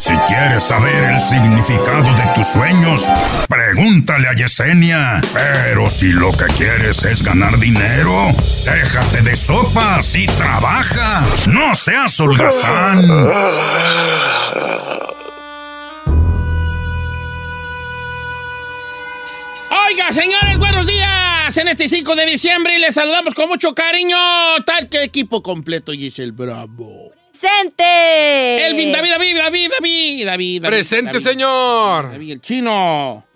Si quieres saber el significado de tus sueños, pregúntale a Yesenia. Pero si lo que quieres es ganar dinero, déjate de sopas y trabaja. No seas holgazán. Oiga, señores, buenos días. En este 5 de diciembre les saludamos con mucho cariño. Tal que equipo completo, Giselle Bravo. ¡Presente! Elvin, David, David, David, David, David. David, Presente, David, señor. David, el chino.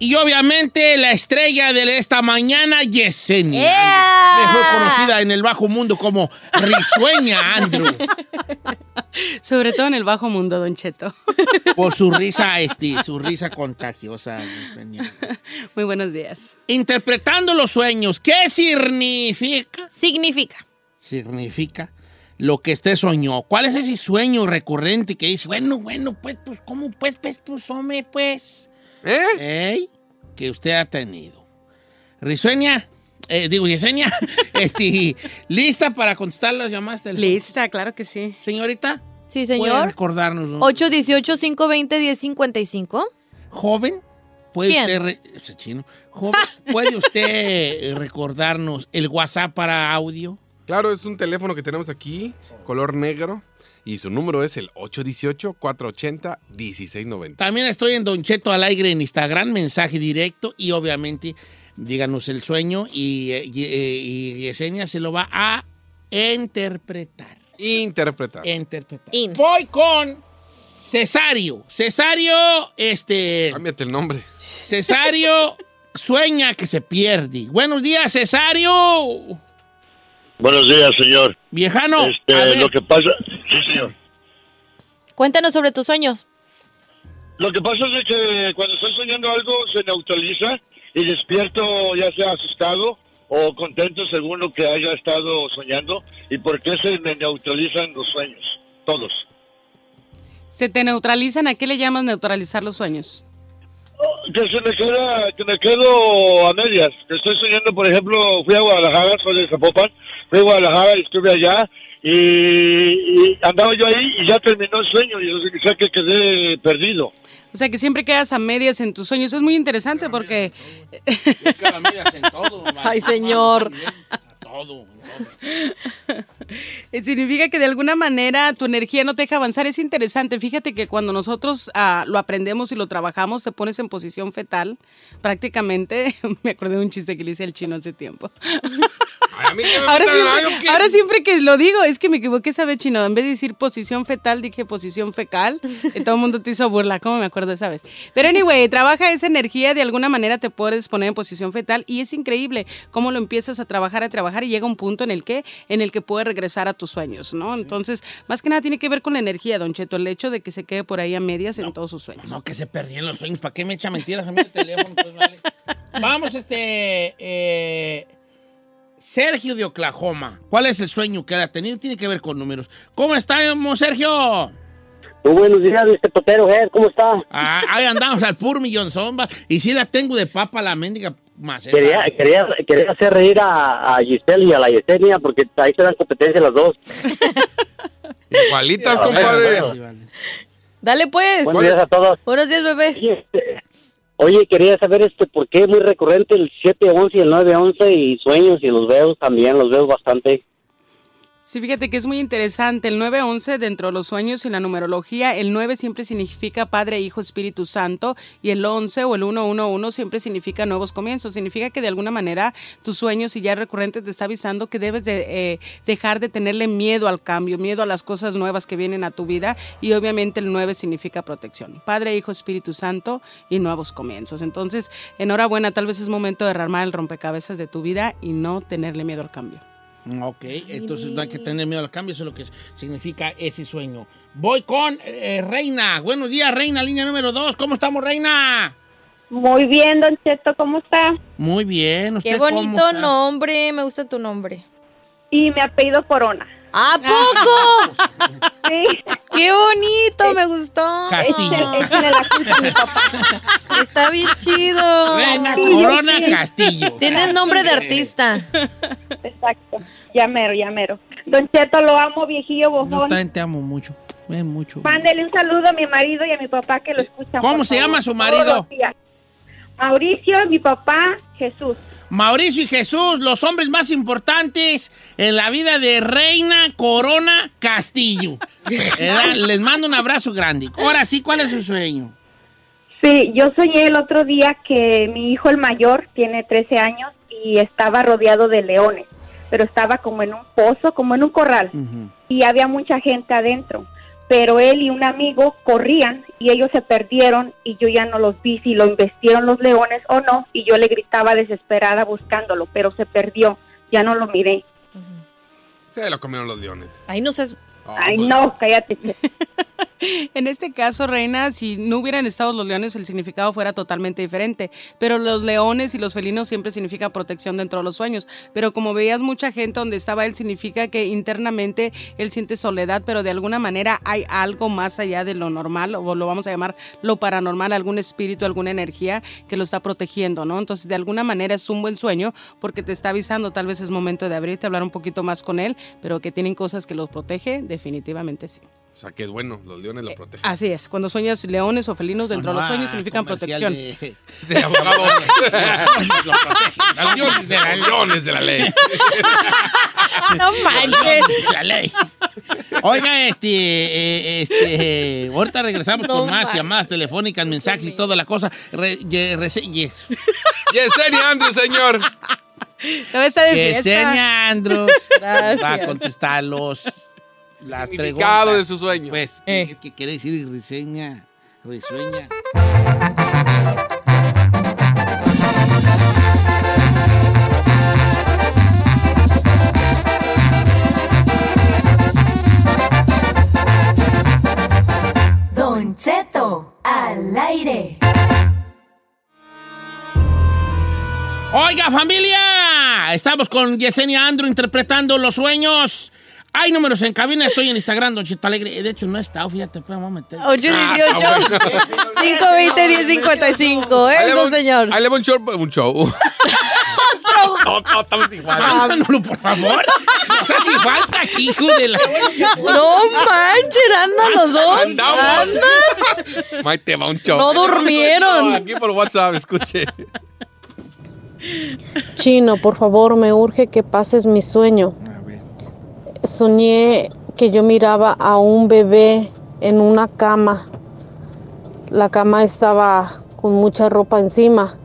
Y obviamente la estrella de esta mañana, Yesenia. ¡Ea! Mejor conocida en el bajo mundo como Risueña Andrew. Sobre todo en el bajo mundo, Don Cheto. Por su risa, este, su risa contagiosa. Yesenia. Muy buenos días. Interpretando los sueños, ¿qué significa? Significa. Significa lo que usted soñó. ¿Cuál es ese sueño recurrente que dice, bueno, bueno, pues, pues, ¿cómo pues, pues, pues, hombre, pues? ¿Eh? Ey, que usted ha tenido. Risueña, eh, digo Yesenia, este, lista para contestar las llamadas telefónicas. Lista, claro que sí. Señorita, Sí, puede señor. recordarnos, ¿no? 818-520-1055. joven, puede ¿Quién? usted, re- ese chino, joven, puede usted eh, recordarnos el WhatsApp para audio. Claro, es un teléfono que tenemos aquí, color negro, y su número es el 818-480-1690. También estoy en Don Cheto al aire en Instagram, mensaje directo y obviamente díganos el sueño y, eh, y- eh, y Yesenia se lo va a interpretar. Interpretar. Interpretar. In. Voy con Cesario. Cesario, este. Cámbiate el nombre. Cesario sueña que se pierde. Buenos días, Cesario. Buenos días, señor. Viejano. Este, a ver, lo que pasa, sí, señor. Cuéntanos sobre tus sueños. Lo que pasa es de que cuando estoy soñando algo se neutraliza y despierto ya sea asustado o contento según lo que haya estado soñando y por qué se me neutralizan los sueños, todos. ¿Se te neutralizan? ¿A qué le llamas neutralizar los sueños? Que se me queda, que me quedo a medias. Que estoy soñando, por ejemplo, fui a Guadalajara, soy de Zapopan, fui a Guadalajara y estuve allá y, y andaba yo ahí y ya terminó el sueño y o sea que quedé perdido. O sea, que siempre quedas a medias en tus sueños. Es muy interesante porque... yo que a la mía hacen todo, vale. Ay, señor. A Todo, a todo. Eh, Significa que de alguna manera tu energía no te deja avanzar. Es interesante. Fíjate que cuando nosotros ah, lo aprendemos y lo trabajamos, te pones en posición fetal. Prácticamente, me acordé de un chiste que le hice al chino hace tiempo. A mí ya me Ahora, mataron, ay, ¿o siempre, qué? ahora siempre que lo digo, es que me equivoqué esa vez, chino. En vez de decir posición fetal, dije posición fecal. Y todo el mundo te hizo burla, ¿cómo me acuerdo esa vez? Pero anyway, trabaja esa energía, de alguna manera te puedes poner en posición fetal y es increíble cómo lo empiezas a trabajar, a trabajar y llega un punto en el que, en el que puedes regresar a tus sueños, ¿no? Entonces, más que nada tiene que ver con la energía, Don Cheto, el hecho de que se quede por ahí a medias en todos sus sueños. No, que se perdían los sueños. ¿Para qué me echa mentiras a mí el teléfono? Pues, vale. Vamos, este. eh, Sergio de Oklahoma. ¿Cuál es el sueño que él ha tenido? Tiene que ver con números. ¿Cómo estamos, Sergio? Muy buenos días, este Potero, Head, ¿cómo está? Ah, ahí andamos al pur millón zomba. Y si la tengo de papa la mendiga maceta. Quería, quería, quería hacer reír a, a Giselle y a la Yesenia porque ahí se dan competencia las dos. Igualitas, Bueno, compadre. bueno. Dale pues. Buenos días a todos. este, Buenos días, bebé. Oye, quería saber este por qué es muy recurrente el 711 y el 911 y sueños y los veo también, los veo bastante. Sí, fíjate que es muy interesante. El 911 dentro de los sueños y la numerología, el 9 siempre significa Padre, Hijo, Espíritu Santo y el 11 o el 111 siempre significa nuevos comienzos. Significa que de alguna manera tus sueños si ya es recurrente te está avisando que debes de eh, dejar de tenerle miedo al cambio, miedo a las cosas nuevas que vienen a tu vida y obviamente el 9 significa protección. Padre, Hijo, Espíritu Santo y nuevos comienzos. Entonces, enhorabuena, tal vez es momento de armar el rompecabezas de tu vida y no tenerle miedo al cambio. Ok, entonces no hay que tener miedo al cambio, eso es lo que significa ese sueño. Voy con eh, Reina. Buenos días, Reina, línea número dos. ¿Cómo estamos, Reina? Muy bien, Don Cheto, ¿cómo está? Muy bien. Qué bonito nombre. Me gusta tu nombre. Y mi apellido Corona. ¿A poco? Qué bonito, me gustó. Castillo. Este, Está bien chido. Reina Corona Castillo. Tienes nombre de artista. Exacto. Ya mero, ya mero. Don Cheto, lo amo, viejillo Yo bojón. también te amo mucho. Ven mucho. Mándele un saludo a mi marido y a mi papá que lo escuchan. Eh, ¿Cómo por se favor, llama su todos marido? los días. Mauricio, mi papá, Jesús. Mauricio y Jesús, los hombres más importantes en la vida de Reina Corona Castillo. ¿Verdad? Les mando un abrazo grande. Ahora sí, ¿cuál es su sueño? Sí, yo soñé el otro día que mi hijo el mayor tiene 13 años y estaba rodeado de leones, pero estaba como en un pozo, como en un corral. y había mucha gente adentro. Pero él y un amigo corrían y ellos se perdieron y yo ya no los vi si lo investigaron los leones o no y yo le gritaba desesperada buscándolo, pero se perdió, ya no lo miré. Se lo comieron los leones. Pues, Ay, no seas... Ay, no, cállate. En este caso, Reina, si no hubieran estado los leones, el significado fuera totalmente diferente. Pero los leones y los felinos siempre significan protección dentro de los sueños. Pero como veías mucha gente donde estaba él, significa que internamente él siente soledad, pero de alguna manera hay algo más allá de lo normal, o lo vamos a llamar lo paranormal, algún espíritu, alguna energía que lo está protegiendo, ¿no? Entonces, de alguna manera es un buen sueño porque te está avisando, tal vez es momento de abrirte, hablar un poquito más con él, pero que tienen cosas que los protege, definitivamente sí. O sea, que es bueno, los leones lo protegen. Así es, cuando sueñas leones o felinos dentro de los sueños Ah, significan protección. Ah, De abogados. Los leones de la- leones de la ley. No manches. La ley. Oiga, este, eh, este, eh, ahorita regresamos No con más manches. llamadas telefónicas, mensajes y toda la cosa. Re- ye- rese- ye- Yesenia Andrews, señor. Debe estar de fiesta. Yesenia Andrews Gracias. va a contestar los las Significado preguntas. de su sueño. Pues, Eh. es que quiere decir reseña, resueña. Don Cheto, al aire. Oiga, familia, estamos con Yesenia Andrew interpretando los sueños. Hay números en cabina, estoy en Instagram, Don Chito Alegre. De hecho, no he estado, fíjate, pero vamos a meter. Ah, Oh, 818 520 1055. Ahí le va Eso, un- señor. Ahí le va un show. Un show. No, no, estamos iguales. Mándanoslo, por favor. No sé si falta aquí, hijo de la... No manches, andan los dos. Andamos. Andan. Ahí te va un show. No durmieron. Aquí por WhatsApp, escuche. Chino, por favor, me urge que pases mi sueño. Soñé que yo miraba a un bebé en una cama. La cama estaba con mucha ropa encima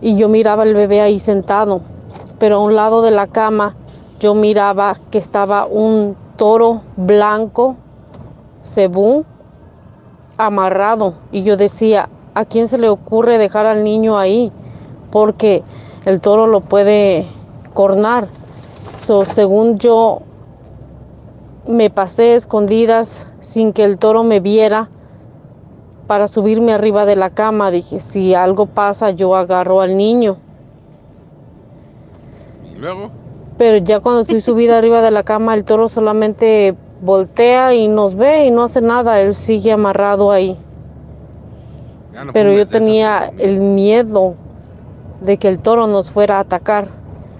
y yo miraba al bebé ahí sentado. pero a un lado de la cama yo miraba que estaba un toro blanco, cebú, amarrado. Y yo decía, ¿a quién se le ocurre dejar al niño ahí? Porque el toro lo puede cornar. So, según yo me pasé escondidas sin que el toro me viera para subirme arriba de la cama. Dije, si algo pasa, yo agarro al niño. Y luego, Pero ya cuando estoy subida arriba de la cama, el toro solamente voltea y nos ve y no hace nada. Él sigue amarrado ahí. ya ah, no Pero yo fumes de esas. tenía el miedo de que el toro nos fuera a atacar.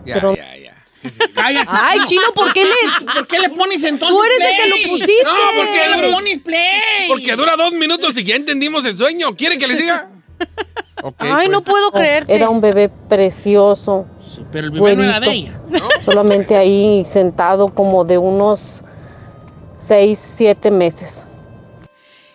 Ya, Pero ya, ya. Ay, Chino, ¿por qué le- ¿Por qué le pones entonces Tú eres el play? que lo pusiste. No, ¿por qué le pones play? Porque dura dos minutos y ya entendimos el sueño. ¿Quiere que le siga? Ok, pues. puedo creerte. Era un bebé precioso. Pero el bebé no era de güerito. ella. Solamente ahí sentado como de unos 6, 7 meses.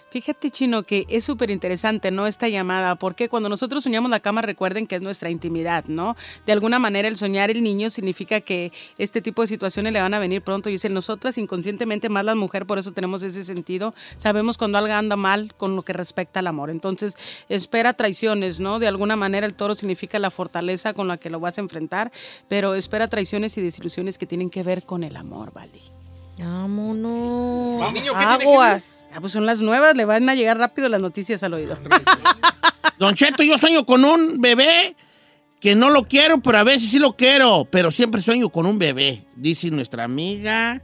Fíjate, Chino, que es súper interesante, ¿no? Esta llamada, porque cuando nosotros soñamos la cama, recuerden que es nuestra intimidad, ¿no? De alguna manera, el soñar el niño significa que este tipo de situaciones le van a venir pronto. Y dicen, nosotras inconscientemente, más las mujeres, por eso tenemos ese sentido, sabemos cuando algo anda mal con lo que respecta al amor. Entonces, espera traiciones, ¿no? De alguna manera, el toro significa la fortaleza con la que lo vas a enfrentar, pero espera traiciones y desilusiones que tienen que ver con el amor, ¿vale? Vámonos. Niño, ¿qué tiene que ver? Aguas. Ah, pues son las nuevas, le van a llegar rápido las noticias al oído. Don Cheto, yo sueño con un bebé que no lo quiero, pero a veces sí lo quiero. Pero siempre sueño con un bebé, dice nuestra amiga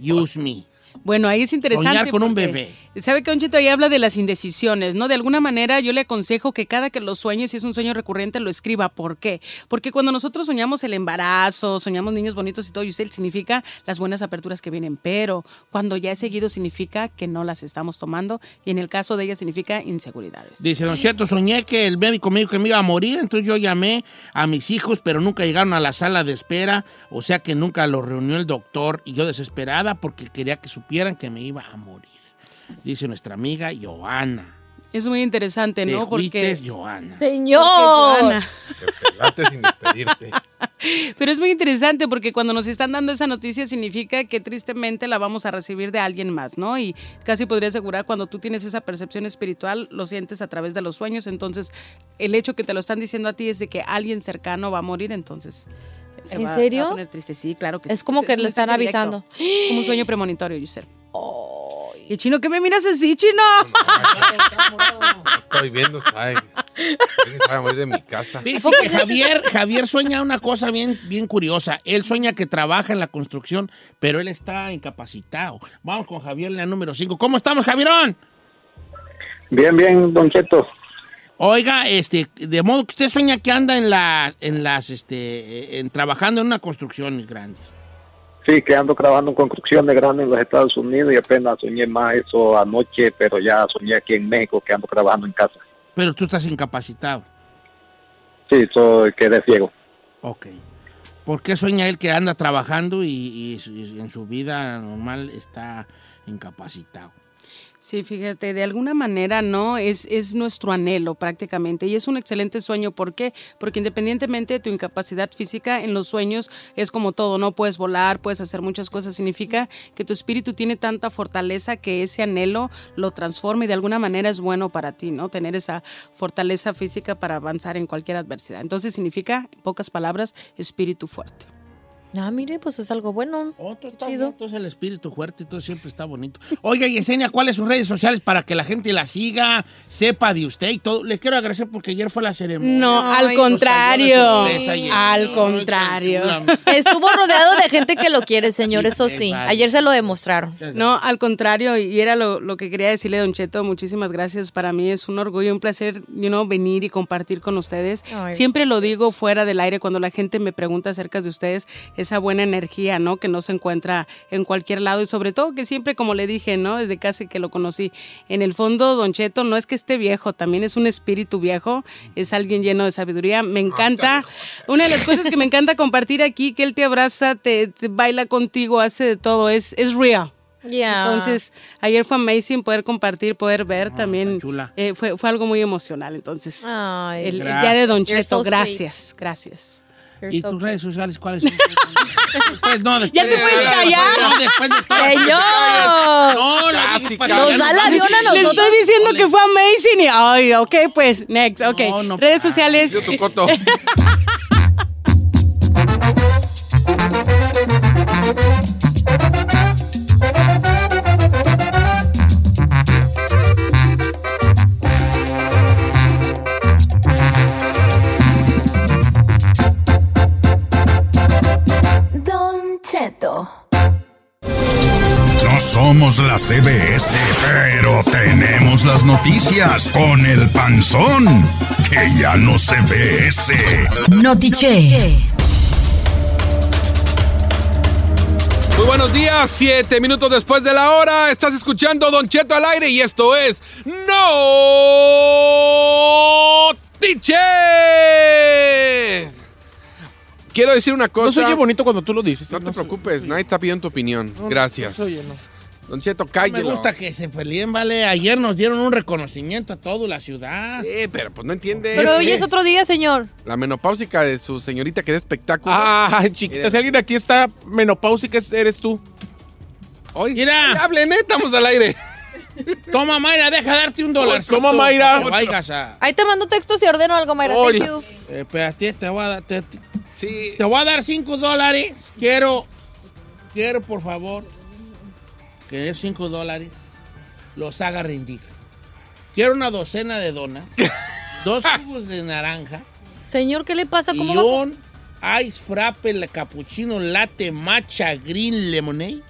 Yusmi. Bueno, ahí es interesante. Soñar con un porque- bebé. ¿Sabe que Chito ahí habla de las indecisiones, no? De alguna manera yo le aconsejo que cada que lo sueñe, si es un sueño recurrente, lo escriba. ¿Por qué? Porque cuando nosotros soñamos el embarazo, soñamos niños bonitos y todo, y significa las buenas aperturas que vienen, pero cuando ya es seguido significa que no las estamos tomando y en el caso de ella significa inseguridades. Dice, Don Cheto, soñé que el médico me dijo que me iba a morir, entonces yo llamé a mis hijos, pero nunca llegaron a la sala de espera, o sea que nunca los reunió el doctor y yo desesperada porque quería que supieran que me iba a morir. Dice nuestra amiga Joana. Es muy interesante, Te ¿no? Porque... juites, Joana. Porque Señor. Johanna- Te pelaste sin despedirte. Pero es muy interesante porque cuando nos están dando esa noticia significa que tristemente la vamos a recibir de alguien más, ¿no? Y casi podría asegurar cuando tú tienes esa percepción espiritual, lo sientes a través de los sueños, entonces el hecho que te lo están diciendo a ti es de que alguien cercano va a morir, entonces... se ¿En va- se va a serio? poner triste, sí, claro que sí. Es como que un le están mensaje directo. avisando. Es como un sueño premonitorio, Giselle. ¿Y chino qué me miras así, chino? Estoy viendo, ¿sabes? Alguien se va a morir de mi casa. Dice que Javier, Javier sueña una cosa bien, bien curiosa. Él sueña que trabaja en la construcción, pero él está incapacitado. Vamos con Javier, la número 5. ¿Cómo estamos, Javierón? Bien, bien, Don Cheto. Oiga, este, de modo que usted sueña que anda en las, en las, este, en trabajando en una construcción, mis grandes. Sí, que ando trabajando en construcción de grande en los Estados Unidos y apenas soñé más eso anoche, pero ya soñé aquí en México que ando trabajando en casa. Pero tú estás incapacitado. Sí, soy quedé ciego. Ok. ¿Por qué sueña él que anda trabajando y, y su- y en su vida normal está incapacitado? Sí, fíjate, de alguna manera, ¿no? Es, es nuestro anhelo prácticamente y es un excelente sueño. ¿Por qué? Porque independientemente de tu incapacidad física, en los sueños es como todo, ¿no? Puedes volar, puedes hacer muchas cosas. Significa que tu espíritu tiene tanta fortaleza que ese anhelo lo transforma y de alguna manera es bueno para ti, ¿no? Tener esa fortaleza física para avanzar en cualquier adversidad. Entonces significa, en pocas palabras, espíritu fuerte. Ah, mire, pues es algo bueno. Otro está Chido. bien, entonces el espíritu fuerte, todo siempre está bonito. Oiga, Yesenia, ¿cuáles son sus redes sociales para que la gente la siga, sepa de usted y todo? Le quiero agradecer porque ayer fue la ceremonia. No, Ay, al pues, contrario. cayó de sorpresa, Yesenia. Ay, Al tan contrario. chula. Estuvo rodeado de gente que lo quiere, señor, eso sí, sí. vale. Ayer se lo demostraron. No, al contrario, y era lo, lo que quería decirle, Don Cheto, muchísimas gracias. Para mí es un orgullo, un placer, you know, venir y compartir con ustedes. Ay, Siempre lo digo fuera del aire cuando la gente me pregunta acerca de ustedes, esa buena energía, ¿no? Que no se encuentra en cualquier lado y sobre todo que siempre, como le dije, ¿no? Desde casi que lo conocí. En el fondo, Don Cheto no es que esté viejo, también es un espíritu viejo, es alguien lleno de sabiduría. Me encanta. Una de las cosas que me encanta compartir aquí, que él te abraza, te, te baila contigo, hace de todo, es, es real. Yeah. Entonces, ayer fue amazing poder compartir, poder ver también. Ah, tan chula. eh, fue, fue algo muy emocional. Entonces, Ay. el, el Gracias. día de Don You're Cheto, so sweet. gracias, gracias. You're ¿Y so tus cute. redes sociales cuáles son? Pues no, después, ¡Ya te puedes callar! No, después de todo. ¡Señor! No, la dije para Nos que- da la avión a Le nosotros. estoy diciendo que fue amazing y, ay, ok, pues, next, ok. Redes sociales. Don Cheto. No somos la CBS, pero tenemos las noticias con el panzón, que ya no se ve ese. Notiche. Muy buenos días, siete minutos después de la hora, estás escuchando Don Cheto al aire y esto es No Tiche. Quiero decir una cosa. No se oye bonito cuando tú lo dices. No, te preocupes, nadie está pidiendo tu opinión. no, Gracias. no se oye, no. Don Cheto, Me cállelo. gusta que se peleen, ¿vale? Ayer nos dieron un reconocimiento a toda la ciudad. Sí, pero pues no entiende. Pero hoy es otro día, señor. La menopáusica de su señorita que era espectáculo. Ah, chiquita, si alguien aquí está menopáusica, es- eres tú. Hoy. Mira. Hable neta, estamos al aire. Toma, Mayra, deja darte un dólar. Toma, Mayra. Vayas a. Ahí te mando texto si ordeno algo, Mayra. Hola. Thank you. Eh, Espérate, te voy a dar. Te, te- Sí. te voy a dar 5 dólares. Quiero. Quiero, por favor. Que esos 5 dólares los haga rendir. Quiero una docena de donas. dos cubos de naranja. Señor, ¿qué le pasa? Y ¿Cómo va? un ice frappe, la cappuccino latte, matcha green lemonade.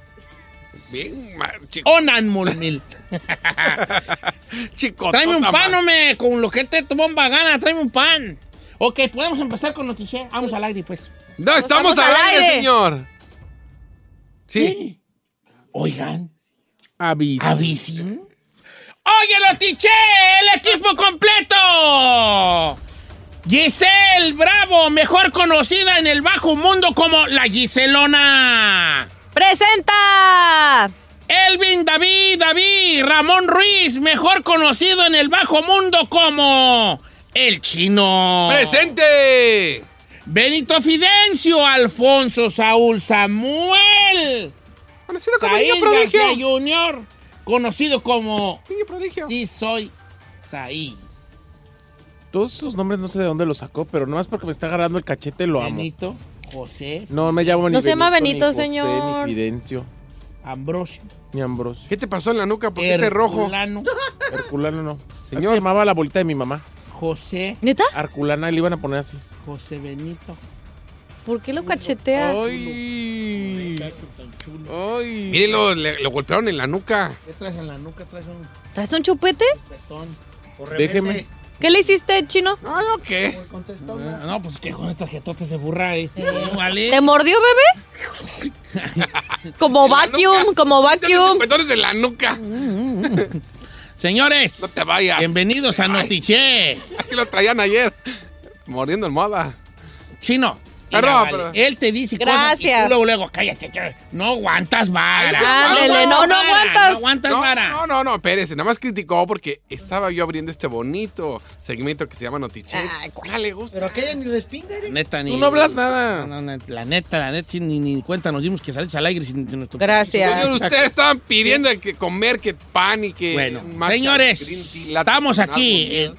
Bien, marchi- On almond milk. Chico, Tráeme un tota pan, madre. hombre, con lo que te tu bomba gana, tráeme un pan. Ok, podemos empezar con noticias. Vamos al aire, pues. No, estamos, al aire, señor. Sí. Oigan. Avis. Avisin. ¡Oye, Lotiche! ¡El equipo completo! Giselle Bravo, mejor conocida en el bajo mundo como la Giselona. ¡Presenta! Elvin David David Ramón Ruiz, mejor conocido en el bajo mundo como el chino. ¡Presente! Benito Fidencio, Alfonso Saúl Samuel. Conocido como Niño Prodigio. Junior, conocido como... Niño prodigio. Sí, soy Saí. Todos esos nombres no sé de dónde los sacó, pero nomás porque me está agarrando el cachete lo amo. Benito, José, No me llamo ni No se llama Benito, ni José, señor. Ni Fidencio, Ambrosio. ni Ambrosio. ¿Qué te pasó en la nuca? ¿Por qué Este te rojo? Herculano, Herculano no. Señor. Señor. se llamaba la bolita de mi mamá. José. ¿Neta? Arculana, le iban a poner así. José Benito. ¿Por qué lo cachetea? Mírenlo, le- lo golpearon en la nuca. ¿Qué traes en la nuca? ¿Traes un ¿Traes un chupete? petón? Déjeme. ¿Qué le hiciste, chino? No, no, ¿qué? No, pues que con estas jetotas de burra, este, no vale. ¿Te mordió, bebé? como vacuum, como vacuum. Petones en la nuca. Señores, No te vayas. bienvenidos a Notiche. Aquí lo traían ayer. Mordiendo Ah, almohada. Chino. Perdón, mira, vale, perdón. Él te dice cosas y Gracias. tú luego, luego, cállate, cállate. no aguantas vara. Ándele, no, no vara, aguantas. No aguantas No, vara. no, no, no, espérese. Nada más criticó porque estaba yo abriendo este bonito segmento que se llama Notiche. Ah, ¿Cuál le gusta? Pero aquella ni respinga, Neta, ni... Tú no hablas nada. No, no, la neta, la neta, sí, ni, ni cuenta nos dimos que salís al aire sin, sin nuestro... Gracias. Ustedes estaban pidiendo que comer, que pan y que... Bueno, matcha, green señores, tea, pues, latte estamos con aquí. algo. eh,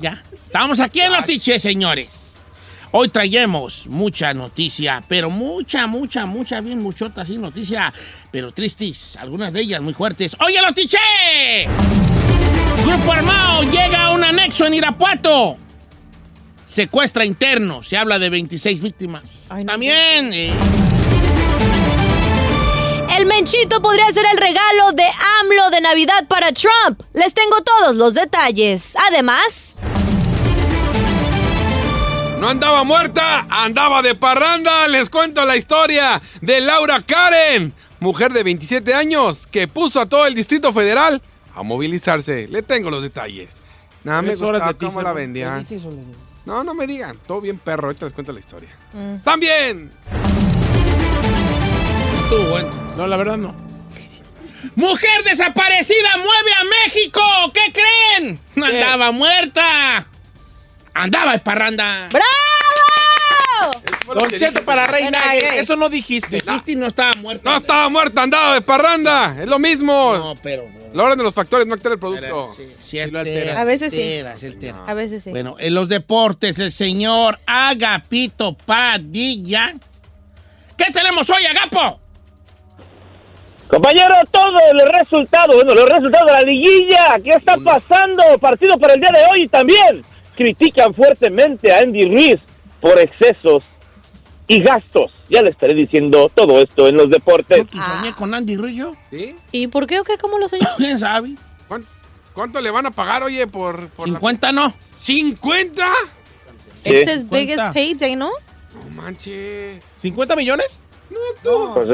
ya, estamos aquí en Notiche, señores. Hoy traemos mucha noticia, pero mucha, mucha, mucha, bien muchota, sí, noticia, pero tristes, algunas de ellas muy fuertes. ¡Oye, Notiche! Grupo Armado llega a un anexo en Irapuato. Secuestra interno, se habla de 26 víctimas. También. eh, El menchito podría ser el regalo de AMLO de Navidad para Trump. Les tengo todos los detalles. Además, No andaba muerta, andaba de parranda. Les cuento la historia de Laura Karen, mujer de 27 años que puso a todo el Distrito Federal a movilizarse. Le tengo los detalles. Nada me Tres horas gustaba de cómo tiza, la ¿no? vendían. ¿Qué dices, Olga? No, no me digan. Todo bien perro, ahorita les cuento la historia. Mm. También. Tú, bueno. No, la verdad no. Mujer desaparecida mueve a México. ¿Qué creen? No andaba muerta. Andaba de parranda. ¡bravo! lo Don que Cheto dijiste. para Reina. Bueno, ahí, ahí. Eso no dijiste. Dijiste y no estaba muerta. No estaba muerta, andaba de parranda. Es lo mismo. No, pero. La hora de los factores no altera el producto. altera, A veces sí. altera, se altera. A veces sí. Ah. Bueno, en los deportes, el señor Agapito Padilla. ¿Qué tenemos hoy, Agapo? Compañero, todo el resultado, bueno, los resultados de la liguilla, ¿qué está pasando? Partido para el día de hoy y también critican fuertemente a Andy Ruiz por excesos y gastos. Ya le estaré diciendo todo esto en los deportes. ¿Y soñé con Andy Ruyo? ¿Sí? Ah. ¿Y por qué o qué? ¿Cómo lo soñó? ¿Quién sabe? ¿Cuán- ¿Cuánto le van a pagar, oye, por. por la- ¿50 no? ¿50? It's his biggest payday, ¿no? No manches. ¿50 millones? Pues,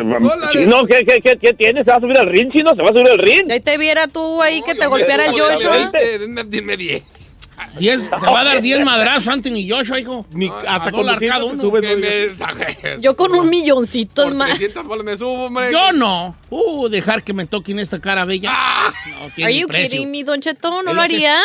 si no, ¿qué, qué, qué, qué tiene? ¿Se va a subir al ring, no ¿Se va a subir al ring? Ahí te viera tú ahí que te golpeara Eso, Joshua. obviamente, Dime dime 10. Diez, te va a dar 10 madrazos, Anthony Joshua, hijo. hasta con 200 te subes, Que me- Yo con un milloncito más. 300 bolas me subo, hombre. Yo no. Uh, dejar que me toquen esta cara bella. Ah. No, tiene Are you precio. kidding me, Don Cheto? ¿No Él lo hace- haría?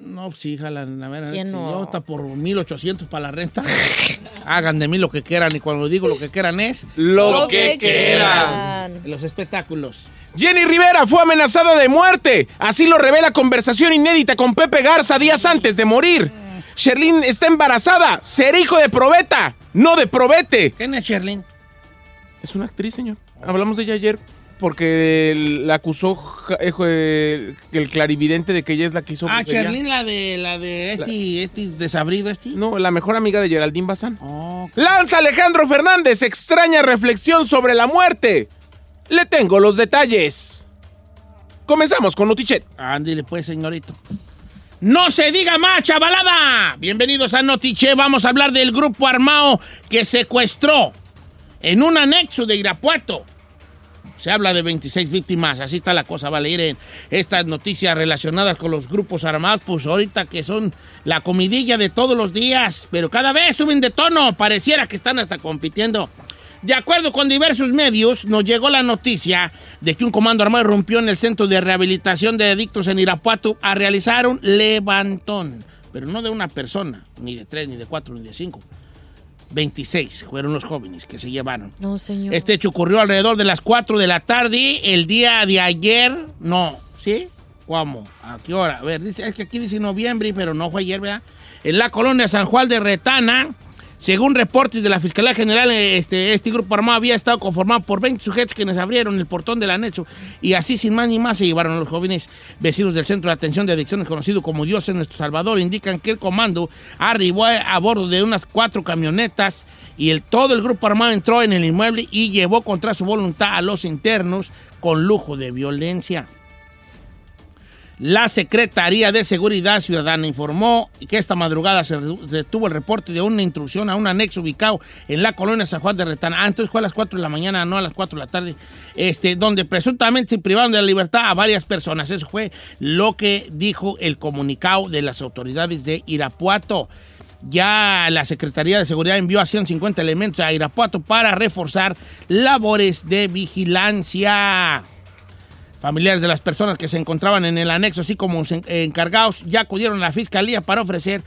No, pues, sí, jala, a ver, ¿Quién si no? yo hasta por 1800 para la renta. Hagan de mí lo que quieran y cuando digo lo que quieran es Lo, que quieran. en los espectáculos. Jenny Rivera fue amenazada de muerte. Así lo revela conversación inédita con Pepe Garza días antes de morir. Sherlyn está embarazada. Será hijo de probeta, no de probete. ¿Quién es Sherlyn? Es una actriz, señor. Hablamos de ella ayer porque el- la acusó ja- eh, el, el clarividente de que ella es la que hizo. Ah, brujería. Sherlyn, la de la de este, este desabrido, este. No, la mejor amiga de Geraldine Bazán. Lanza Alejandro Fernández, extraña reflexión sobre la muerte. Le tengo los detalles. Comenzamos con Notichet. Ándale, pues, señorito. No se diga más, chavalada. Bienvenidos a Notiche. Vamos a hablar del grupo armado que secuestró en un anexo de Irapuato. Se habla de 26 víctimas. Así está la cosa, vale. Miren, estas noticias relacionadas con los grupos armados, pues ahorita que son la comidilla de todos los días, pero cada vez suben de tono. Pareciera que están hasta compitiendo. De acuerdo con diversos medios, nos llegó la noticia de que un comando armado irrumpió en el centro de rehabilitación de adictos en Irapuato a realizar un levantón, pero no de una persona, ni de tres, ni de cuatro, ni de cinco. 26 fueron los jóvenes que se llevaron. No, señor. Este hecho ocurrió alrededor de las 4 de la tarde, el día de ayer, no, ¿sí? ¿Cómo? ¿A qué hora? A ver, dice, es que aquí dice noviembre, pero no fue ayer, ¿verdad? En la colonia San Juan de Retana, según reportes de la Fiscalía General, eh, este, este grupo armado había estado conformado por 20 sujetos quienes abrieron el portón del anexo y así sin más ni más se llevaron a los jóvenes vecinos del Centro de Atención de Adicciones, conocido como Dios en Nuestro Salvador. Indican que el comando arribó a, a bordo de unas cuatro camionetas y el, todo el grupo armado entró en el inmueble y llevó contra su voluntad a los internos con lujo de violencia. La Secretaría de Seguridad Ciudadana informó que esta madrugada se redu- se tuvo el reporte de una intrusión a un anexo ubicado en la colonia San Juan de Retana. Ah, entonces fue a las 4 de la mañana, no a las 4 de la tarde, este, donde presuntamente se privaron de la libertad a varias personas. Eso fue lo que dijo el comunicado de las autoridades de Irapuato. Ya la Secretaría de Seguridad envió a 150 elementos a Irapuato para reforzar labores de vigilancia. Familiares de las personas que se encontraban en el anexo, así como los en- encargados, ya acudieron a la fiscalía para ofrecer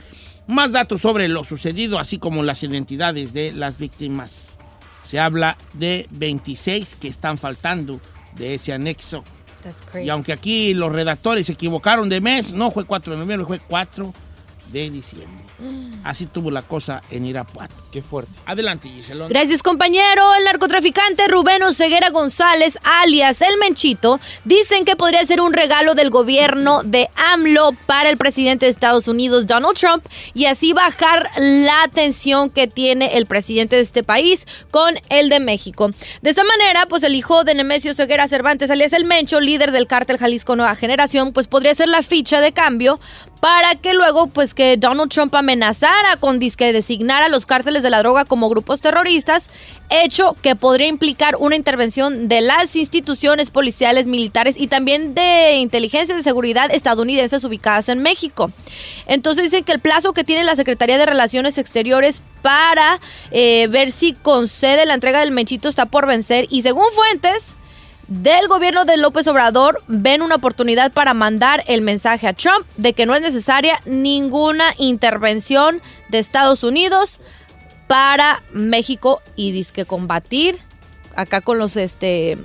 más datos sobre lo sucedido, así como las identidades de las víctimas. Se habla de 26 que están faltando de ese anexo. That's Y crazy. aunque aquí los redactores se equivocaron de mes, no fue 4 de noviembre, fue 4 de diciembre. Así tuvo la cosa en Irapuato. Qué fuerte. Adelante, Giselón. Gracias, compañero. El narcotraficante Rubén Oseguera González, alias El Menchito, dicen que podría ser un regalo del gobierno de AMLO para el presidente de Estados Unidos, Donald Trump, y así bajar la tensión que tiene el presidente de este país con el de México. De esta manera, pues el hijo de Nemesio Ceguera Cervantes, alias El Mencho, líder del cártel Jalisco Nueva Generación, pues podría ser la ficha de cambio para que luego pues que Donald Trump amenazara con disque designar a los cárteles de la droga como grupos terroristas, hecho que podría implicar una intervención de las instituciones policiales, militares y también de inteligencia de seguridad estadounidenses ubicadas en México. Entonces dicen que el plazo que tiene la Secretaría de Relaciones Exteriores para eh, ver si concede la entrega del mechito está por vencer y según fuentes del gobierno de López Obrador ven una oportunidad para mandar el mensaje a Trump de que no es necesaria ninguna intervención de Estados Unidos para México y disque combatir acá con los este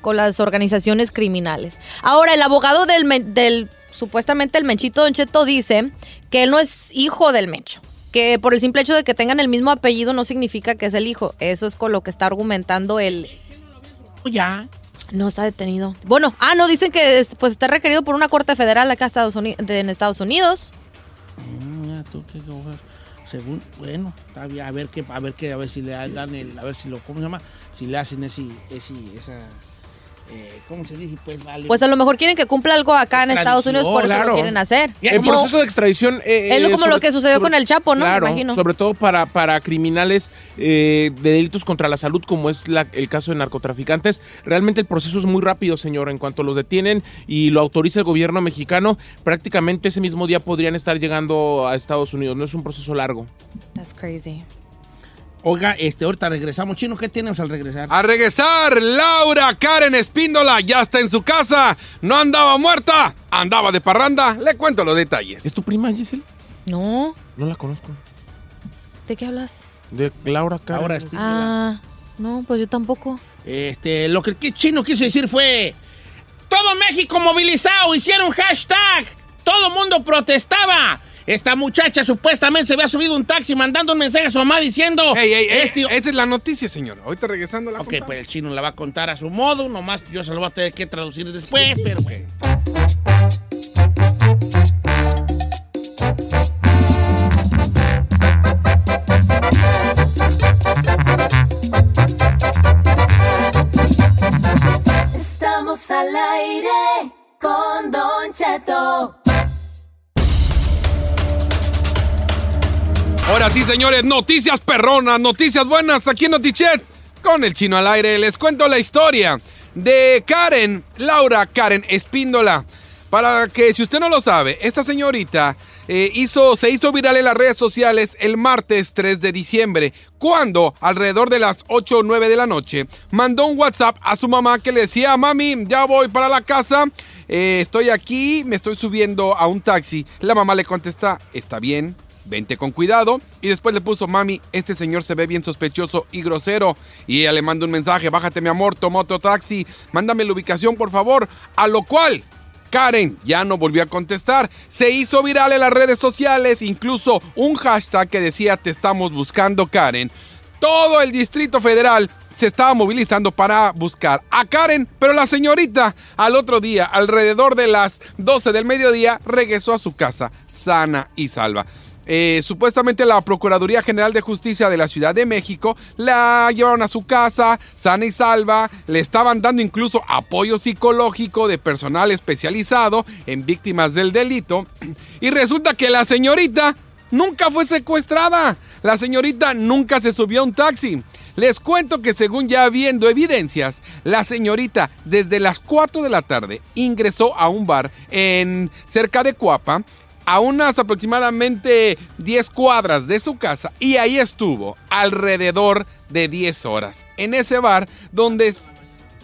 con las organizaciones criminales. Ahora, el abogado del, men- del- supuestamente el Menchito Don Cheto dice que él no es hijo del Mencho. Que por el simple hecho de que tengan el mismo apellido no significa que es el hijo. Eso es con lo que está argumentando el. Oh, Ya. No está detenido. Bueno, ah, no, dicen que este, pues está requerido por una corte federal acá Estados Uni- de- en Estados Unidos. Mira Mm, tú, qué cosas. Según, bueno, está bien, a ver qué, a ver qué, a ver si le dan el, a ver si lo, ¿cómo se llama? Si le hacen ese, ese, esa, eh, ¿cómo se dice? Pues vale. Pues a lo mejor quieren que cumpla algo acá en Estados Unidos, por eso lo Claro. quieren hacer. El Como- proceso de extradición. eh, Es lo eh, como lo que sucedió con el Chapo, ¿no? Me Claro, imagino. sobre todo para, para criminales eh, de delitos contra la salud, como es la- el caso de narcotraficantes. Realmente el proceso es muy rápido, señor. En cuanto los detienen y lo autoriza el gobierno mexicano, prácticamente ese mismo día podrían estar llegando a Estados Unidos. No es un proceso largo. That's crazy. Oiga, este, ahorita regresamos. Chino, ¿qué tenemos al regresar? A regresar, Laura Karen Espíndola ya está en su casa. No andaba muerta, andaba de parranda. Le cuento los detalles. ¿Es tu prima, Giselle? No, No la conozco. ¿de qué hablas? De Laura Karen. Laura Espíndola. Ah, no, pues yo tampoco. Este, lo que el chino quiso decir fue: Todo México movilizado, hicieron hashtag, todo mundo protestaba. Esta muchacha supuestamente se había subido un taxi mandando un mensaje a su mamá diciendo: Ey, ey, ey, este- Esa es la noticia, señor. Ahorita regresando la Ok, pues el chino la va a contar a su modo, nomás yo se lo voy a tener que traducir después, pero bueno. Estamos al aire con Don Cheto. Ahora sí, señores, noticias perronas, noticias buenas aquí en Notichet. Con el chino al aire les cuento la historia de Karen, Laura Karen Espíndola. Para que si usted no lo sabe, esta señorita eh, hizo, se hizo viral en las redes sociales el martes 3 de diciembre, cuando alrededor de las 8 o 9 de la noche mandó un WhatsApp a su mamá que le decía, mami, ya voy para la casa, eh, estoy aquí, me estoy subiendo a un taxi. La mamá le contesta, está bien, Vente con cuidado. Y después le puso, mami, este señor se ve bien sospechoso y grosero. Y ella le manda un mensaje, bájate mi amor, toma otro taxi, mándame la ubicación por favor. A lo cual, Karen ya no volvió a contestar. Se hizo viral en las redes sociales, incluso un hashtag que decía, te estamos buscando, Karen. Todo el Distrito Federal se estaba movilizando para buscar a Karen, pero la señorita al otro día, alrededor de las 12 del mediodía, regresó a su casa sana y salva. Eh, supuestamente la Procuraduría General de Justicia de la Ciudad de México la llevaron a su casa, sana y salva, le estaban dando incluso apoyo psicológico de personal especializado en víctimas del delito y resulta que la señorita nunca fue secuestrada. La señorita nunca se subió a un taxi. Les cuento que según ya habiendo evidencias, la señorita desde las 4 de la tarde ingresó a un bar en cerca de Cuapa, a unas aproximadamente 10 cuadras de su casa y ahí estuvo alrededor de 10 horas en ese bar donde es-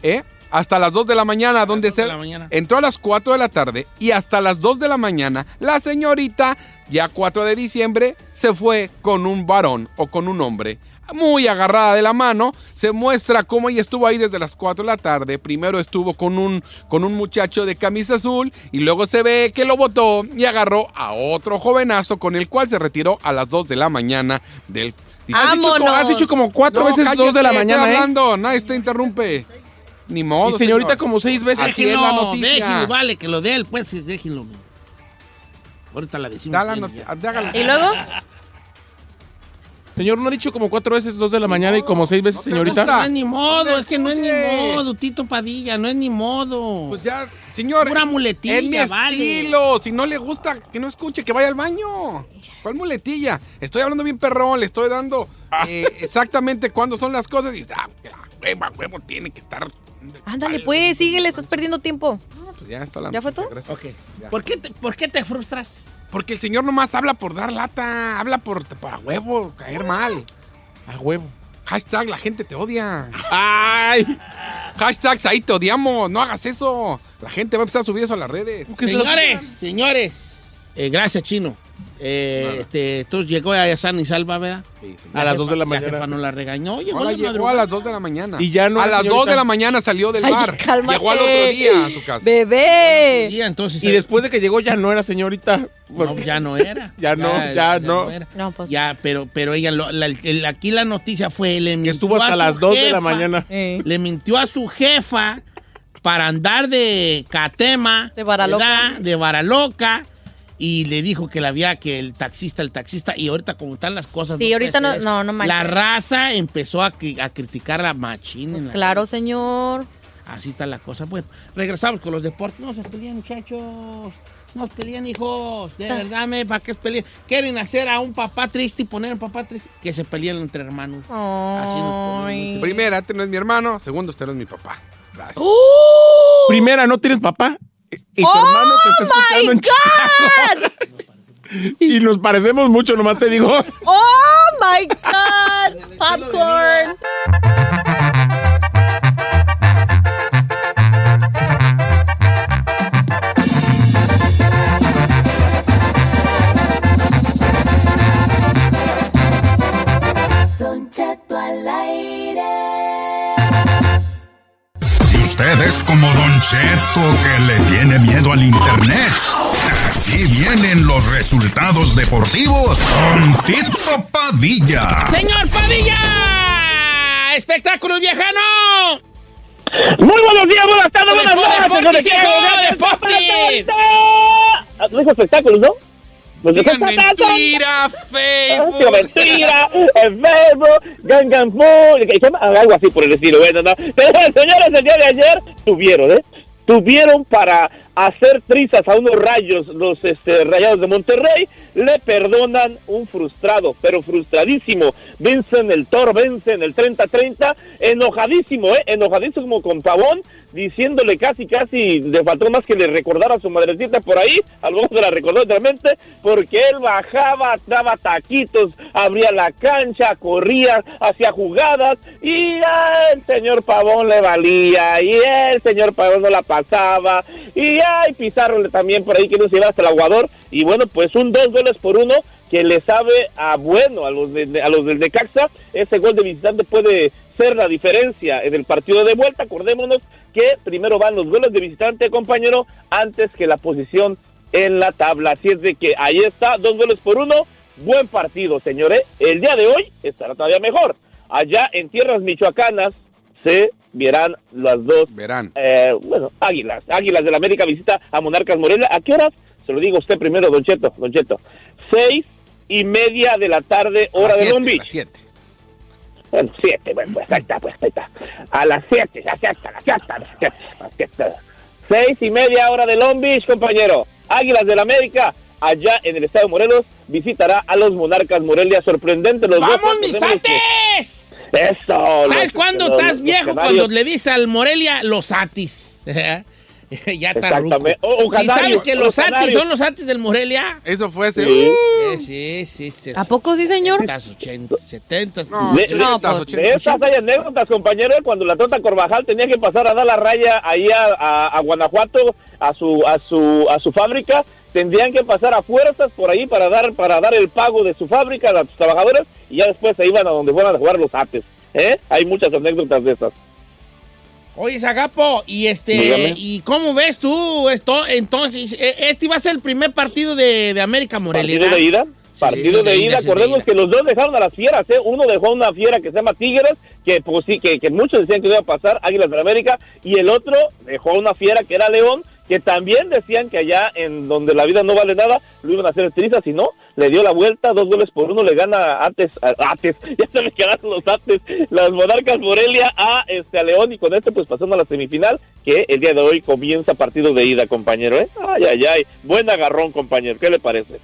¿eh? hasta las 2 de la mañana donde se entró a las 4 de la tarde y hasta las 2 de la mañana la señorita ya 4 de diciembre se fue con un varón o con un hombre muy agarrada de la mano, se muestra cómo ella estuvo ahí desde las 4 de la tarde. Primero estuvo con un, con un muchacho de camisa azul y luego se ve que lo botó y agarró a otro jovenazo con el cual se retiró a las 2 de la mañana del... Has dicho co- has dicho como cuatro veces cállate, 2 de la estoy mañana, ¿eh? hablando, nadie te interrumpe. Ni modo, Y señorita señor. como seis veces. Así es la Déjenlo, noticia. déjenlo, vale, que lo dé él, pues, sí, déjenlo. mi. Ahorita la decimos. Da la quién es, noti- ya. ¿Y luego? Señor, ¿no ha dicho como cuatro veces dos de la mañana y como seis veces, señorita? Pues No es ni modo, es que no es ni modo, Tito Padilla, no es ni modo. Pues ya, señor. Pura muletilla, Es mi vale. estilo. Si no le gusta, que no escuche, que vaya al baño. ¿Cuál muletilla? Estoy hablando bien perrón, le estoy dando Ah. eh, exactamente cuándo son las cosas. Y usted, ah, que la hueva, huevo, tiene que estar. Ándale, pues, síguele, estás perdiendo tiempo. Pues ya, esto la ¿Ya fue todo? Ok. ¿Por qué, te, ¿Por qué te frustras? Porque el señor nomás habla por dar lata, habla por para huevo, caer mal. A huevo. Hashtag la gente te odia. ¡Ay! Hashtags ahí te odiamos, no hagas eso. La gente va a empezar a subir eso a las redes. Señores, señores, eh, gracias, Chino. Eh, este, entonces llegó a San y Salva, ¿verdad? A las 2 de la jefa- mañana. La jefa no la regañó. Llegó, Hola, la llegó a madrugada. las 2 de la mañana. Y ya no a era las 2 señorita. de la mañana salió del Ay, bar. cálmate. Llegó al otro día a su casa. Bebé. y después de que llegó ya no era señorita. ya no era. ya no, ya, no. era. No, pues. Ya, pero, pero ella, lo- la- el- aquí la noticia fue, le mintió estuvo hasta a su las dos de la jefa, eh, mañana. Le mintió a su jefa para andar de catema. De varaloca. De varaloca. Y le dijo que la había, que el taxista, el taxista, y ahorita como están las cosas. Sí, ahorita puede ser no- no, no manches. La raza empezó a, cri- a criticar a Machín. en la Pues Claro, señor. Así está la cosa. Bueno, regresamos con los deportes. No se pelean, muchachos. No se pelean, hijos. De Ta- verdad, me, ¿para qué se pelean? Quieren hacer a un papá triste y poner a un papá triste. Que se peleen entre hermanos. Así nos ponemos. Primera, este no es mi hermano. Segundo, este no es mi papá. Gracias. ¡Uh! Primera, no tienes papá. Y tu ¡Oh, hermano te está escuchando en my Chicago. y nos parecemos mucho, nomás te digo. Ah, ¡Oh, my God! ¡Popcorn! Don Cheto al aire. Y usted es como Don Cheto que le tiene miedo al internet. Aquí vienen los resultados deportivos con Tito Padilla. ¡Señor Padilla! ¡Espectáculos viejano! Muy buenos días, buenas tardes, ¡Deporte, buenas noches. deporte, donde sí, quiera, hijo, gracias, deporte! Ah, Dijo espectáculos, ¿no? Pues dijo Síganme en espectáculos. Twitter, Facebook. Tío, mentira, enfermo, gangan full, que- que- algo así por el estilo, bueno, ¿no? Pero, señores, el día de ayer tuvieron, ¿eh? Tuvieron para hacer trizas a unos rayos los este, rayados de Monterrey, le perdonan un frustrado, pero frustradísimo. Vencen el Thor, vencen el 30-30, enojadísimo, ¿eh? Enojadísimo con Pavón, diciéndole casi, casi, le faltó más que le recordara a su madrecita por ahí, a lo mejor se la recordó realmente, porque él bajaba, daba taquitos, abría la cancha, corría, hacía jugadas, y al señor Pavón le valía, y el señor Pavón no la pasaba, y ay, Pizarro le- también por ahí que no se iba hasta el aguador, y bueno, pues un dos goles por uno, que le sabe a bueno a los de, a los del Necaxa, ese gol de visitante puede ser la diferencia en el partido de vuelta. Acordémonos que primero van los goles de visitante, compañero, antes que la posición en la tabla. Así es de que ahí está, dos goles por uno, buen partido, señores. El día de hoy estará todavía mejor. Allá en tierras michoacanas se verán las dos. Verán. eh, bueno, Águilas. Águilas del América visita a Monarcas Morelia. ¿A qué horas? Se lo digo a usted primero, Don Cheto. Don Cheto. Seis y media de la tarde, hora Las de Long siete, Beach. las siete. Bueno, siete, bueno, pues ahí está, pues ahí está. A las siete, a las siete, a las siete, a las siete, a las siete. Seis y media hora de Long Beach, compañero. Águilas del América, allá en el estado de Morelos, visitará a los Monarcas Morelia. Sorprendente los dos. ¡Vamos, tantos mis hemos- ates! Eso. ¿Sabes los- cuándo los- estás los viejo? canarios. Cuando le dices al Morelia los atis. ya está ruco. Exactamente. O- o Si sabes canarios, que o los atis canarios. son los atis del Morelia. Eso fue ese. Sí. Eh, Sí, sí, sí. ¿A poco sí, señor? 80, 70. No, De, de- ochentas, de ochentas, estas pues, hay anécdotas, compañero, cuando la Tota Corvajal tenía que pasar a dar la raya ahí a, a- a Guanajuato, a su, a su, a su fábrica, tendrían que pasar a fuerzas por ahí para dar, para dar el pago de su fábrica a sus trabajadores y ya después se iban a donde fueran a jugar los ates. ¿eh? Hay muchas anécdotas de esas. Oye, Zagapo, y este, Dígame. ¿y cómo ves tú esto? Entonces, eh, este iba a ser el primer partido de, de América Morelia. Partido de ida. Partido sí, de sí, ida, sí, sí, acordemos de que los dos dejaron a las fieras, ¿eh? Uno dejó a una fiera que se llama Tigres, que pues sí, que, que muchos decían que no iba a pasar, Águilas de la América, y el otro dejó a una fiera que era León, que también decían que allá en donde la vida no vale nada, lo iban a hacer trizas, y no, le dio la vuelta, dos goles por uno, le gana antes, antes, ya se me quedaron los antes, las Monarcas Morelia a, este, a León, y con esto pues pasando a la semifinal, que el día de hoy comienza partido de ida, compañero, ¿eh? Ay, ay, ay, buen agarrón, compañero, ¿qué le parece?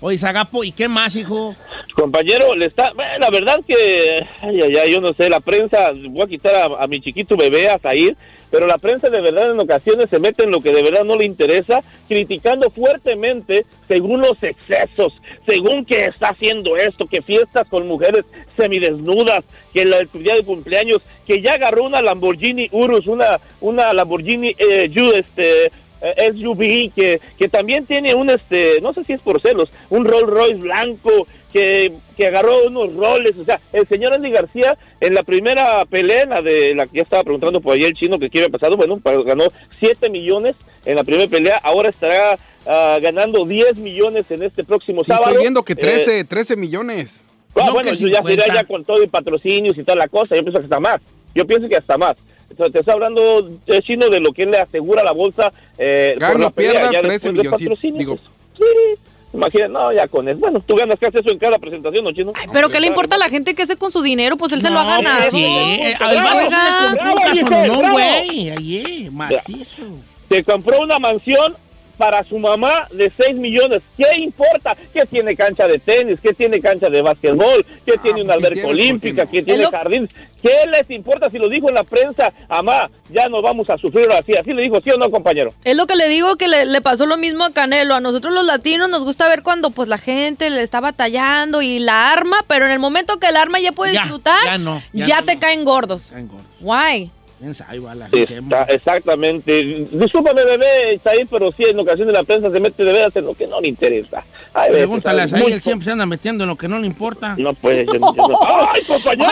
Oye, Zagapo, ¿y qué más, hijo? Compañero, le está, bueno, la verdad que, ay, ay, ay, yo no sé, la prensa, voy a quitar a, a mi chiquito bebé a Zahir, pero la prensa de verdad en ocasiones se mete en lo que de verdad no le interesa, criticando fuertemente según los excesos, según que está haciendo esto, que fiestas con mujeres semidesnudas, que la- el día de cumpleaños, que ya agarró una Lamborghini Urus, una, una Lamborghini eh, Ju- este, eh, SUV que, que también tiene un, este, no sé si es por celos, un Rolls Royce blanco que, que agarró unos roles. O sea, el señor Andy García en la primera pelea, en la de la que ya estaba preguntando por ahí el chino que quiere pasado, bueno, pa- ganó 7 millones en la primera pelea, ahora estará ah, ganando 10 millones en este próximo sábado. Estoy viendo que Eh, 13, 13 millones. Ah, No, bueno, que yo ya 50. sería ya con todo y patrocinios y toda la cosa. Yo pienso que hasta más. Yo pienso que hasta más. Entonces, te está hablando eh, chino de lo que él le asegura a la bolsa. Eh, Gano, por la pelea, pierda, ya 13 después de milloncitos, patrocinios, digo. pues, sí, imagina, no, ya con eso. Bueno, tú ganas que haces eso en cada presentación, ¿no, chino? Pero ¿qué le importa a la gente que hace con su dinero? Pues él se lo ha No, ganado. Sí, eh, el Oiga. vato se le compró un Bravo, Giselle, casononón, bravo. güey. Ahí, eh, macizo. Se compró una mansión para su mamá de 6 millones. ¿Qué importa? ¿Qué tiene cancha de tenis? ¿Qué tiene cancha de básquetbol? Ah, ¿Qué tiene una alberca tienes, pues ¿por qué olímpica? no? ¿Qué tiene Es lo- jardín? ¿Qué les importa si lo dijo en la prensa? Amá, ya no vamos a sufrir así. Así le dijo, ¿sí o no, compañero? Es lo que le digo que le, le pasó lo mismo a Canelo. A nosotros los latinos nos gusta ver cuando pues la gente le está batallando y la arma, pero en el momento que el arma ya puede Ya, disfrutar, ya no, ya no, te caen gordos. Caen gordos. Why? Piensa, ahí va la Está- exactamente. Discúlpame, bebé, ahí, pero sí, en ocasiones la prensa se mete de veras en lo que no le interesa. Ay, bebé, Pregúntales tú a sabes él, siempre se anda metiendo en lo que no le importa. Pues, No puede ser. ¡Ay, compañero!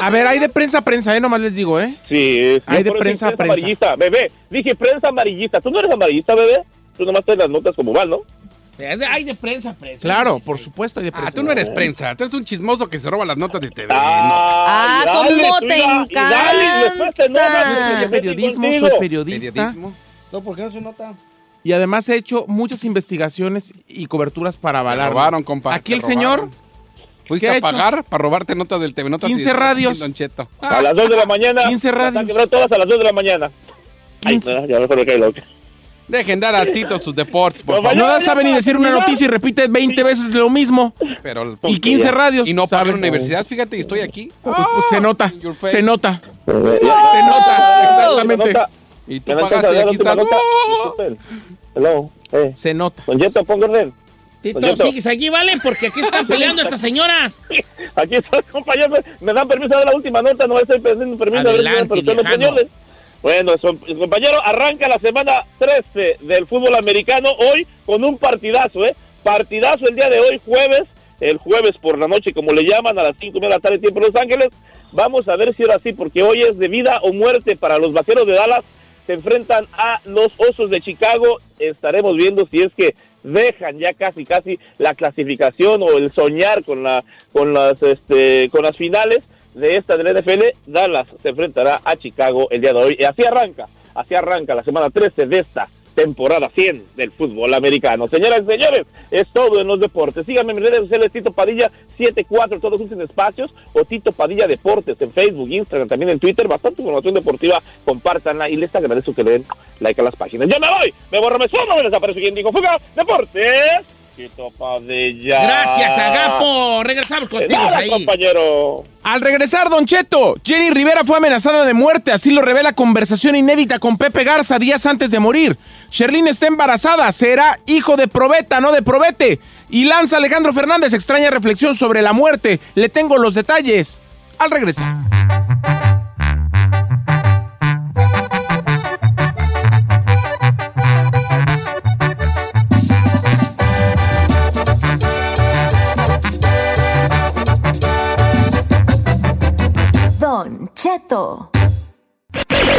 A ver, hay de prensa a prensa, eh, nomás les digo, ¿eh? Sí. Hay Yo de por eso prensa a dije prensa. amarillista, bebé. Dije prensa amarillista. Tú no eres amarillista, bebé. Tú nomás te las notas como van, ¿no? Es de- Hay de prensa, prensa. Claro, por supuesto. Ah, tú no eres prensa. Tú eres un chismoso que se roba las notas de TV. Ah, Ah, dale, cómo tú te ya, y dale, después te enojas, encanta. es que yo periodismo, contigo. soy periodista. No, ¿por qué no se nota? Y además he hecho muchas investigaciones y coberturas para avalar. robaron, compa, Aquí te el señor. Fuiste ¿qué ha a hecho? pagar para robarte notas del TV Notas. y 15 de- radios. Don Cheto. A las 2 de la mañana. 15 Las han radios. quebrado todas a las 2 de la mañana. Ay, no, Ah, ya mejor me cae loca. Dejen dar a Tito sus deportes, por No, favor. No sabe ni decir una noticia y repite 20 veces lo mismo. Pero- y 15 radios. Y no pagué ¿saben? la universidad, fíjate, y estoy aquí. Ah. Pues, pues, se nota, your face. se nota. Se Ah. nota, Se exactamente. nota. Y tú Me dan pagaste y chance aquí de dar estás. la última nota. Disculpen. Hello. ¡Oh! eh. Se nota. Don Jeto, ponga orden. Tito, Don Cheto. sigues allí, ¿vale? Porque aquí están peleando estas señoras. Aquí está, compañero. Me dan permiso de dar la última nota. No estoy pidiendo permiso de Adelante, pero son los Alejandro. señores. Bueno, son- compañero, arranca la semana 13 del fútbol americano hoy con un partidazo, ¿eh? Partidazo el día de hoy, jueves, el jueves por la noche, como le llaman, a las 5 de la tarde, tiempo de Los Ángeles. Vamos a ver si ahora sí, porque hoy es de vida o muerte para los vaqueros de Dallas. Se enfrentan a los Osos de Chicago. Estaremos viendo si es que dejan ya casi casi la clasificación o el soñar con la con las este con las finales de esta del NFL, Dallas se enfrentará a Chicago el día de hoy. Y así arranca, así arranca la semana 13 de esta temporada 100 del fútbol americano. Señoras y señores, es todo en los deportes. Síganme en mis redes sociales, Tito Padilla 74, todos juntos en espacios, o Tito Padilla Deportes en Facebook, Instagram, también en Twitter. Bastante información deportiva, compártanla y les agradezco que le den like a las páginas. ¡Yo me voy! ¡Me borro, me sueno! ¡Me desaparezco! ¿Quién dijo? ¡Fuga! ¡Deportes! Tito Padilla. Gracias, Agapo. Regresamos contigo, Nada, ahí. compañero. Al regresar, Don Cheto, Jenny Rivera fue amenazada de muerte, así lo revela conversación inédita con Pepe Garza días antes de morir. Sherlyn está embarazada, será hijo de probeta, no de probete. Y lanza Alejandro Fernández extraña reflexión sobre la muerte. Le tengo los detalles. Al regresar. Don Cheto.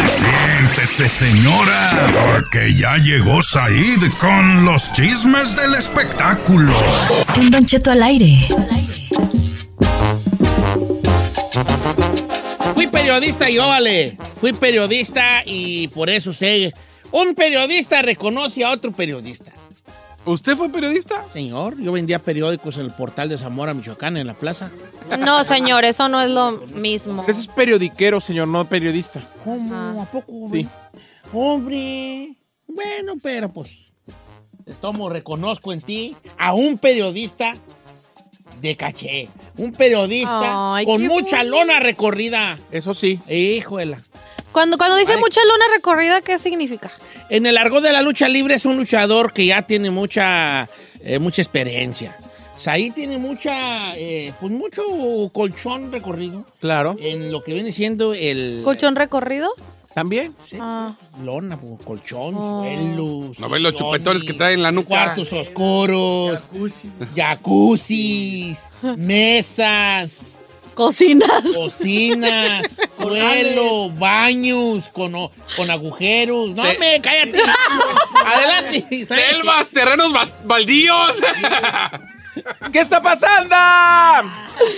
Siéntese, señora, porque ya llegó Said con los chismes del espectáculo. En Don Cheto al aire. Fui periodista yo, vale. Fui periodista y por eso sé. Un periodista reconoce a otro periodista. ¿Usted fue periodista? Señor, yo vendía periódicos en el portal de Zamora, Michoacán, en la plaza. No, señor, eso no es lo mismo. Ah. Ese es periodiquero, señor, no periodista. ¿Cómo? ¿A poco? Sí. Hombre. Bueno, pero pues. de Tomo, reconozco en ti a un periodista de caché. Un periodista Ay, con qué mucha bonito. lona recorrida. Eso sí. Híjole. Cuando, cuando dice mucha luna recorrida, ¿qué significa? En el argot de la lucha libre es un luchador que ya tiene mucha, eh, mucha experiencia. Saí tiene mucha, eh, pues mucho colchón recorrido Claro. en lo que viene siendo el... ¿Colchón recorrido? ¿También? Ah. Lona, pues, colchón, suelo. No ves los chupetones que traen en la nuca. Cuartos oscuros. Jacuzzis. mesas. Cocinas. Cocinas. suelo. Baños con, o- con agujeros. No, Se- me, cállate. Adelante. Selvas, terrenos bas- baldíos. ¿Qué está pasando?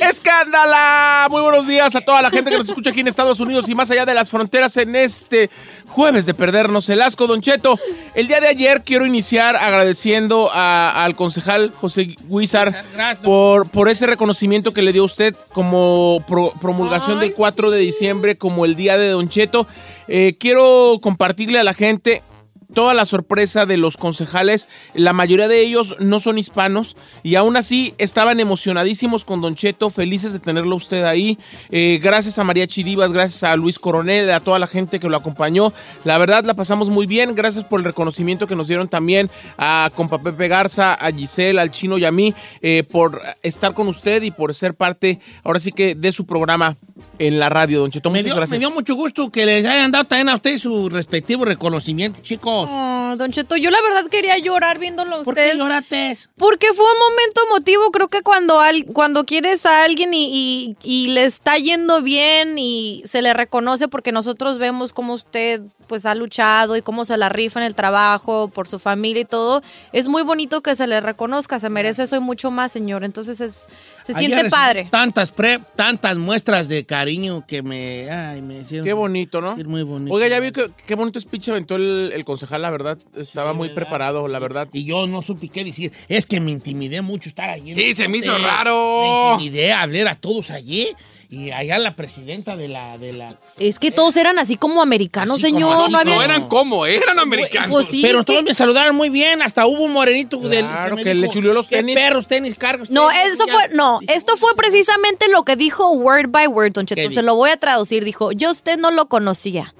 ¡Escándala! Muy buenos días a toda la gente que nos escucha aquí en Estados Unidos y más allá de las fronteras en este jueves de perdernos el asco, Don Cheto. El día de ayer quiero iniciar agradeciendo a- al concejal José Guizar Gracias. por, por ese reconocimiento que le dio usted como pro- promulgación del 4 de diciembre como el día de Don Cheto. Eh, quiero compartirle a la gente toda la sorpresa de los concejales. La mayoría de ellos no son hispanos y aún así estaban emocionadísimos con Don Cheto, felices de tenerlo usted ahí. Eh, gracias a María Chidivas, gracias a Luis Coronel, a toda la gente que lo acompañó. La verdad la pasamos muy bien. Gracias por el reconocimiento que nos dieron también a compa Pepe Garza, a Giselle, al Chino y a mí eh, por estar con usted y por ser parte ahora sí que de su programa en la radio, Don Cheto. Me Muchas dio, gracias. me dio mucho gusto que les hayan dado también a ustedes su respectivo reconocimiento, chicos. Oh, don Cheto, yo la verdad quería llorar viéndolo a usted. ¿Por qué lloraste? Porque fue un momento emotivo. Creo que cuando, al- cuando quieres a alguien y, y- y le está yendo bien y se le reconoce porque nosotros vemos cómo usted pues ha luchado y cómo se la rifa en el trabajo, por su familia y todo, es muy bonito que se le reconozca. Se merece eso y mucho más, señor. Entonces es- se Ayer siente recibí padre. Tantas, pre- tantas muestras de cariño que me, ay, me hicieron. Qué bonito, ¿no? muy bonito. Oiga, ya vi que, qué bonito speech aventó el, el concejal, la verdad. Estaba muy preparado, la verdad. Y yo no supe qué decir. Es que me intimidé mucho estar allí. Sí, se me hizo Eh, raro. Me intimidé a hablar a todos allí. Y allá la presidenta de la... De la Es que todos eran así como americanos, Así como señor. así, no había... no eran como, eran americanos. pues sí, Pero es todos que- me saludaron muy bien. Hasta hubo un morenito del- Claro, me que le chuleó los "Qué tenis". perros, tenis, cargos. No, tenis, eso ya. fue, no, esto fue precisamente lo que dijo word by word, Don Cheto. ¿Qué dijo? Se lo voy a traducir. Dijo, yo a usted no lo conocía,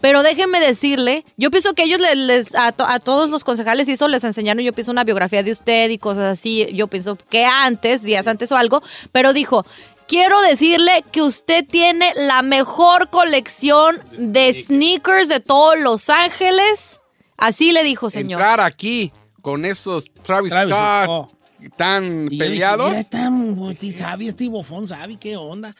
pero déjeme decirle, yo pienso que ellos le- les, a, to- a todos los concejales y eso les enseñaron, yo pienso una biografía de usted y cosas así, yo pienso que antes, días antes o algo, pero dijo, quiero decirle que usted tiene la mejor colección de sneakers de todo Los Ángeles. Así le dijo, señor. Entrar aquí con esos Travis, Travis Scott tan Y yo dije, peleados. "Mira, está muy bonito, sabe, este bofón sabe qué onda.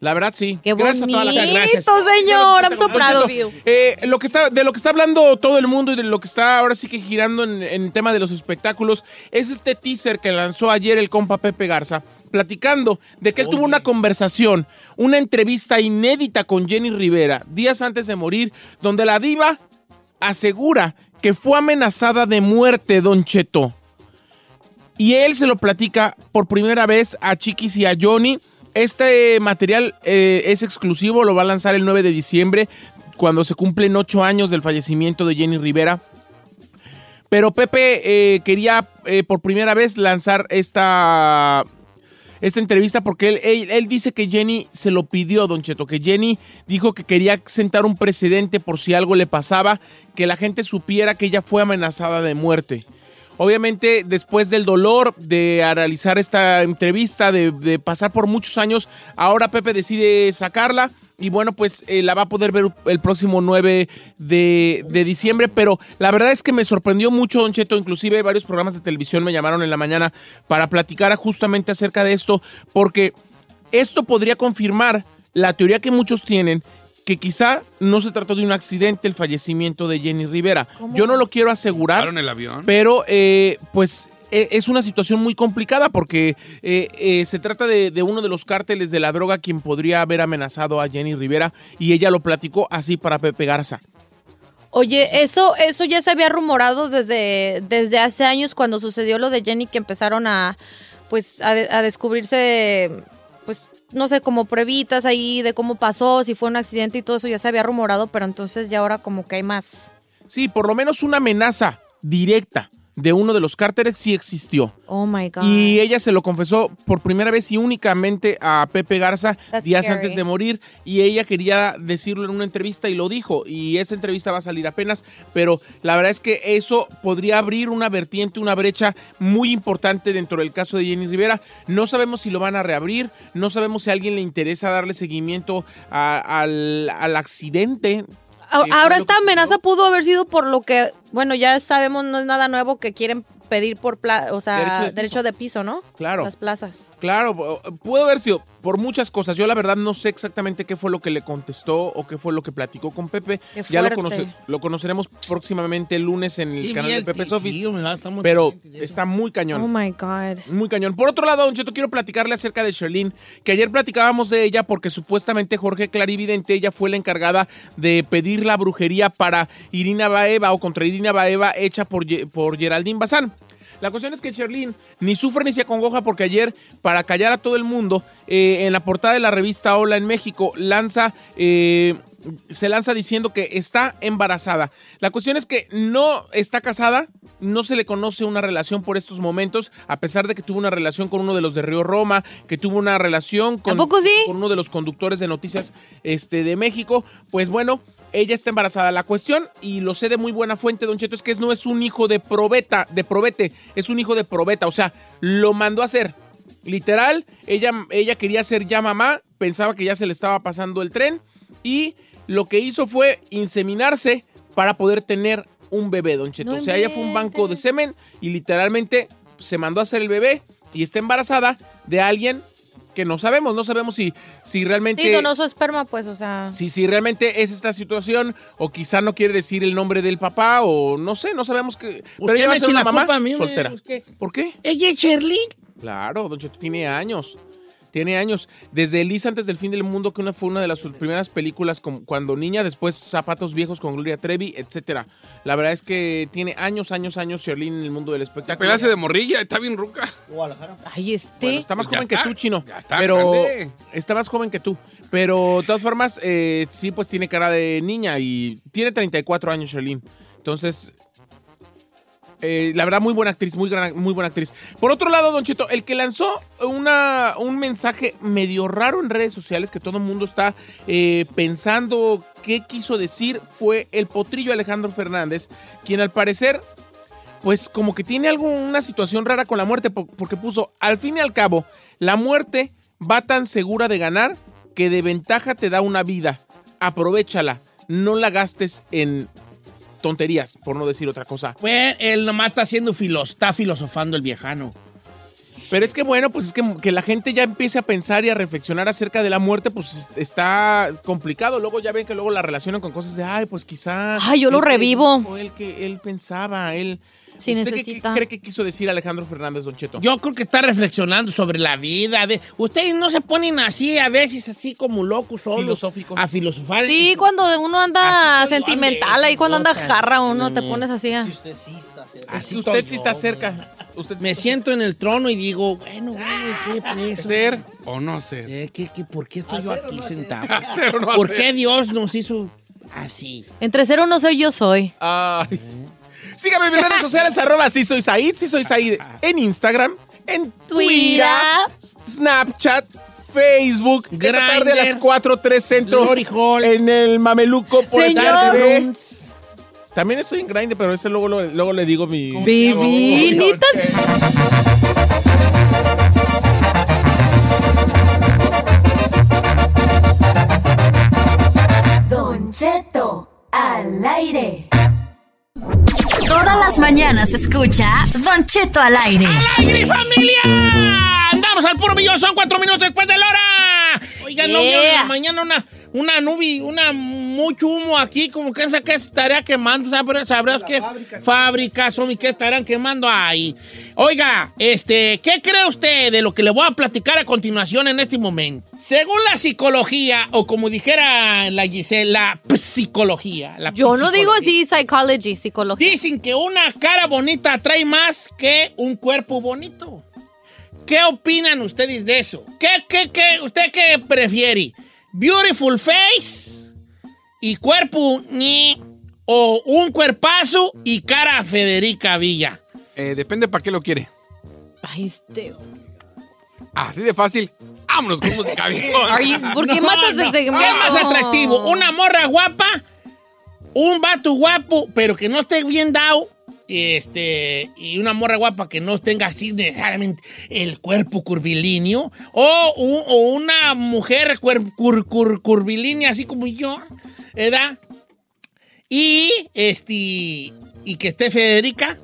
La verdad, sí. Qué Gracias a toda la gente. bonito, señor. I'm so Don proud of Cheto, you. eh, lo que está, de lo que está hablando todo el mundo y de lo que está ahora sí que girando en, en tema de los espectáculos es este teaser que lanzó ayer el compa Pepe Garza platicando de que él tuvo una conversación, una entrevista inédita con Jenny Rivera días antes de morir, donde la diva asegura que fue amenazada de muerte, Don Cheto. Y él se lo platica por primera vez a Chiquis y a Johnny. Este material eh, es exclusivo, lo va a lanzar el 9 de diciembre, cuando se cumplen ocho años del fallecimiento de Jenny Rivera. Pero Pepe eh, quería eh, por primera vez lanzar esta, esta entrevista porque él, él- él dice que Jenny se lo pidió, Don Cheto, que Jenny dijo que quería sentar un precedente por si algo le pasaba, que la gente supiera que ella fue amenazada de muerte. Obviamente, después del dolor de realizar esta entrevista, de, de pasar por muchos años, ahora Pepe decide sacarla. Y bueno, pues eh, la va a poder ver el próximo 9 de, de diciembre. Pero la verdad es que me sorprendió mucho, Don Cheto. Inclusive varios programas de televisión me llamaron en la mañana para platicar justamente acerca de esto. Porque esto podría confirmar la teoría que muchos tienen, que quizá no se trató de un accidente el fallecimiento de Jenny Rivera. ¿Cómo? Yo no lo quiero asegurar. ¿Vieron el avión? Pero, eh, pues, e- es una situación muy complicada porque eh, eh, se trata de, de uno de los cárteles de la droga quien podría haber amenazado a Jenny Rivera y ella lo platicó así para Pepe Garza. Oye, eso, eso ya se había rumorado desde, desde hace años cuando sucedió lo de Jenny que empezaron a pues a, de- a descubrirse pues no sé, como pruebitas ahí de cómo pasó, si fue un accidente y todo eso ya se había rumorado, pero entonces ya ahora como que hay más. Sí, por lo menos una amenaza directa de uno de los cárteles sí existió. Oh my god. Y ella se lo confesó por primera vez y únicamente a Pepe Garza That's días scary. antes de morir. Y ella quería decirlo en una entrevista y lo dijo. Y esta entrevista va a salir apenas. Pero la verdad es que eso podría abrir una vertiente, una brecha muy importante dentro del caso de Jenny Rivera. No sabemos si lo van a reabrir. No sabemos si a alguien le interesa darle seguimiento a- al, al accidente. Eh, A- Ahora esta amenaza pudo haber sido por lo que, bueno, ya sabemos, no es nada nuevo que quieren pedir por, pla- o sea, Derecho derecho de de, piso. piso. ¿no? Claro. Las plazas. Claro, pu- pudo haber sido por muchas cosas. Yo la verdad no sé exactamente qué fue lo que le contestó o qué fue lo que platicó con Pepe. Qué Ya lo, fuerte. conoce- lo conoceremos próximamente el lunes en el Sí, canal vi de el Pepe ti- Sofis. sí, hombre, está muy pero está muy cañón. Oh my God. Muy cañón. Por otro lado, Don Cheto, quiero platicarle acerca de Sherlyn, que ayer platicábamos de ella porque supuestamente Jorge Clarividente, ella fue la encargada de pedir la brujería para Irina Baeva o contra Irina Baeva hecha por, Ye- por Geraldine Bazán. La cuestión es que Sherlyn ni sufre ni se acongoja porque ayer, para callar a todo el mundo, eh, en la portada de la revista Hola en México, lanza... eh, se lanza diciendo que está embarazada. La cuestión es que no está casada, no se le conoce una relación por estos momentos, a pesar de que tuvo una relación con uno de los de Río Roma, que tuvo una relación con, ¿A poco sí? con uno de los conductores de noticias este, de México. Pues bueno, ella está embarazada. La cuestión, y lo sé de muy buena fuente, Don Cheto, es que no es un hijo de probeta, de probete, es un hijo de probeta, o sea, lo mandó a hacer. Literal, ella, ella quería ser ya mamá, pensaba que ya se le estaba pasando el tren y lo que hizo fue inseminarse para poder tener un bebé, don Cheto. No o sea, ella fue un banco de semen y literalmente se mandó a hacer el bebé y está embarazada de alguien que no sabemos, no sabemos si, si realmente... Sí, donó su esperma, pues, o sea. Si, si realmente es esta situación, o quizá no quiere decir el nombre del papá, o no sé, no sabemos qué. Pero Usted ella va me a ser echa una la mamá culpa a mí, me- soltera. usted- ¿Por qué? ¿Ella es Sherlyn? Claro, Don Cheto tiene años. Tiene años. Desde Elisa antes del fin del mundo, que una fue una de las sus primeras películas como cuando niña, después Zapatos Viejos con Gloria Trevi, etcétera. La verdad es que tiene años, años, años Sherlyn en el mundo del espectáculo. Pelace de morrilla, está bien ruca. Ahí este. Está más Pues ya joven está, que tú, Chino. está pero grande. está más joven que tú. Pero de todas formas, eh, sí, pues tiene cara de niña y tiene 34 años, Sherlyn. Entonces, eh, la verdad, muy buena actriz, muy, gran- muy buena actriz. Por otro lado, Don Cheto, el que lanzó una, un mensaje medio raro en redes sociales que todo el mundo está eh, pensando qué quiso decir fue el potrillo Alejandro Fernández, quien al parecer, pues como que tiene algo, una situación rara con la muerte, po- porque puso, al fin y al cabo, la muerte va tan segura de ganar que de ventaja te da una vida. Aprovechala, no la gastes en tonterías, por no decir otra cosa. Pues él nomás está haciendo filos, está filosofando el viejano. Pero es que bueno, pues es que, que la gente ya empiece a pensar y a reflexionar acerca de la muerte, pues es- está complicado. Luego ya ven que luego la relacionan con cosas de, ay, pues quizás... este, Ay, yo lo él creyó revivo. o Él que él pensaba, él... Sí, ¿Usted qué- necesita. ¿Qué cree que quiso decir Alejandro Fernández Don Cheto? Yo creo que está reflexionando sobre la vida. de- Ustedes no se ponen así, a veces así como locos solos. Filosóficos. A filosofar. Sí, cuando uno anda sentimental, ahí cuando anda idiota. jarra uno, te No. pones así. ah. Así usted sí está cerca. Usted Me siento en el trono y digo, bueno, bueno, ¿y qué pues? Ah, ¿Ser o no ser? Eh, ¿qué- qué- por qué estoy yo ¿Hacer o aquí no hacer? sentado? ¿Hacer o no ¿Por hacer? qué Dios nos hizo así? Entre cero no ser yo soy. Ay. Sígame en mis redes sociales, arroba si soy Said, si soy Said en Instagram, en Twitter, Snapchat, Facebook. Esta tarde a las Grindr, 4.3 Centro Glory en el Mameluco por Señor. estar de- También estoy en Grindr, pero ese luego, lo- luego le digo mi... Baby, Oh, neta. Don Cheto al aire. Todas las mañanas escucha Don Cheto al aire. ¡Aire, familia! ¡Andamos al puro millón! ¡Son cuatro minutos después de la hora! Oigan, no, Yeah. vieron mañana una, una nubi, una mucho humo aquí, como que esa que estaría quemando, sabrás, sabrás qué fábricas son y qué estarán quemando ahí. Oiga, este, ¿qué cree usted de lo que le voy a platicar a continuación en este momento? Según la psicología, o como dijera la Giselle, la psicología. La Yo no digo psicología. así, psychology, psicología. Dicen que una cara bonita atrae más que un cuerpo bonito. ¿Qué opinan ustedes de eso? ¿Qué, qué, qué? ¿Usted qué prefiere? ¿Beautiful face y cuerpo ñe, o un cuerpazo y cara Federica Villa? Eh, depende para qué lo quiere. Ay, este. Así de fácil. Vámonos con música, viejo. Are you- ¿Por qué No, matas no. el segmento? ¿Qué es más atractivo? ¿Una morra guapa? ¿Un vato guapo, pero que no esté bien dado? Este, y una morra guapa que no tenga así necesariamente el cuerpo curvilíneo. O, u- o una mujer cuer- cur- cur- curvilínea, así como yo, ¿verdad? Y este. Y que esté Federica.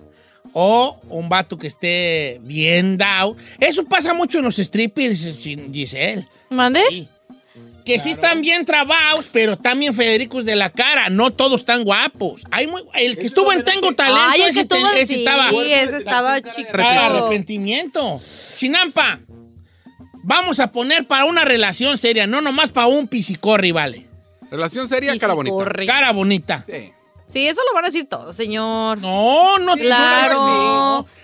O un vato que esté bien dado. Eso pasa mucho en los strippers, Giselle. ¿Mande? Que sí están bien trabados, pero también Federico es de la cara. No todos tan guapos. Hay muy, el que estuvo en Tengo Talento, Ay, el que ese, te- estuvo ese sí, estaba. ese estaba Para chiquito. arrepentimiento. Chinampa, vamos a poner para una relación seria, no nomás para un pisicorri, vale. Relación seria, cara bonita. Cara bonita. Sí, eso lo van a decir todos, señor. No, no te- Claro. no, sí,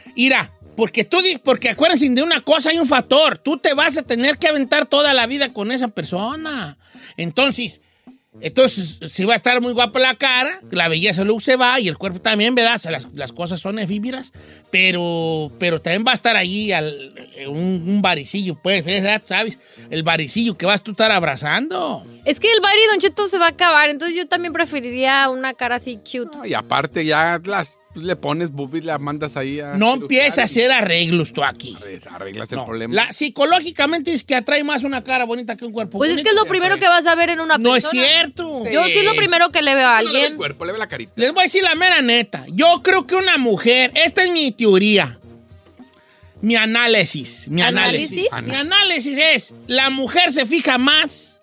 no. Mira, porque tú, di- porque acuérdense de una cosa, hay un factor. Tú te vas a tener que aventar toda la vida con esa persona. Entonces, entonces, si va a estar muy guapa la cara, la belleza luego se va y el cuerpo también, ¿verdad? O sea, las, las cosas son efímeras, pero, pero también va a estar allí al- un, un varicillo, pues, ¿verdad? ¿sabes? El varicillo que vas tú a estar abrazando. Es que el body Don Cheto se va a acabar, entonces yo también preferiría una cara así cute. Y aparte ya las, pues, le pones boobies, la mandas ahí a... No empieza a hacer arreglos tú aquí. Arreglas el problema. La- psicológicamente es que atrae más una cara bonita que un cuerpo Pues es que bonito. es lo primero que vas a ver en una persona. No es cierto. Yo sí es lo primero que le veo a alguien. cuerpo, le ve la carita. Les voy a decir la mera neta. Yo creo que una mujer, esta es mi teoría, mi análisis, mi análisis. ¿Análisis? Mi análisis es, la mujer se fija más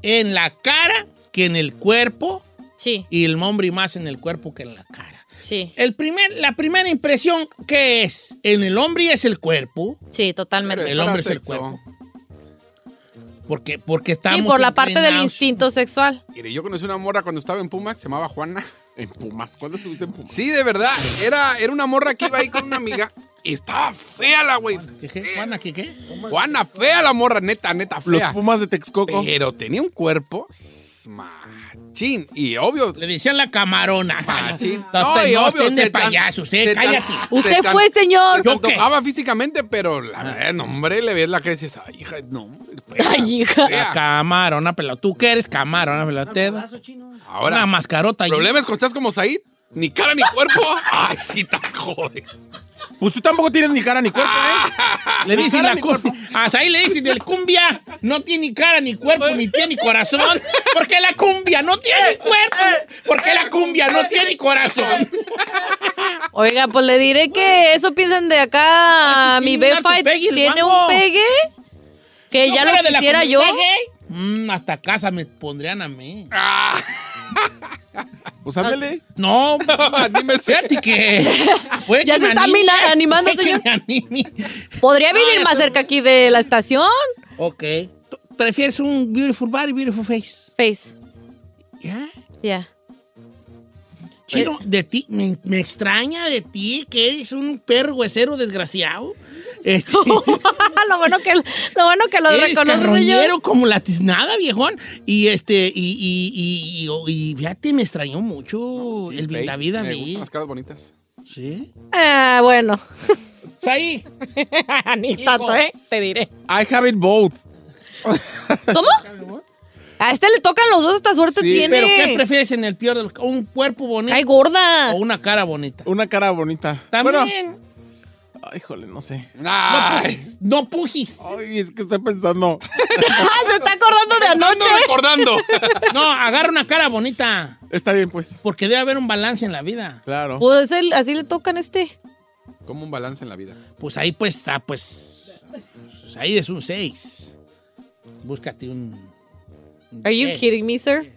en la cara que en el cuerpo. Sí. Y el hombre más en el cuerpo que en la cara. Sí. El primer, la primera impresión que es en el hombre es el cuerpo. Sí, totalmente. El hombre es el cuerpo. Porque, porque Y estamos por la parte del inclinados. instinto sexual. Mire, yo conocí una morra cuando estaba en Pumas, se llamaba Juana. ¿En Pumas? ¿Cuándo estuviste en Pumas? Sí, de verdad. Era, era una morra que iba ahí con una amiga. y Estaba fea la güey. ¿Juana qué qué? Juana, fea la morra, neta, neta, fea. Los Pumas de Texcoco. Pero tenía un cuerpo s- machín. Y obvio. Le decían la camarona. Machín. No, y obvio, estén se tan- se tan- Usted fue, señor. Yo ¿Yo qué? tocaba físicamente, pero la Ah. verdad, no, hombre, le ves la que decías, ay, hija, no. Ay, hija. La camarona pelota. Tú que eres camarona pelotera. Ahora. Una mascarota. El ahí. problema es cuando estás como Said, ni cara ni cuerpo. ay, sí, tan joder. Pues tú tampoco tienes ni cara ni cuerpo, Ah. ¿eh? Le Ni dicen cara la ni cumbia. Hasta ahí le dicen del cumbia. No tiene ni cara, ni cuerpo, ni pie, ni corazón. Porque la cumbia no Eh, tiene cuerpo. Porque la cumbia no tiene corazón. Oiga, pues le diré que eso piensan de acá. Mi tiene un bebé harto pegue el tiene vago. un pegue que No ya fuera lo de la quisiera yo. comunidad gay. Mm, hasta casa me pondrían a mí. Ah. Pues ándale. No, dime fíjate que. puede Ya que se me está anime, mila- animando, puede que señor. me anime. Podría vivir pues, más cerca aquí de la estación. Ok. ¿Tú ¿Prefieres un beautiful body, beautiful face? Face. Ya. Ya. Chino, Pues. de ti, me, me extraña de ti que eres un perro huesero desgraciado. Este, lo bueno que lo bueno que lo eres reconoce, carroñero señor. como la tiznada, viejón. Y este, y, y, y, y- y fíjate, me extrañó mucho el- ¿Veis? la vida a Me mí. gustan las caras bonitas. Sí. Ah, bueno. Ahí. Ni tanto, ¿eh? Te diré. I have it both. ¿Cómo? A este le tocan los dos, esta suerte tiene. Pero ¿qué prefieres en el peor de los ca- ¿Un cuerpo bonito ¡Ay, gorda! o una cara bonita? Una cara bonita. Bueno, También. ay, híjole, no sé. Ay, No pujis. Ay, es que estoy pensando. Ah, Se está acordando de anoche. recordando. No, agarra una cara bonita. Está bien, pues. Porque debe haber un balance en la vida. Claro. Pues él- así le tocan a este. Como un balance en la vida. Pues ahí pues está, pues. pues ahí es un 6. Búscate un. un Are you diez. kidding me, sir?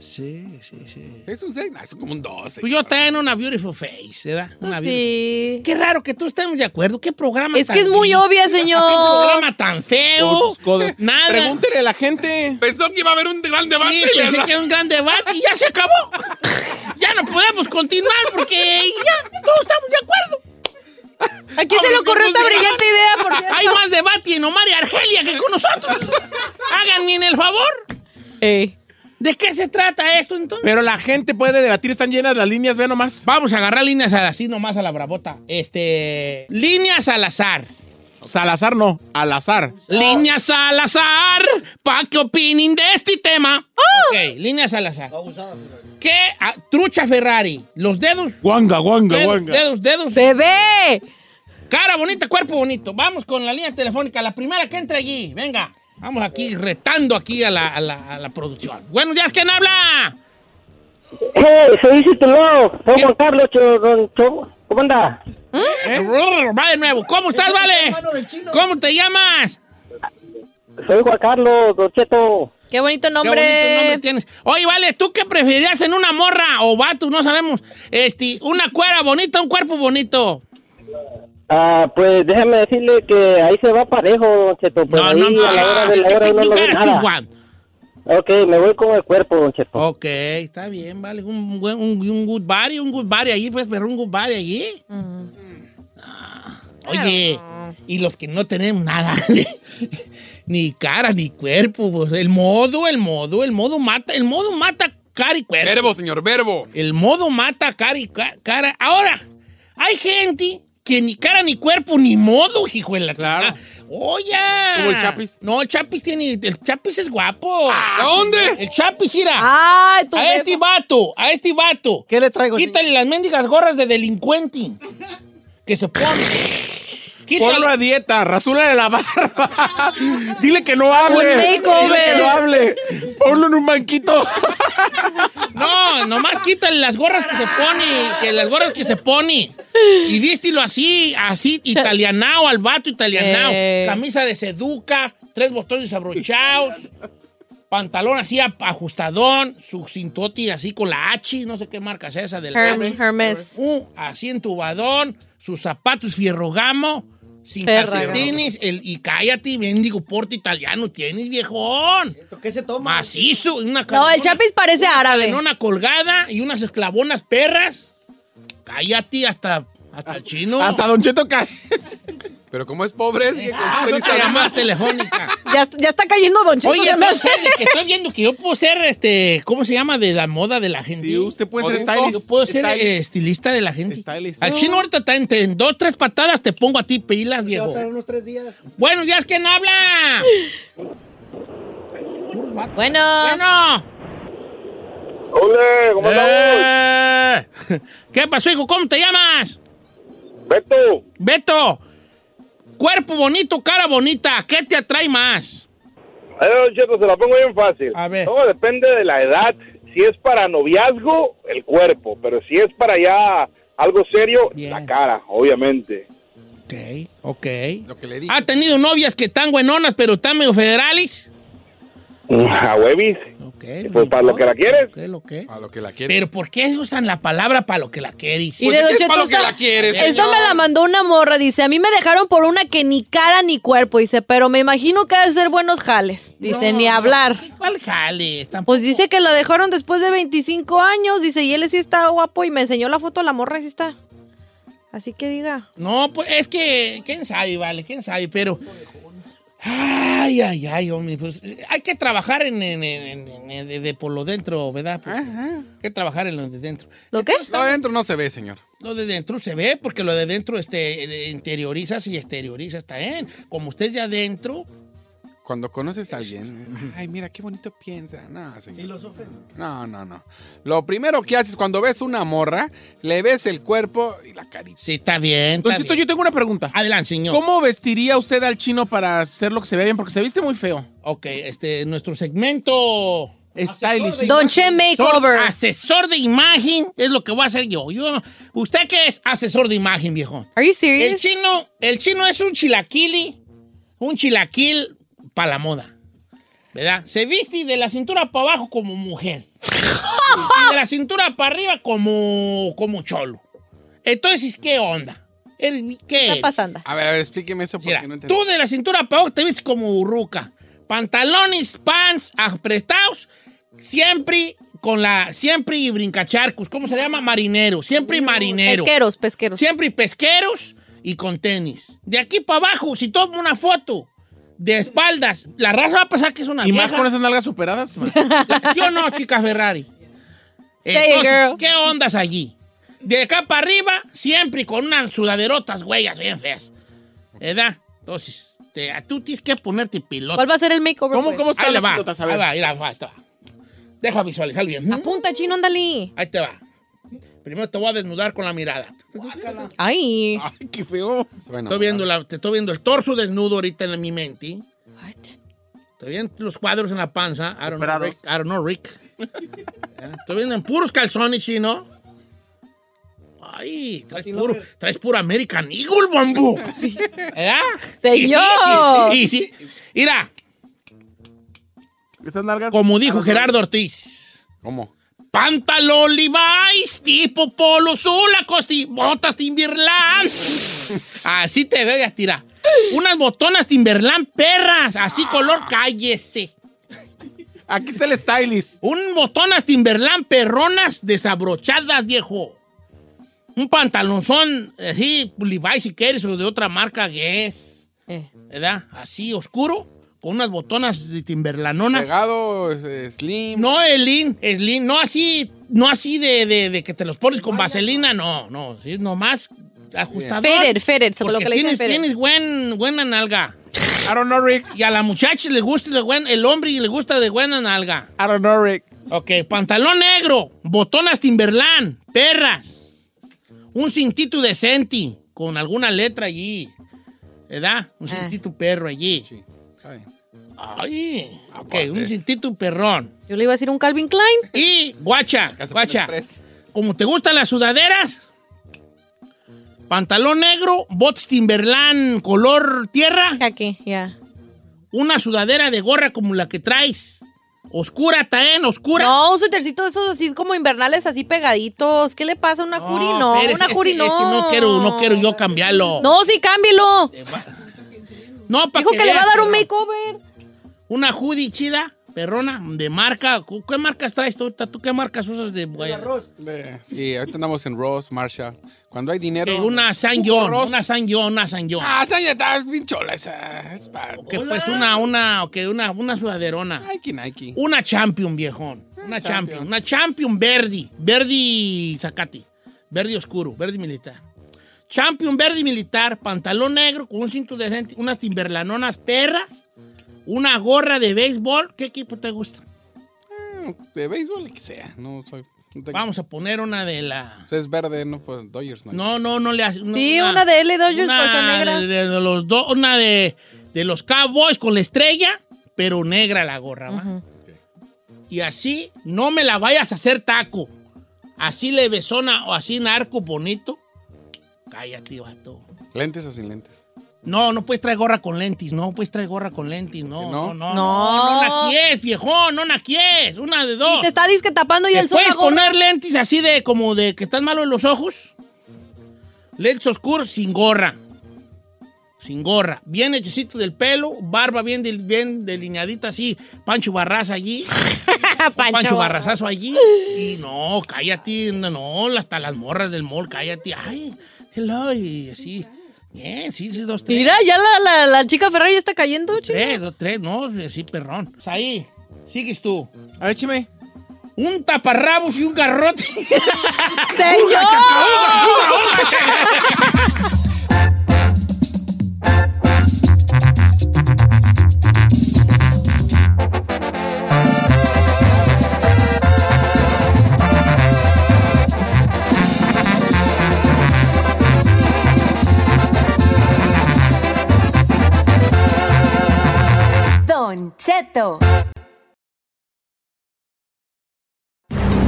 Sí, sí, sí. Es un 6, es como un 12. Pues yo tengo una beautiful face, ¿verdad? Una Pues beautiful- Pues Sí. Qué raro que tú estemos de acuerdo. ¿Qué programa Es tan que es muy gris? obvia, ¿Qué señor. programa tan feo? Joder. Nada. Pregúntele a la gente. Pensó que iba a haber un gran debate. Sí, y le pensé da- que era un gran debate y ya se acabó. ya no podemos continuar porque ya todos estamos de acuerdo. Aquí se le ocurrió esta brillante idea. Por Hay cierto. más debate en Omar y Argelia que con nosotros. Háganme en el favor. Ey. ¿De qué se trata esto entonces? Pero la gente puede debatir, están llenas las líneas, ve nomás. Vamos a agarrar líneas al así nomás a la bravota. Este. Líneas al azar. Salazar no, al azar. Líneas al azar. Pa' que opinen de este tema. Ok, líneas al azar. ¿Qué? Ah, trucha Ferrari. Los dedos. Guanga, guanga, Dedos, guanga. dedos, dedos. ¡Bebé! Cara bonita, cuerpo bonito. Vamos con la línea telefónica. La primera que entra allí. Venga. Vamos aquí retando aquí a la, a la- a la producción. Bueno, ya es quien habla. Hey, soy Isituló. Soy Juan Carlos Chorron- Chor- ¿Cómo anda? Eh, brr, Va de nuevo. ¿Cómo estás, Vale? ¿Cómo te llamas? Soy Juan Carlos Dorcheto. Qué bonito nombre. Qué bonito nombre tienes. Oye, Vale, ¿tú qué preferirías en una morra o vato? No sabemos. Este, una cuera bonita, un cuerpo bonito. Ah, pues déjame decirle que ahí se va parejo, Don Cheto. Pues No, ahí no, no, a la hora de la you hora uno no ve gotta nada. choose one. Ok, me voy con el cuerpo, Don Cheto. Ok, está bien, vale. Un, buen- un, un good body, un good body allí, pues, pero un good body allí. Ah, oye, y los que no tenemos nada, ni cara, ni cuerpo, pues, el modo, el modo, el modo mata, el modo mata cara y cuerpo. Verbo, señor, verbo. El modo mata cara y ca- cara. Ahora, hay gente que ni cara, ni cuerpo, ni modo, hijo de la Claro. Oye. Como el Chapis. Ah, No, el Chapis tiene, el Chapis es guapo. ¿A dónde? El Chapis, mira. Ay, a este vato, a este vato. ¿Qué le traigo? Quítale las mendigas gorras de delincuente. Que se pone. Ponlo a dieta, rasúrale la barba. Dile que no hable. Un Dile makeover. que no hable. Ponlo en un banquito. No, nomás quítale las gorras que se pone, que las gorras que se pone. Y vístilo así, así, italianao, al vato italianao. Eh. Camisa de seduca, tres botones desabrochados, pantalón así ap- ajustadón, su cintoti así con la H, no sé qué marca es esa del Hermes, Hermes. Un así entubadón, sus zapatos fierrogamo, sin Ferragamo. calcetines, el, y cállate, mendigo porte italiano tienes, viejón. ¿Qué se toma? Macizo, una No, el cadenona- Chapis parece una árabe. cadenona colgada y unas esclavonas perras. Cállate hasta, hasta el chino. Hasta Don Cheto cae. Pero como es pobre, es que Ah, son llamadas telefónicas. Ya, est- ya está cayendo Don Cheto. Oye, se me entonces, hace. fíjate que estoy viendo que yo puedo ser, este, ¿cómo se llama? De la moda de la gente. Sí, usted puede ser stylist. Yo puedo ser Stylist. eh, estilista de la gente. Al chino ahorita está en, en dos, tres patadas te pongo a ti pilas, viejo. unos tres días. Buenos días, ¿quién habla? Bueno. Bueno. Hola, ¿cómo andamos? Eh. ¿Qué pasó, hijo? ¿Cómo te llamas? Beto. Beto. Cuerpo bonito, cara bonita. ¿Qué te atrae más? A ver, don Cheto, pues se la pongo bien fácil. A ver. Todo depende de la edad. Si es para noviazgo, el cuerpo. Pero si es para ya algo serio, la cara, obviamente. Ok. ¿Ha tenido novias que están buenonas, pero están medio federales? Ah, A huevis. Pues para lo que la quieres. Para lo que la quieres. ¿Pero por qué usan la palabra para lo que la Pues, querís? Mire, Don Cheto, esta- Esta me la mandó una morra, dice, a mí me dejaron por una que ni cara ni cuerpo, dice, pero me imagino que ha de ser buenos jales, dice, No, ni hablar. ¿Cuál jale? Tampoco- Pues dice que la dejaron después de 25 años, dice, y él sí está guapo y me enseñó la foto de la morra, y sí está. Así que diga. No, pues es que, quién sabe, vale, quién sabe, pero. Ay, ay, ay, hombre, pues eh, hay que trabajar en, en- en- en- en- de, de por lo dentro, ¿verdad? Porque Hay que trabajar en lo de dentro. ¿Lo qué? Lo de dentro no se ve, señor. Lo de dentro se ve, porque lo de dentro este, eh, interiorizas y exteriorizas también. Como usted es de adentro, Cuando conoces a alguien, ay, mira qué bonito piensa. No, señor. No, no, no. Lo primero que haces cuando ves una morra, le ves el cuerpo y la carita. Sí, está bien. Don Cheto, yo tengo una pregunta. Adelante, señor. ¿Cómo vestiría usted al chino para hacer lo que se vea bien? Porque se viste muy feo. Ok, este, nuestro segmento. Stylish. Don Che Makeover. Asesor de imagen es lo que voy a hacer yo. yo ¿Usted qué es asesor de imagen, viejo? Are you El serious? chino, el chino es un chilaquili, un chilaquil para la moda. ¿Verdad? Se viste de la cintura para abajo como mujer. Y de la cintura para arriba como, como cholo. Entonces, ¿qué onda? Eres- ¿Qué Está eres? pasando. A ver, a ver, explíqueme eso porque no entendí. Tú de la cintura para abajo te viste como burruca. Pantalones, pants, apretados, siempre con la, siempre y brincacharcos, ¿cómo se llama? Marinero, siempre y marinero. Pesqueros, pesqueros. Siempre y pesqueros y con tenis. De aquí para abajo, si tomo una foto de espaldas, la raza va a pensar que es una Y vieja. más con esas nalgas superadas. man. ¿Sí o no, chica Ferrari? Say it, Entonces, girl. ¿qué ondas allí? De acá para arriba, siempre con unas sudaderotas huellas bien feas. ¿Verdad? Entonces, te, tú tienes que ponerte pilota. ¿Cuál va a ser el makeover? pues? Ahí le va. Ahí va, ahí va, ahí te va. Deja visualizar bien. Apunta, chino, ándale. Ahí te va. Primero te voy a desnudar con la mirada. Ay. Ay, qué feo. a Estoy viendo la- te estoy viendo el torso desnudo ahorita en mi mente. Estoy viendo los cuadros en la panza. I don't, know Rick, I don't know, Rick. Estoy viendo en puros calzones, chino. Ay, traes puro, traes puro American Eagle, bambú. ¿Verdad? Señor. Y sí, y sí. Mira. Como dijo Gerardo Ortiz. ¿Cómo? Pantalón Levi's, tipo polo sula, costi, botas Timberland. Así te veas, tira. Unas botonas Timberland perras, así color, cállese. Aquí está el stylist. Un botonas Timberland perronas desabrochadas, viejo. Un pantalonzón, así, Levi's si quieres, o de otra marca, Guess. ¿Verdad? Así, oscuro, con unas botonas de Timberlanonas. Pegado, eh, slim. No, Elin, Slim, no así, no así de, de- de que te los pones con vaselina, no, no, sí, nomás ajustador. Fitted, fitted, so lo porque que le dicen tienes, fitted. tienes buen, buena nalga. I don't know, Rick. Y a la muchacha le gusta de buen- el hombre y le gusta de buena nalga. I don't know, Rick. Ok, pantalón negro, botonas Timberland, perras, un cintito decente con alguna letra allí, ¿verdad? Un Ah. cintito perro allí. Ay, ok, un cintito perrón. Yo le iba a decir un Calvin Klein. Y guacha, guacha. Como te gustan las sudaderas, pantalón negro, bots Timberland color tierra. Aquí, ya. Una sudadera de gorra como la que traes. Oscura, Taen, oscura. No, un suétercito de esos así como invernales, así pegaditos. ¿Qué le pasa a una Juri? No, espérese, una es Juri que- no. es que no quiero, no quiero yo cambiarlo. No, sí, cámbielo. No, para Dijo que, le va a dar un makeover. Una hoodie chida, perrona, de marca. ¿Cu- ¿Qué marcas traes tú? ahorita? ¿Tú qué marcas usas de arroz? Sí, ahorita andamos en Ross, Marshall. Cuando hay dinero. Una San John, una San John, una San John. Ah, esa ya está bien chola esa. Es para... Que pues una, una, que una, una sudaderona. Nike, Nike. Una champion, viejón. Una champion. Champion. Una champion verdi. Verdi Zacati. Verdi oscuro. Verdi militar. Champion verdi militar. Pantalón negro con un cinto decente. Unas timberlanonas perras. Una gorra de béisbol. ¿Qué equipo te gusta? De béisbol, que sea. No soy. no tengo- Vamos a poner una de la... Pues es verde, no, pues Dodgers, no. No, no, no le hace... Sí, una de L. Dodgers, cosa negra. De, de- de los do- una de, de los Cowboys con la estrella, pero negra la gorra, ¿va? Y así no me la vayas a hacer taco. Así le besona o así narco bonito. Cállate, vato. ¿Lentes o sin lentes? No, no puedes traer gorra con lentis, no puedes traer gorra con lentis, no, no, no, no, No. no, naquies, viejón, no naquies, una de dos. Y te está disque tapando ya ¿Te el sol. puedes la gorra. poner lentes así de como de que estás malo en los ojos? Lentes oscuros sin gorra. Sin gorra. Bien hechicito del pelo, barba bien, del- bien delineadita así, Pancho Barraza allí. Pancho, Barraza. Barrazazo allí. Y no, cállate, no, no, hasta las morras del mall, cállate. Ay, hello, y así. Bien, sí, sí, dos, tres. Mira, ya la, la, la chica Ferrari ya está cayendo, chico. Tres, dos, tres, no, sí, perrón. Pues Ahí, sigues tú. A ver, chime. Un taparrabos y un garrote. Don Cheto.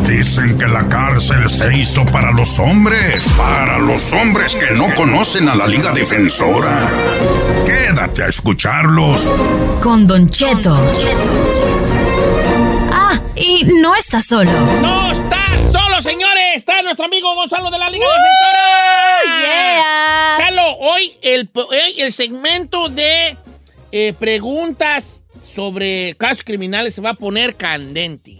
Dicen que la cárcel se hizo para los hombres, para los hombres que no conocen a la Liga Defensora. Quédate a escucharlos. Con Don Cheto. Ah, y no está solo. ¡No está solo, señores! Está nuestro amigo Gonzalo de la Liga Defensora. yeah. Gonzalo, hoy el, hoy el segmento de eh, preguntas sobre casos criminales se va a poner candente.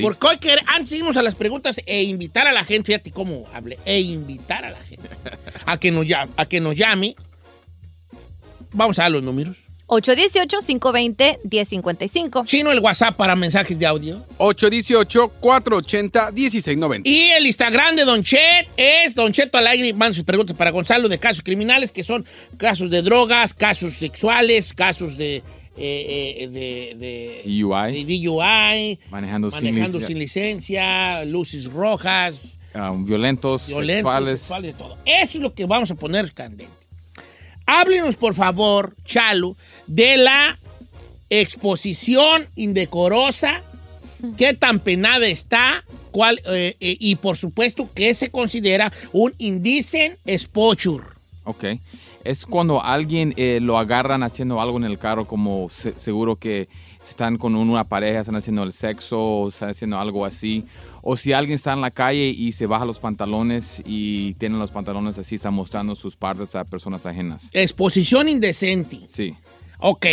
Porque hoy que antes de irnos a las preguntas e invitar a la gente, fíjate cómo hablé, e invitar a la gente a que nos llame, a que nos llame. Vamos a dar los números. 818-520-1055. Chino el WhatsApp para mensajes de audio. 818-480-1690. Y el Instagram de Don Chet es Don Cheto al aire. Manda sus preguntas para Gonzalo de casos criminales, que son casos de drogas, casos sexuales, casos de, eh, eh, de, de- de DUI, DUI, manejando, sin manejando lic- sin licencia, luces rojas, ah, violentos, violentos, sexuales. sexuales, todo. Eso es lo que vamos a poner candente. Háblenos, por favor, Chalo, de la exposición indecorosa qué tan penada está, cuál, eh, eh, y por supuesto que se considera un indicen exposure. Ok. Es cuando alguien eh, lo agarran haciendo algo en el carro, como se- seguro que están con una pareja, están haciendo el sexo, o están haciendo algo así. O si alguien está en la calle y se baja los pantalones y tienen los pantalones así, está mostrando sus partes a personas ajenas. Exposición indecente. Sí. Ok.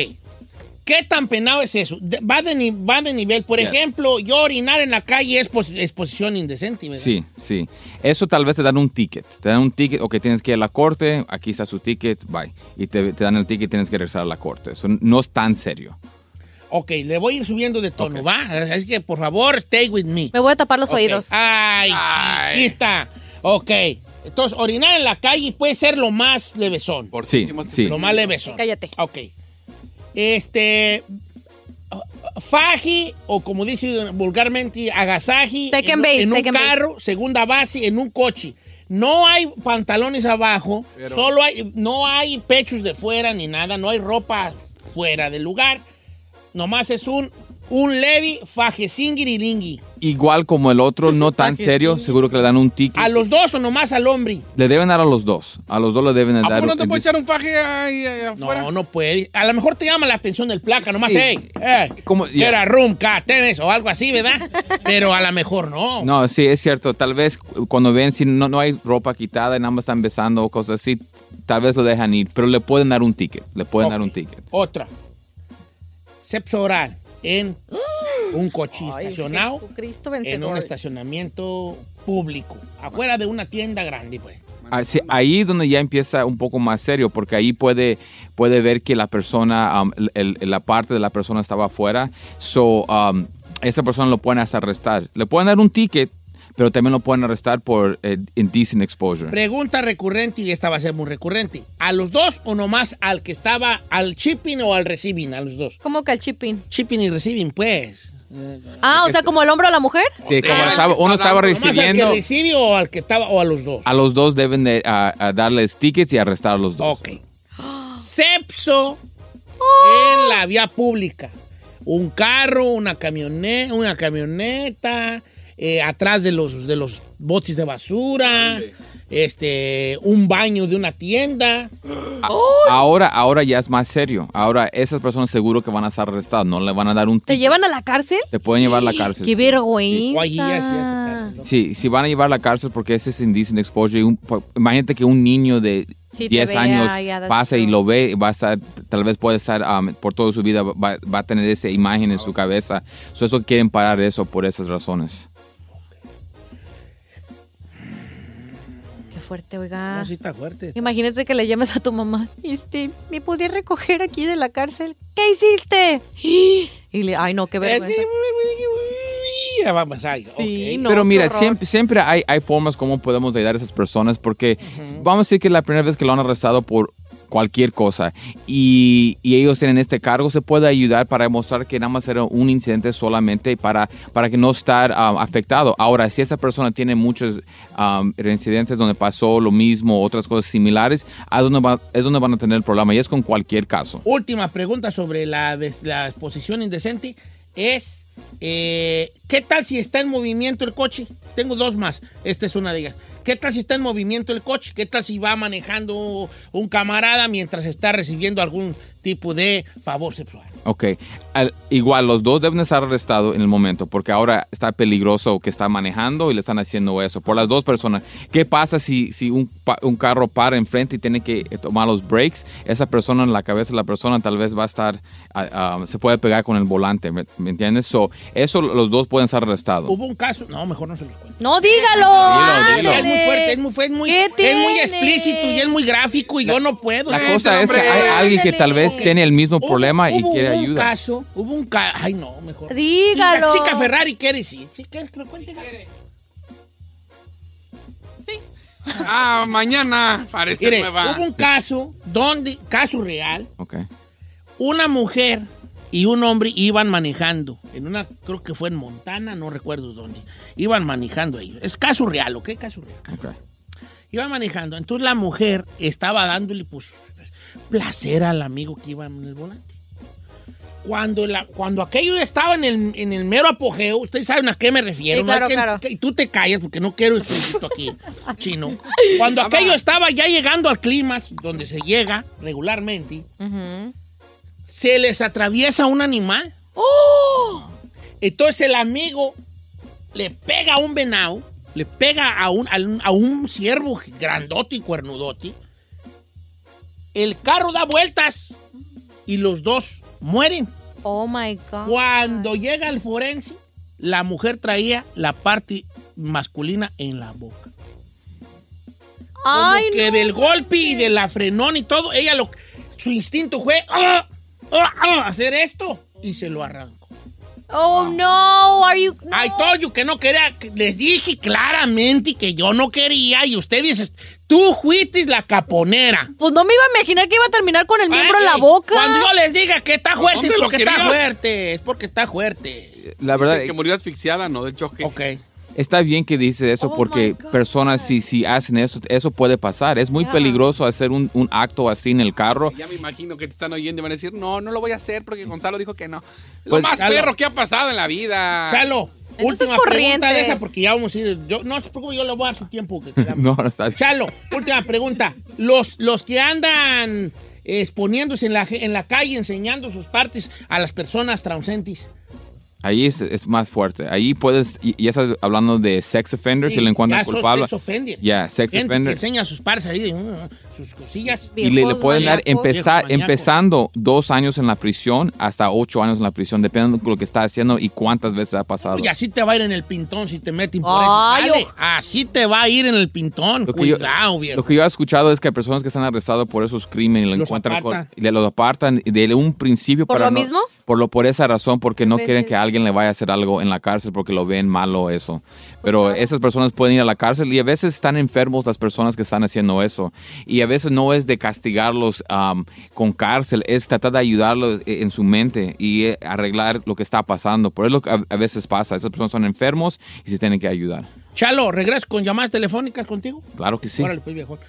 ¿Qué tan penado es eso? De- Va de, ni- va de nivel. Por Yes. ejemplo, yo orinar en la calle es pos- exposición indecente, ¿verdad? Sí, sí. Eso tal vez te dan un ticket. Te dan un ticket, o que tienes que ir a la corte, aquí está su ticket, bye. Y te, te dan el ticket y tienes que regresar a la corte. Eso no es tan serio. Ok, le voy a ir subiendo de tono, ¿va? Así que, por favor, stay with me. Me voy a tapar los Ok. oídos. Ay, chiquita. Ok. Entonces, orinar en la calle puede ser lo más levesón. Por Sí, sí. Lo más levesón. Cállate. Ok. Este. Faji, o como dice vulgarmente, agasaji. Second en, un- base, en un second base. carro, segunda base, en un coche. No hay pantalones abajo, Pero- solo hay, no hay pechos de fuera ni nada, no hay ropa fuera del lugar. Nomás es un, un levi fajezingiriringui. Igual como el otro, no tan serio, seguro que le dan un ticket. ¿A los dos o nomás al hombre? Le deben dar a los dos. A los dos le deben dar. poco no te un- puede Echar un faje ahí, ahí afuera. No, no puede. A lo mejor te llama la atención del placa, nomás, Sí. hey, eh, ya. era room, catenes o algo así, ¿verdad? Pero a lo mejor no. No, sí, es cierto. Tal vez cuando ven si no, no hay ropa quitada y nada más están besando o cosas así, tal vez lo dejan ir, pero le pueden dar un ticket. Le pueden dar un ticket. Otra. Sexo oral en un coche estacionado, en un estacionamiento público, afuera de una tienda grande, pues. Así- Ah, ahí es donde ya empieza un poco más serio, porque ahí puede, puede ver que la persona, um, el- el- la parte de la persona estaba afuera. So, um, esa persona lo pueden hasta arrestar. Le pueden dar un ticket, pero también lo pueden arrestar por eh, indecent exposure. Pregunta recurrente, y esta va a ser muy recurrente. ¿A los dos o nomás al que estaba, al shipping o al receiving? A los dos. ¿Cómo que al chipping? Shipping y receiving, pues. Eh, Ah, o sea, como el hombro a la mujer. Sí, como estaba- uno estaba ¿Nomás recibiendo. ¿Al que recibe o al que estaba, o a los dos? A los dos deben de, a- a darles tickets y arrestar a los dos. Ok. Ah. Sepso en la vía pública. Un carro, una camioneta, una camioneta, eh, atrás de los, de los botes de basura, este, un baño de una tienda. Ahora, ahora ya es más serio. Ahora esas personas seguro que van a estar arrestadas, no le van a dar un ¿Te ticket. llevan a la cárcel? Te pueden llevar a la cárcel. ¡Qué vergüenza! Oye, ya se hace Sí, sí van a llevar a la cárcel porque ese es indecent exposure. Y un- po- imagínate que un niño de Sí, te 10 vea, años ya, that's pasa y true. lo ve, va a estar, tal vez puede estar um, por toda su vida, va, va a tener esa imagen en su cabeza. So, eso quieren parar eso por esas razones. Qué fuerte, oiga. No, sí está fuerte. Imagínate que le llames a tu mamá. Este, ¿me podías recoger aquí de la cárcel? ¿Qué hiciste? Y le, ay, no, qué vergüenza. Ya va más allá. Sí, ok. no, Pero qué mira, horror. siempre, siempre hay, hay formas como podemos ayudar a esas personas porque vamos a decir que la primera vez que lo han arrestado por cualquier cosa y, y ellos tienen este cargo, se puede ayudar para demostrar que nada más era un incidente solamente para, para que no estar um, afectado. Ahora, si esa persona tiene muchos um, incidentes donde pasó lo mismo, otras cosas similares, a donde va- es donde van a tener el problema y es con cualquier caso. Última pregunta sobre la, des- la exposición indecente es, eh, ¿qué tal si está en movimiento el coche? Tengo dos más, esta es una de ellas. ¿Qué tal si está en movimiento el coche? ¿Qué tal si va manejando un camarada mientras está recibiendo algún tipo de favor sexual? Ok. Al- igual, los dos deben estar arrestados en el momento, porque ahora está peligroso que está manejando y le están haciendo eso. Por las dos personas. ¿Qué pasa si, si un, pa- un carro para enfrente y tiene que eh, tomar los breaks? Esa persona en la cabeza de la persona tal vez va a estar. ah, ah, se puede pegar con el volante, ¿me, me entiendes? So, eso los dos pueden estar arrestados. Hubo un caso, no, mejor no se los cuento. No, dígalo. Pues Dilo, dilo. Es muy fuerte, es muy, fue- es muy, es muy explícito y es muy gráfico y yo no puedo. Eh, La cosa es que hay alguien que tal vez tiene el mismo problema y quiere hubo Un ayuda. caso, hubo un caso. Ay, no, mejor. Dígalo. Chica, chica Ferrari quiere decir. Chica, es que lo cuente. Ah, mañana parece Mire, nueva. hubo un caso donde, caso real, Ok. una mujer y un hombre iban manejando. En una, creo que fue en Montana, no recuerdo dónde. Iban manejando ellos. Es caso real, ¿ok? Caso real. Ok. Iba manejando. Entonces la mujer estaba dándole pues, placer al amigo que iba en el volante. Cuando, la, cuando aquello estaba en el, en el mero apogeo, ustedes saben a qué me refiero. Sí, ¿no? claro, Que- claro. que- y tú te callas porque no quiero explícito aquí, chino. Cuando aquello estaba ya llegando al clima, donde se llega regularmente, se les atraviesa un animal. ¡Oh! Entonces el amigo le pega a un venado, le pega a un, a un, a un ciervo grandote y cuernudote. El carro da vueltas y los dos mueren. Oh my God. Cuando llega el forense, la mujer traía la parte masculina en la boca. Ay, que no. del golpe y de la frenón y todo, ella lo su instinto fue "Ah, ah, ah", hacer esto y se lo arrancó. Ah. Oh no, are you I told you que no quería, que- les dije claramente que yo no quería y usted dice, tú fuiste la caponera. Pues no me iba a imaginar que iba a terminar con el miembro en la Ay, boca. Cuando yo les diga que está fuerte, ¿Dónde es lo porque está querías? fuerte, es porque está fuerte. La verdad, eh. Dicen que murió asfixiada, no del choque. Ok. Está bien que dice eso porque personas si, si hacen eso, eso puede pasar. Es muy Ya. peligroso hacer un, un acto así en el carro. Ya me imagino que te están oyendo y van a decir, no, no lo voy a hacer porque Gonzalo dijo que no. Lo Pues- más Chalo. perro que ha pasado en la vida. Chalo, última corriente. pregunta de esa porque ya vamos a ir. Yo, no, supongo yo le voy a dar su tiempo. Que queramos. No, no está bien. Chalo, última pregunta. Los, los que andan exponiéndose en la, en la calle, enseñando sus partes a las personas transentis. Ahí es, es más fuerte. Ahí puedes, y- ya estás hablando de sex offender, si le encuentran culpable. Se ofende. Ya, sex Gente que offender. enseña sus partes ahí, mm, sus cosillas. Y le, le pueden dar empezar, Viejos maníacos. empezando dos años en la prisión hasta ocho años en la prisión, dependiendo de lo que está haciendo y cuántas veces ha pasado. Y así te va a ir en el pintón si te meten por Ay, eso. Dale, así te va a ir en el pintón. que yo- Cuidado, viejo. Lo que yo he escuchado es que hay personas que están arrestadas por esos crímenes y lo Los encuentran con- apartan. y le- los apartan de un principio ¿Por para lo no- mismo? por lo por esa razón porque no Qué quieren veces. que alguien le vaya a hacer algo en la cárcel porque lo ven malo eso. Pues Pero esas personas pueden ir a la cárcel y a veces están enfermos las personas que están haciendo eso y a veces no es de castigarlos am, con cárcel, es tratar de ayudarlos e- en su mente y eh, arreglar lo que está pasando. Por eso lo que a, a veces pasa, esas personas son enfermos y se tienen que ayudar. Chalo, regreso con llamadas telefónicas contigo. Claro que sí. Órale, pues, viejón.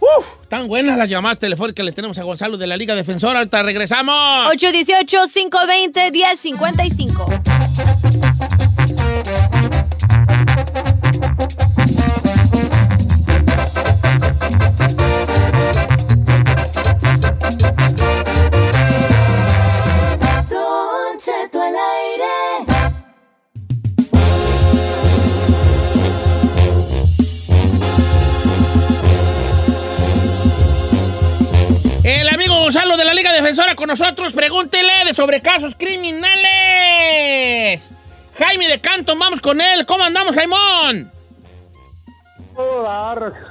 Uf, tan buenas las llamadas telefónicas le tenemos a Gonzalo de la Liga Defensora. Ahorita regresamos. 818-520-1055. Don Cheto al aire. El amigo Gonzalo de la Liga Defensora con nosotros. Pregúntele de sobre casos criminales. Jaime de Canto, vamos con él. ¿Cómo andamos, Jaimón?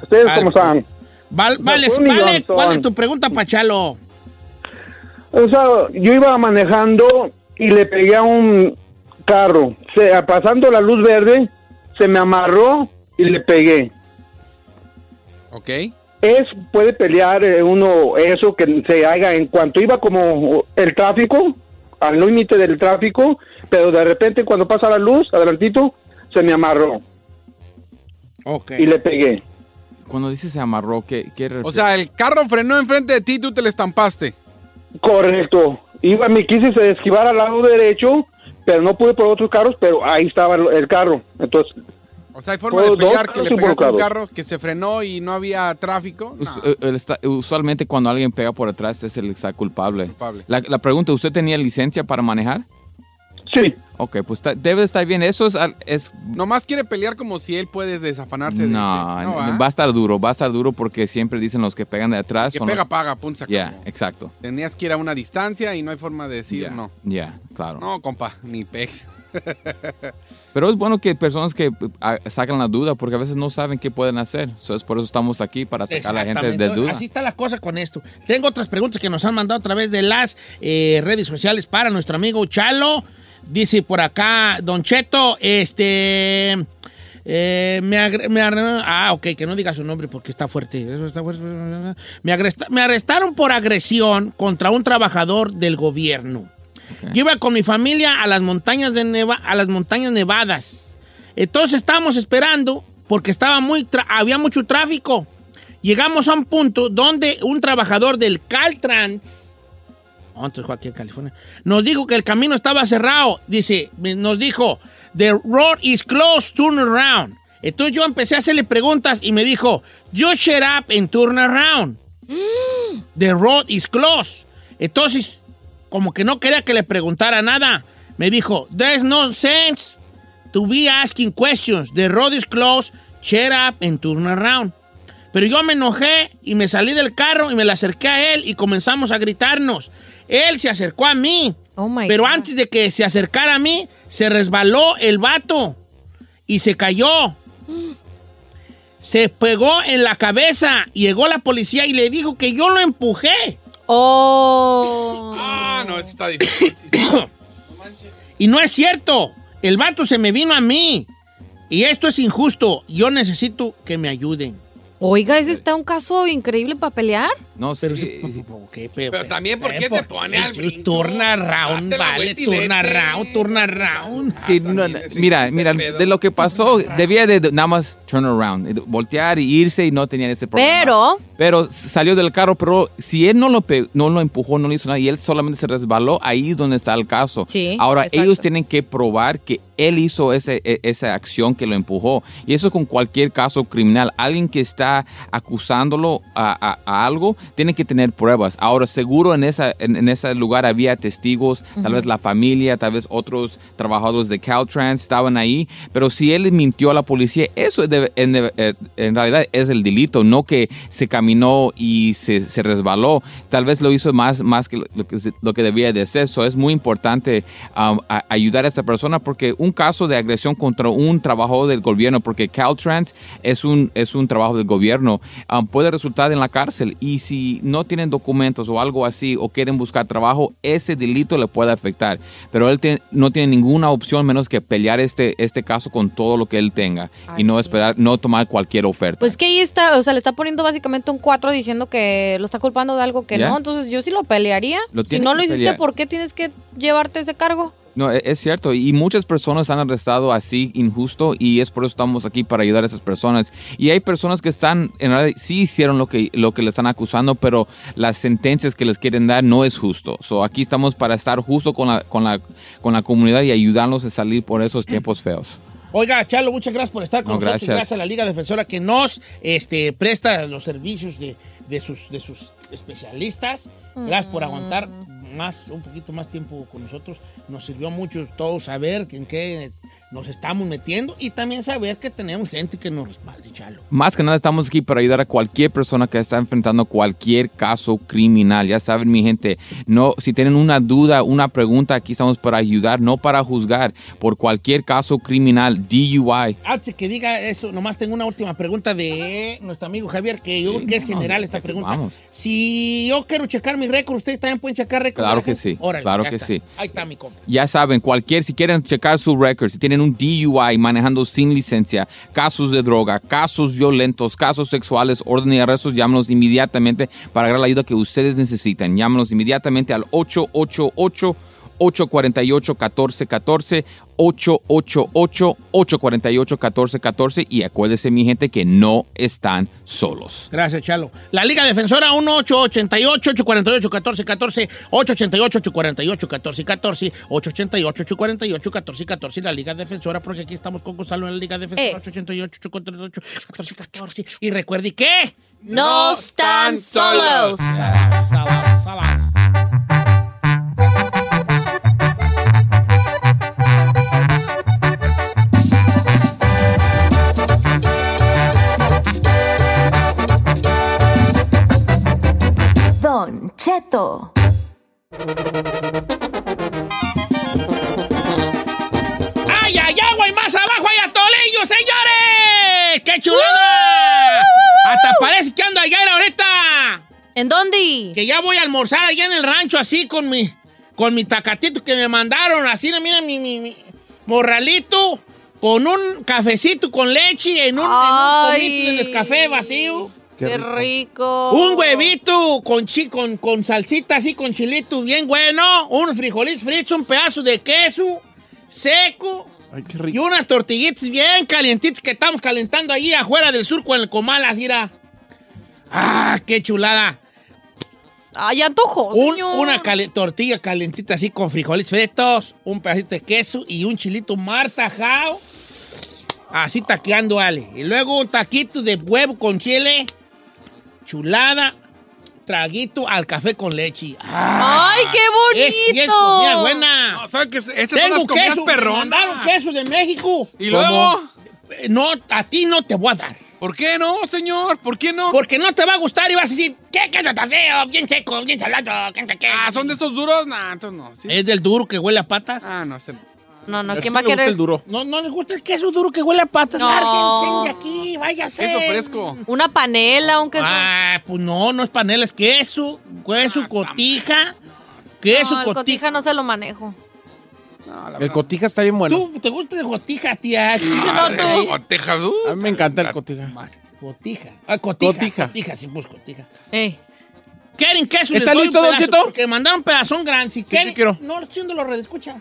¿Ustedes cómo están? Pues, Val- vale, fue un vale, millonzón. ¿Cuál es tu pregunta, Pachalo? O sea, yo iba manejando y le pegué a un carro. Se, pasando la luz verde, se me amarró y le pegué. Ok. Es, puede pelear eh, uno eso que se haga en cuanto iba como el tráfico, al límite del tráfico, pero de repente cuando pasa la luz, adelantito, se me amarró y le pegué. Cuando dice se amarró, ¿qué, qué O sea, el carro frenó enfrente de ti y tú te le estampaste. Correcto. Iba, me quise se- esquivar al lado derecho, pero no pude por otros carros, pero ahí estaba el, el carro. Entonces, O sea, hay forma Fue de dos pelear que carros le pegaste a un involucrados. carro que se frenó y no había tráfico. No. Us- eh, el está- usualmente cuando alguien pega por atrás es el que está culpable. La, la pregunta, ¿usted tenía licencia para manejar? Sí. Ok, pues está- debe estar bien. Eso es... al- es Nomás quiere pelear como si él puede desafanarse. de no, ese. no, ¿ah? va a estar duro, va a estar duro porque siempre dicen los que pegan de atrás. Que son pega, los- paga, punto. se Ya, acabó. exacto. Tenías que ir a una distancia y no hay forma de decir no. Ya, claro. No, compa, ni pex. Pero es bueno que personas que ah, sacan la duda porque a veces no saben qué pueden hacer. So, es por eso estamos aquí, para sacar a la gente Exactamente. de duda. Así está la cosa con esto. Tengo otras preguntas que nos han mandado a través de las eh, redes sociales para nuestro amigo Chalo. Dice por acá, Don Cheto, este... eh, me, agre- me ar- ah, ok, que no diga su nombre porque está fuerte. Eso está fuerte. Me, agresta- me arrestaron por agresión contra un trabajador del gobierno. Yo iba con mi familia a las montañas de Neva- a las montañas nevadas. Entonces estábamos esperando porque estaba muy tra- había mucho tráfico. Llegamos a un punto donde un trabajador del Caltrans, Oh, entonces fue aquí en California. Nos dijo que el camino estaba cerrado. Dice, me- nos dijo, the road is closed, turn around. Entonces yo empecé a hacerle preguntas y me dijo, you shut up and turn around. The road is closed. Entonces, como que no quería que le preguntara nada, me dijo, there's no sense to be asking questions. The road is closed, shut up and turn around. Pero yo me enojé y me salí del carro y me le acerqué a él y comenzamos a gritarnos. Él se acercó a mí. pero antes de que se acercara a mí, se resbaló el vato y se cayó. Se pegó en la cabeza. Llegó la policía y le dijo que yo lo empujé. Oh. Ah, no, eso está difícil. y no es cierto. El vato se me vino a mí. Y esto es injusto. Yo necesito que me ayuden. Oiga, ese está un caso increíble para pelear. No, pero sí. ¿por qué, pe- Pero también, ¿por qué se pone al brinco? Turna round, Dátela, vale, güey, y turna vete. round, turna round. Sí, no, no, mira, mira, de lo que pasó, debía de de- nada más turn around, eh, voltear y irse y no tenían ese problema. Pero, Pero salió del carro, pero si él no lo, pe- no lo empujó, no le hizo nada y él solamente se resbaló, ahí es donde está el caso. Sí, Ahora, exacto. ellos tienen que probar que él hizo ese, e- esa acción que lo empujó. Y eso con cualquier caso criminal. Alguien que está acusándolo a, a- a algo, tiene que tener pruebas. Ahora, seguro en, esa, en, en ese lugar había testigos, tal Ujú. vez la familia, tal vez otros trabajadores de Caltrans estaban ahí. Pero si él mintió a la policía, eso debe- en, eh, en realidad es el delito, no que se caminó y se, se resbaló. Tal vez lo hizo más, más que lo que, se- lo que debía de ser. So, es muy importante um, a- ayudar a esta persona porque un caso de agresión contra un trabajo del gobierno, porque Caltrans es un, es un trabajo del gobierno, um, puede resultar en la cárcel. Y si no tienen documentos o algo así o quieren buscar trabajo, ese delito le puede afectar. Pero él tiene- no tiene ninguna opción menos que pelear este, este caso con todo lo que él tenga y no esperar, no tomar cualquier oferta. pues que ahí está, o sea, le está poniendo básicamente un 4 diciendo que lo está culpando de algo que Ya. no. Entonces yo sí lo pelearía. Lo si tiene no que lo hiciste, pelear. ¿por qué tienes que llevarte ese cargo? No, e- es cierto. Y muchas personas han arrestado así injusto y es por eso estamos aquí para ayudar a esas personas. Y hay personas que están, en realidad, sí hicieron lo que, lo que le están acusando, pero las sentencias que les quieren dar no es justo. So, aquí estamos para estar justo con la, con la, con la comunidad y ayudarlos a salir por esos tiempos feos. Oiga, Chalo, muchas gracias por estar con No, nosotros. gracias. Gracias. a la Liga Defensora que nos este, presta los servicios de, de sus, de sus especialistas. Gracias por aguantar más, un poquito más tiempo con nosotros. Nos sirvió mucho todo saber en qué nos estamos metiendo y también saber que tenemos gente que nos respalde, Chalo. Más que nada estamos aquí para ayudar a cualquier persona que está enfrentando cualquier caso criminal. Ya saben, mi gente, no, si tienen una duda, una pregunta, aquí estamos para ayudar, no para juzgar por cualquier caso criminal, DUI. Antes que diga eso, nomás tengo una última pregunta de nuestro amigo Javier, que yo creo que es general esta pregunta. Vamos. Si yo quiero checar mi récord, ¿ustedes también pueden checar récord? Claro de la que gente? sí, Órale, claro ya que está. sí. Ahí está mi compa. Ya saben, cualquier, si quieren checar su récord, si tienen un DUI manejando sin licencia, casos de droga, casos violentos, casos sexuales, orden y arrestos, llámenos inmediatamente para agarrar la ayuda que ustedes necesitan. Llámenos inmediatamente al 888 848 1414 888 848 1414 y acuérdese mi gente que no están solos. Gracias, Chalo. La Liga Defensora 1-888-848-1414, 888-848-1414, 888-848-1414, la Liga Defensora, porque aquí estamos con Gonzalo en la Liga Defensora, 888-848-1414. Y recuerde que... No están solos. Salas, salas. Don Cheto. ¡Ay, ay, agua! Y más abajo hay atolillo, señores. ¡Qué chulada! Ah, Hasta parece que ando allá ahorita. ¿En dónde? Que ya voy a almorzar allá en el rancho así con mi, con mi tacatito que me mandaron. Así, mira mi, mi- mi morralito con un cafecito con leche en un, en un pomito de Nescafé vacío. Qué rico. Un huevito con, chi, con, con salsita así, con chilito bien bueno. Un frijolito frito, un pedazo de queso seco. Y unas tortillitas bien calientitas que estamos calentando ahí afuera del surco en el Comalas, mira. ¡Ah, qué chulada! Ay, antojo, Un- señor. una cale- tortilla calentita así con frijoles fritos, un pedacito de queso y un chilito martajao. Así taqueando, Ale. Y luego un taquito de huevo con chile, chulada, traguito al café con leche. Ah, ¡Ay, qué bonito! Es, sí es comida buena. No, ¿sabe Ah, que Estas son Tengo las comidas queso, perronas. me mandaron queso de México. ¿Y luego? Eh, No, a ti no te voy a dar. ¿Por qué no, señor? ¿Por qué no? Porque no te va a gustar y vas a decir, ¿qué queso tan feo? Bien seco, bien salado, ¿quién sabe qué? Ah, ¿son de esos duros? Nah, entonces no. ¿sí? ¿Es del duro que huele a patas? Ah, no, se... No, no, A usted ¿quién va a le gusta querer? el duro. No, no les gusta el queso duro que huele a patas. No. Lárguense de aquí, váyase. Queso fresco. Una panela, un queso. Ah, pues no, no es panela, es queso. Queso Ah, cotija. Queso no, el cotija. cotija no se lo manejo. El cotija está bien bueno. ¿Tú te gusta el cotija, tía? no, tú. Cotija, A mí me encanta el cotija. Cotija. Ah, cotija. Cotija. Cotija. sí, pues cotija. Ey. ¿Quieren queso? ¿Está Les listo, doy un don pedazo, Cheto? Porque mandaron pedazón grande. Si quieren, quiero. no, estoy haciendo lo red, escucha.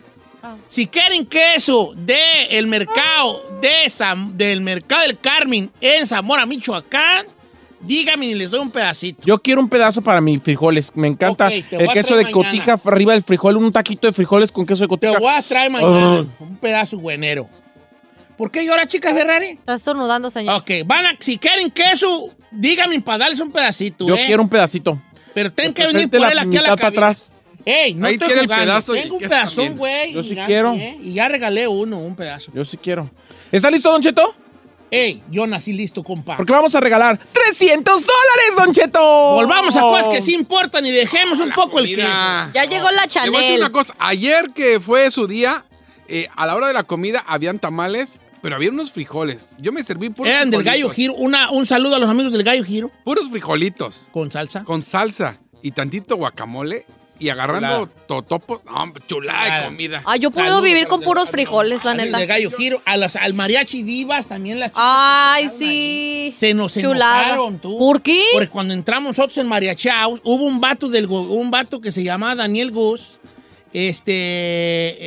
Si quieren queso del el mercado de Sam- del mercado del Carmen en Zamora, Michoacán, díganme y les doy un pedacito. Yo quiero un pedazo para mis frijoles. Me encanta Ok, te voy el a queso traer de mañana. cotija arriba del frijol, un taquito de frijoles con queso de cotija. Ah, Te voy a traer Ah. mañana un pedazo buenero. ¿Por qué llora, chica Ferrari? Está estornudando, señor. Ok, van a, si quieren queso, díganme para darles un pedacito. Yo eh. quiero un pedacito. Pero tienen De que venir preferente por la él aquí a la mitad para cabina. atrás. Ey, no Ahí estoy tiene el jugando. pedazo y Tengo un queso pedazón, también. güey. Yo sí gigante, quiero. eh, Y ya regalé uno, un pedazo. Yo sí quiero. ¿Está listo, Don Cheto? Ey, yo nací listo, compa. Porque vamos a regalar 300 dólares, Don Cheto. Volvamos a cosas que sí importan y dejemos un poco el queso. comida. Ya llegó la Te voy a decir Chanel. una cosa. Ayer que fue su día, eh, a la hora de la comida habían tamales, pero había unos frijoles. Yo me serví puros Eran del Gallo frijolitos. Giro. Una, un saludo a los amigos del Gallo Giro. Puros frijolitos. Con salsa. Con salsa y tantito guacamole y agarrando totopo. No, hombre, chulada Chulada. de comida. Ah, yo puedo Saludos vivir al con del- puros frijoles, la al neta. Del Gallo Giro. A las, al mariachi divas también las Ay, sí. Se nos Chulada. enojaron, tú. ¿Por qué? Porque cuando entramos nosotros en Mariachi House, hubo un vato, del, go- un vato que se llamaba Daniel Gus. Este. eh,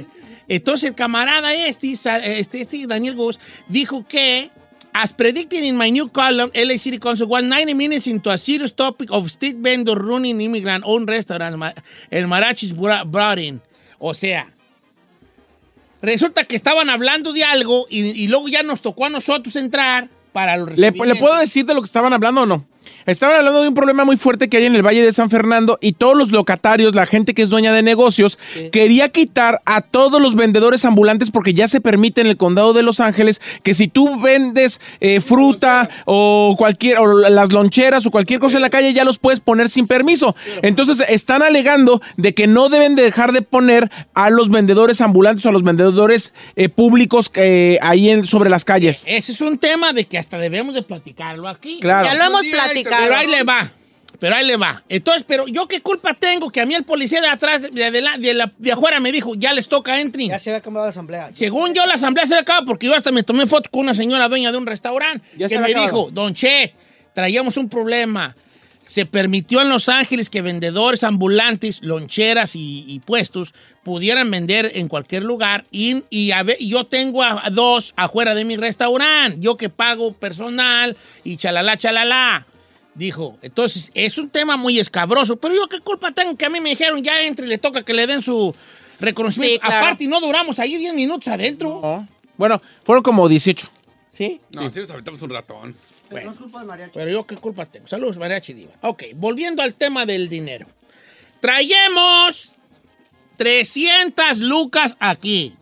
eh, entonces, el camarada este, sa- este, este Daniel Gus, dijo que. As predicted in my new column, LA City Council was 90 minutes into a serious topic of street vendor running immigrant owned restaurant, ma- el Marachis bra- brought in. O sea, resulta que estaban hablando de algo y, y luego ya nos tocó a nosotros entrar para los ¿Le, le puedo decir de lo que estaban hablando o no? Estaban hablando de un problema muy fuerte que hay en el Valle de San Fernando y todos los locatarios, la gente que es dueña de negocios, quería quitar a todos los vendedores ambulantes porque ya se permite en el condado de Los Ángeles que si tú vendes eh, fruta o cualquier, o las loncheras o cualquier cosa en la calle ya los puedes poner sin permiso. Entonces están alegando de que no deben de dejar de poner a los vendedores ambulantes o a los vendedores eh, públicos eh, ahí en- sobre las calles. Ese es un tema de que hasta debemos de platicarlo aquí. Claro. Ya lo hemos día ahí se platicado. Pero ahí le va. Pero ahí le va. Entonces, pero yo qué culpa tengo que a mí el policía de atrás, de, de la- de la- de afuera, me dijo, ya les toca entry. Ya se había cambiado la asamblea. Según yo, la asamblea se acaba porque yo hasta me tomé foto con una señora dueña de un restaurante Ya que se me había acabado. dijo, Don Che, traíamos un problema. Se permitió en Los Ángeles que vendedores ambulantes, loncheras y, y puestos pudieran vender en cualquier lugar y, y a ve- y yo tengo a, a dos afuera de mi restaurante, yo que pago personal y chalala, chalala. Dijo, entonces es un tema muy escabroso, pero yo qué culpa tengo que a mí me dijeron ya entre y le toca que le den su reconocimiento. Sí, claro. Aparte, y no duramos ahí 10 minutos adentro. No. Bueno, fueron como 18. ¿Sí? No, si nos aventamos un ratón. Pero no es culpa del mariachi. Pero yo qué culpa tengo. Saludos, Mariachi Diva. Ok, volviendo al tema del dinero. Traemos 300 lucas aquí.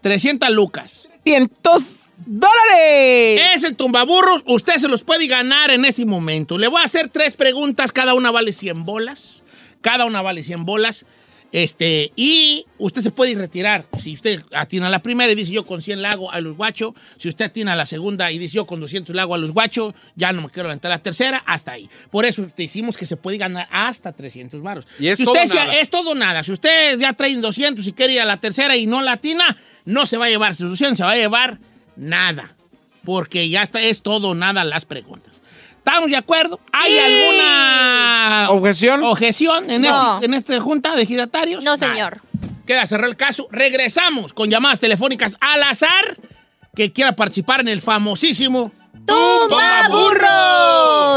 300 lucas. 300 dólares. Es el tumbaburros. Usted se los puede ganar en este momento. Le voy a hacer tres preguntas. Cada una vale 100 bolas. Cada una vale 100 bolas. Este, y usted se puede ir retirar. Si usted atina la primera y dice yo con 100 lago a los guachos, si usted atina la segunda y dice yo con 200 lago a los guachos, ya no me quiero levantar la tercera, hasta ahí. Por eso te decimos que se puede ganar hasta 300 varos. Y es Si todo usted o nada. es todo o nada. Si usted ya trae 200 y quiere ir a la tercera y no la atina, no se va a llevar sus 200, se va a llevar nada porque ya está, es todo o nada las preguntas. ¿Estamos de acuerdo? ¿Hay alguna Objeción. objeción en, No. este- en esta junta de ejidatarios? No, Nada. señor. Queda cerrado el caso. Regresamos con llamadas telefónicas al azar que quiera participar en el famosísimo ¡Tumba burro!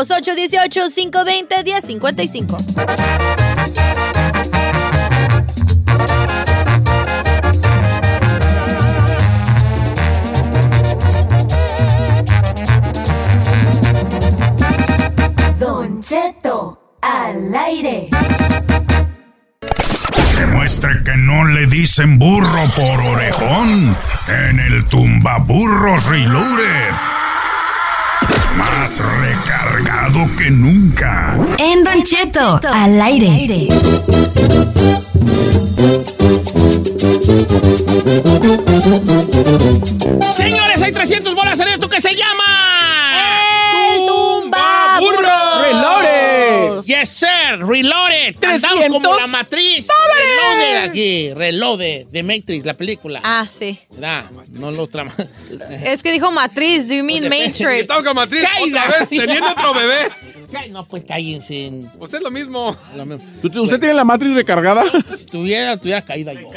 Llámanos 818-520-1055. Don Cheto al aire. Demuestre que no le dicen burro por orejón en el tumbaburros Reloaded. Más recargado que nunca. En Don Cheto al aire. Señores, hay 300 bolas en esto que se llama. ¡El tumba burro! ¡Reloaded! Yes, sir, reloaded. Andamos 300 como la matriz. dólares. Reloaded aquí, reloaded de Matrix, la película. Ah, sí. ¿Verdad? No lo trama. Es que dijo matriz, do you mean matrix? matriz otra vez, teniendo otro bebé. Ay, No, pues cállense. Usted es lo mismo. ¿Tú- tú- ¿Usted tiene la matriz recargada? Si tuviera, tuviera caída yo.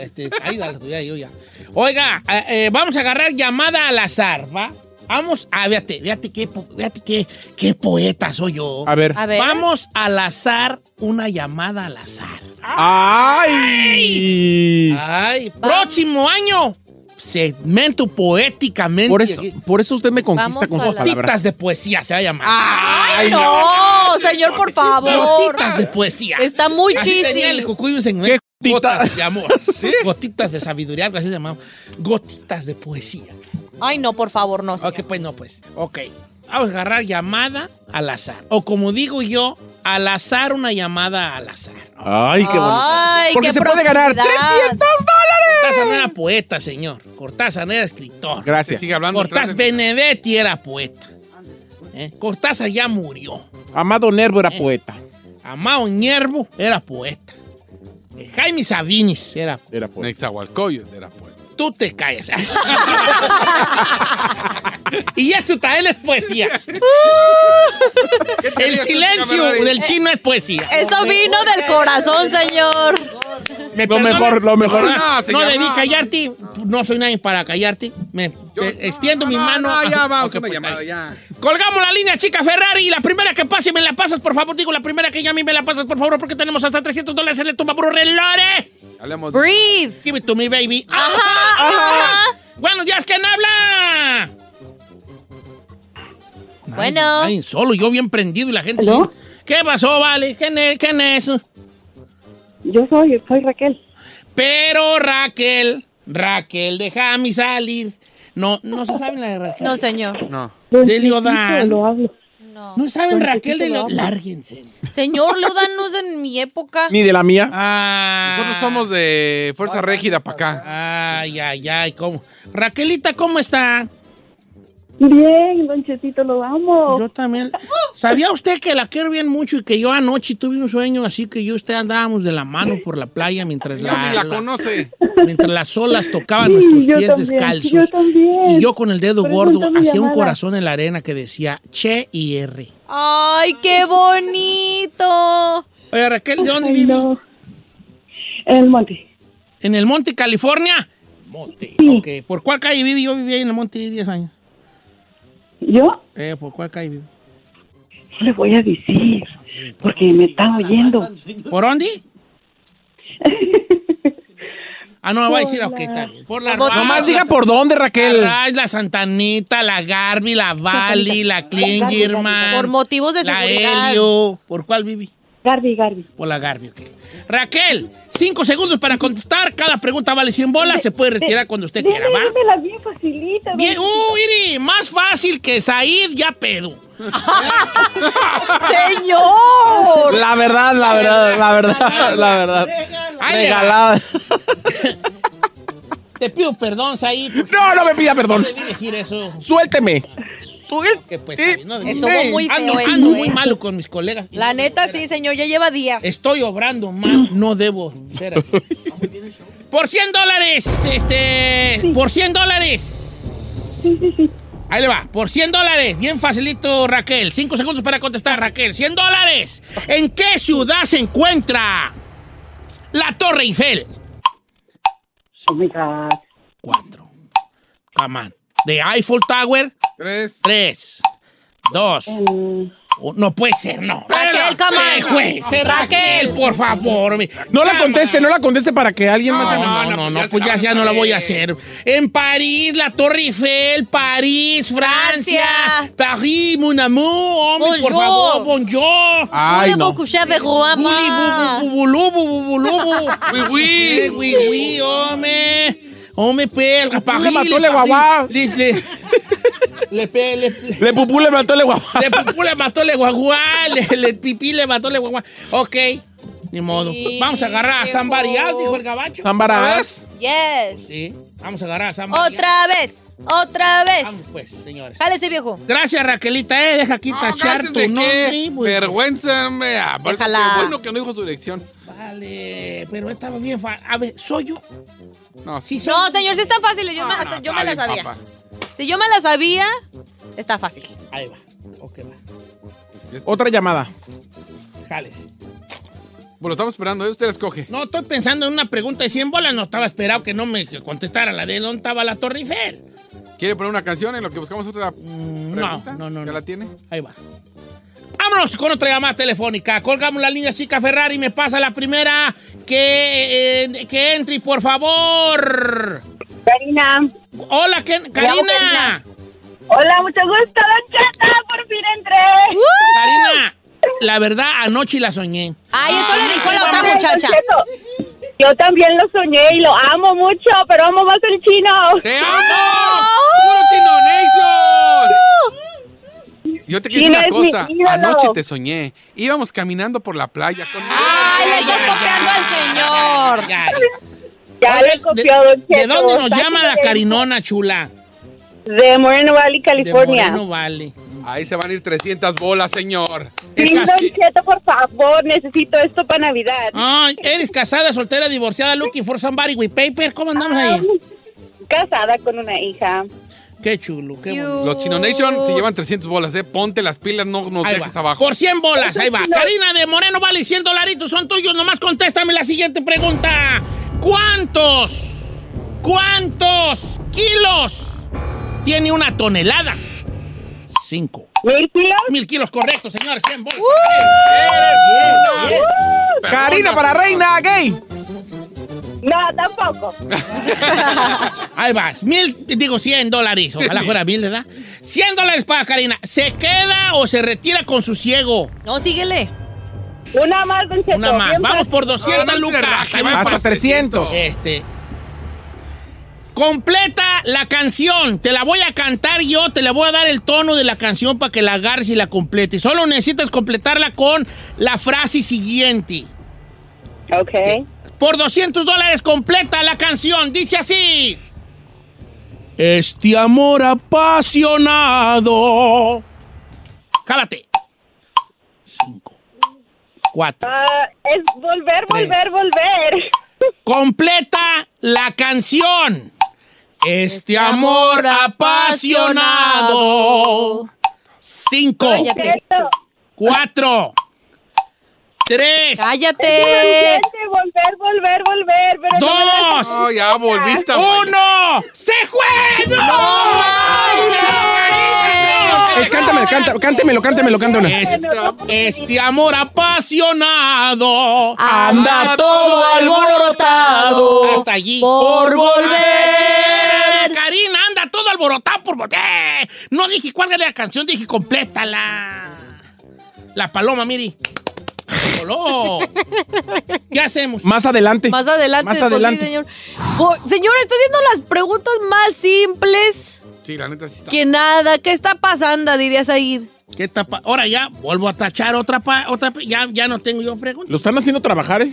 Este, caída la tuviera yo ya. Oiga, eh, eh, vamos a agarrar llamada al azar, ¿va? Vamos, ah, fíjate, fíjate qué, po- fíjate qué, qué poeta soy yo. A ver. A ver. Vamos al azar, una llamada al azar. ¡Ay! Ay, próximo año, segmento poéticamente. Por eso, por eso usted me conquista con sus palabras. Gotitas de poesía se va a llamar. Ay, no, señor, por favor. Gotitas de poesía. Está muy Así chis. tenía el cucuy un segmento. Gotas de amor. Gotitas de sabiduría, algo así se llamaba. Gotitas de poesía. Ay, no, por favor, no. Ok, pues no, pues. Ok. Vamos a agarrar llamada al azar. O como digo yo, al azar una llamada al azar. ¡Ay, qué bonito! Ay, Porque qué se puede ganar profundidad. 300 Cortázar no dólares. era poeta, señor. Cortázar era escritor. Gracias. Sigue hablando, Cortázar Benedetti era poeta. ¿Eh? Cortázar ya murió. Amado Nervo Eh, era poeta. Amado Ñervo era poeta. Eh, Jaime Sabinis era Era poeta. Nexahualcoyot era poeta. Tú te callas. y eso también es poesía. El silencio del chino es poesía. Eso vino del corazón, señor. ¿Me Lo perdonas? mejor, lo mejor. ¿Me perdonas? Ah, No, No, señor, debí no. callarte. No soy nadie para callarte. Me te- extiendo mi mano. Ah, no, ya, vamos, Ok, una pues, llamada, ahí. ya. Colgamos la línea, chica Ferrari. Y la primera que pase, me la pasas, por favor. Digo, la primera que llame, me la pasas, por favor, porque tenemos hasta 300 dólares en el tumba por relore. Hablemos Breathe. Give it to me, baby. Ajá, ajá. Buenos días, ¿quién habla? Bueno. Ay, solo yo bien prendido y la gente. ¿Aló? bien- ¿Qué pasó, vale? ¿Quién es? ¿Quién es? Yo soy, soy Raquel. Pero Raquel, Raquel, déjame salir. No, no se sabe la de Raquel. No, señor. No. De Leodán. Lo hablo. No. No saben Don Raquel de Chiquito Leodán. lo ama. Lárguense. Señor, Leodan no es en mi época. Ni de la mía. Ah. Nosotros somos de Fuerza Régida para acá. Ay, ay, ay, ¿cómo? Raquelita, ¿cómo está? Bien, Don Chetito, lo amo. Yo también. ¿Sabía usted que la quiero bien mucho y que yo anoche tuve un sueño así que yo y usted andábamos de la mano por la playa mientras la, ni la conoce. mientras las olas tocaban Sí, nuestros yo pies también, descalzos. yo también. Y yo con el dedo Por eso gordo entonces hacía un llamada. corazón en la arena que decía Che y R. Ay, qué bonito. Oye, Raquel, ¿de dónde Ay, vive? no. En el monte. ¿En el Monte, California? Monte, ok. ¿Por cuál calle vive? Yo vivía ahí en el Monte 10 años. Yo Eh, ¿Por cuál calle vive? no le voy a decir, porque me están oyendo. ¿Por dónde? Ah, no, me va a decir, ok, está bien. Por la Nomás Ramos, diga por dónde, Raquel. La Ray, la Santanita, la Garby, la Vali, la Klingerman. Por motivos de la seguridad. Helio. ¿Por cuál viví? Garby, Garby. Por la Garby, ok. Raquel, cinco segundos para contestar. Cada pregunta vale 100 bolas. Se puede retirar cuando usted quiera, ¿va? Dímela bien facilita. don Bien, Chetito. uh, Iri, más fácil que Said ya pedo. Señor. La verdad, la verdad, la verdad, la verdad. Ahí le va. Regalada. Te pido perdón, Said. porque No, no me pida perdón. No debí decir eso. Suélteme. Que pues, Sí. Said, no debí. Estuvo muy feo Ando, eso, ando ¿eh? muy malo con mis colegas. La neta, sí, señor, ya lleva días. Estoy obrando mal, no debo ser así. Por 100 dólares, este. Por 100 dólares. Ahí le va, por 100 dólares. Bien facilito, Raquel. 5 segundos para contestar, Raquel. 100 dólares. ¿En qué ciudad se encuentra la Torre Eiffel? Oh my God. 4. Come on. The Eiffel Tower, Tres. 3, 2, En, Oh, no puede ser, no. Eh. Raquel, come on. Eh, juez, eh, Raquel, por favor. mi- No la conteste, no la conteste para que alguien más... No, no, no, no, pues ya, ya no la voy a hacer. En París, la Torre Eiffel, París, Francia, París, mon amour, hombre, por Bonjour. favor, bonjour. Ay, Hola, no. beaucoup, chef, Juan, Guli, ma. bu- bu- bubulú, bu- bubulú, bu. Oui, oui. Sí, oui, oui, hombre. Hombre, pel, París, mató le le París, guaguá. Le, le, le, pe- le, Le pupú le mató le guapo. le pupú le mató le guaguá, le, le pipí le mató le guaguá. Ok, ni modo. Vamos a agarrar a San Varial, dijo el gabacho. San Barabás. Yes. Sí, vamos a agarrar a San Varial. Otra vez. Otra vez. Pues, señores. Jálese, viejo. Gracias, Raquelita, eh. Deja aquí tachar gracias tu de nombre. qué. Vergüenza, hombre. Ah, por eso Déjala. que bueno que no dijo su dirección. Vale, pero estaba bien fácil. A ver, ¿soy yo? No, sí, soy No, yo. señor, sí está fácil. Yo Ah, me, hasta yo me la sabía. Si yo me la sabía, está fácil. Ahí va. Ok, va. Otra llamada. Jales. Bueno, estamos esperando, ¿eh? usted escoge. No, estoy pensando en una pregunta de 100 bolas. No estaba esperado que no me contestara la de dónde estaba la Torre Eiffel. ¿Quiere poner una canción en lo que buscamos otra No, pregunta? no, no. ¿Ya no. la tiene? Ahí va. Vámonos con otra llamada telefónica. Colgamos la línea chica Ferrari. Me pasa la primera. Que, eh, que entre, por favor. Karina. Hola, ¿quién? Karina. Hola, mucho gusto, Don Cheto, por fin entré. Karina, la verdad, anoche la soñé. Ay, esto lo dijo la otra también, muchacha. Don Cheto. Yo también lo soñé y lo amo mucho, pero amo más el chino. ¡Te amo! ¡Uh! ¡Puro Chino Nation! Yo te quiero Chino es decir mi una ídolo. cosa. Anoche te soñé. Íbamos caminando por la playa con... ¡Ay, le estás copiando al señor! Ya, Oye, de, de dónde nos llama la Carinona, chula? De Moreno Valley, California. De Moreno Valley. Ahí se van a ir 300 bolas, señor. Sí, Don Cheto, por favor, necesito esto para Navidad. Ay, ¿eres casada, soltera, divorciada, looking for somebody with paper? ¿Cómo andamos Ah, ahí? Casada con una hija. Qué chulo, qué bonito. Los Chino Nation se llevan 300 bolas, ¿eh? Ponte las pilas, no nos Ahí dejes va. abajo. Por 100 bolas, ahí va. Karina de Moreno vale 100 dolaritos, son tuyos. Nomás contéstame la siguiente pregunta. ¿Cuántos? ¿Cuántos kilos tiene una tonelada? Cinco. ¿Mil kilos? ¡Uh! Mil kilos, correcto, señores. 100 bolas. ¡Eres una! Karina para reina, gay. No, tampoco. Ahí vas. Mil, digo 100 dólares. Ojalá fuera mil, ¿verdad? 100 dólares para Karina. ¿Se queda o se retira con su ciego? No, síguele. Una más, Don Cheto. Una más. bien Vamos por fácil. 200 lucas. Ahí va Hasta para- 300. Este. Completa la canción. Te la voy a cantar yo. Te la voy a dar el tono de la canción para que la agarres y la completes. Solo necesitas completarla con la frase siguiente. Ok. Por 200 dólares completa la canción. Dice así. Este amor apasionado. Jálate. Cinco. Cuatro. Ah, es volver, Tres. volver, volver. Completa la canción. Este amor apasionado. Cinco. Don Cheto, Cuatro. Tres. ¡Cállate! Gente, volver, volver, volver. Pero no me la- Dos. No, ya volviste. ¡Oh, Uno. ¡Se juega! Eh, cántame, cántame, cántemelo, cántemelo, cántemelo. Este, este amor apasionado Anda todo alborotado hasta allí por volver. Karina, anda todo alborotado por volver. No dije cuál era la canción, dije complétala. La paloma, miri. Voló. ¿Qué hacemos? Más adelante. Más adelante. Más pues sí, adelante. señor. Por- señor, está haciendo las preguntas más simples Sí, la neta sí está. que nada. ¿Qué está pasando, diría Said? ¿Qué tapa? Ahora ya vuelvo a tachar otra pa- otra pe- ya, ya no tengo yo preguntas. Lo están haciendo trabajar, ¿eh?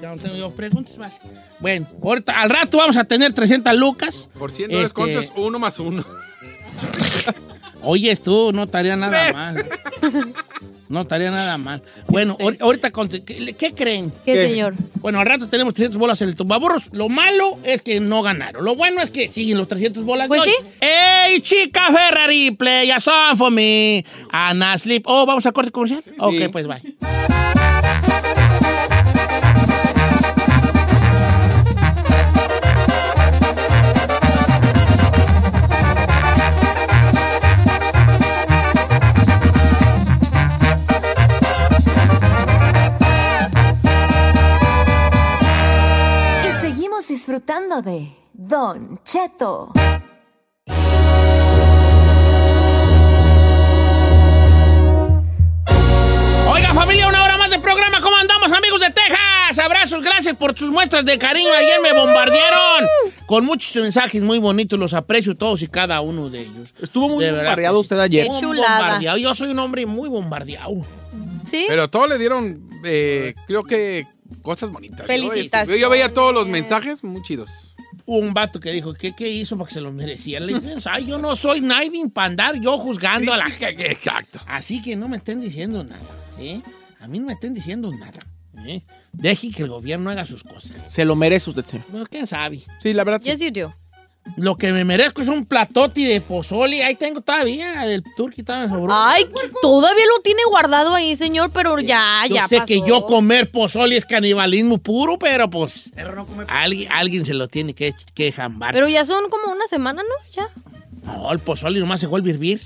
Ya no tengo yo preguntas más. Bueno, ahorita, al rato vamos a tener 300 lucas. Por 100 dólares, Este- ¿cuánto es? Uno más uno. Oyes tú, no estaría nada Tres. mal. No estaría nada mal. Bueno, ahor- ahorita, conte- ¿qué, qué creen? ¿Qué, señor? Bueno, al rato tenemos 300 bolas en el tumbaburros. Lo malo es que no ganaron. Lo bueno es que siguen los 300 bolas. Pues de hoy. sí. ¡Ey, chica Ferrari! Play a song for me. Anna Sleep. Oh, ¿vamos a corte comercial? Ok, pues bye. lleno de Don Cheto. Oiga, familia, una hora más de programa. ¿Cómo andamos, amigos de Texas? Abrazos, gracias por sus muestras de cariño. Ayer me bombardearon con muchos mensajes muy bonitos. Los aprecio todos y cada uno de ellos. Estuvo muy De verdad, bombardeado usted ayer. Muy bombardeado. Yo soy un hombre muy bombardeado. ¿Sí? Pero todos le dieron, eh, creo que cosas bonitas. ¿no? Felicitaciones. Yo, yo veía todos los mensajes muy chidos. Hubo un vato que dijo, ¿qué, qué hizo para que se lo merecía? Le dije, "Pues, "Ay, yo no soy Naivin para andar yo juzgando a la gente. Exacto. Así que no me estén diciendo nada. ¿eh? A mí no me estén diciendo nada. ¿eh? Deje que el gobierno haga sus cosas. Se lo merece usted, señor. Bueno, ¿Quién sabe? Sí, la verdad. Yes, you do. Lo que me merezco es un platoti de pozole. Ahí tengo todavía del turqui todavía me sobró. Ay, todavía lo tiene guardado ahí, señor, pero ya, Yo Ah, ya sé pasó. que yo comer pozole es canibalismo puro, pero pues alguien, alguien se lo tiene que, que jambar. Pero ya son como una semana, ¿no? Ya. No, el pozole nomás se vuelve a hervir.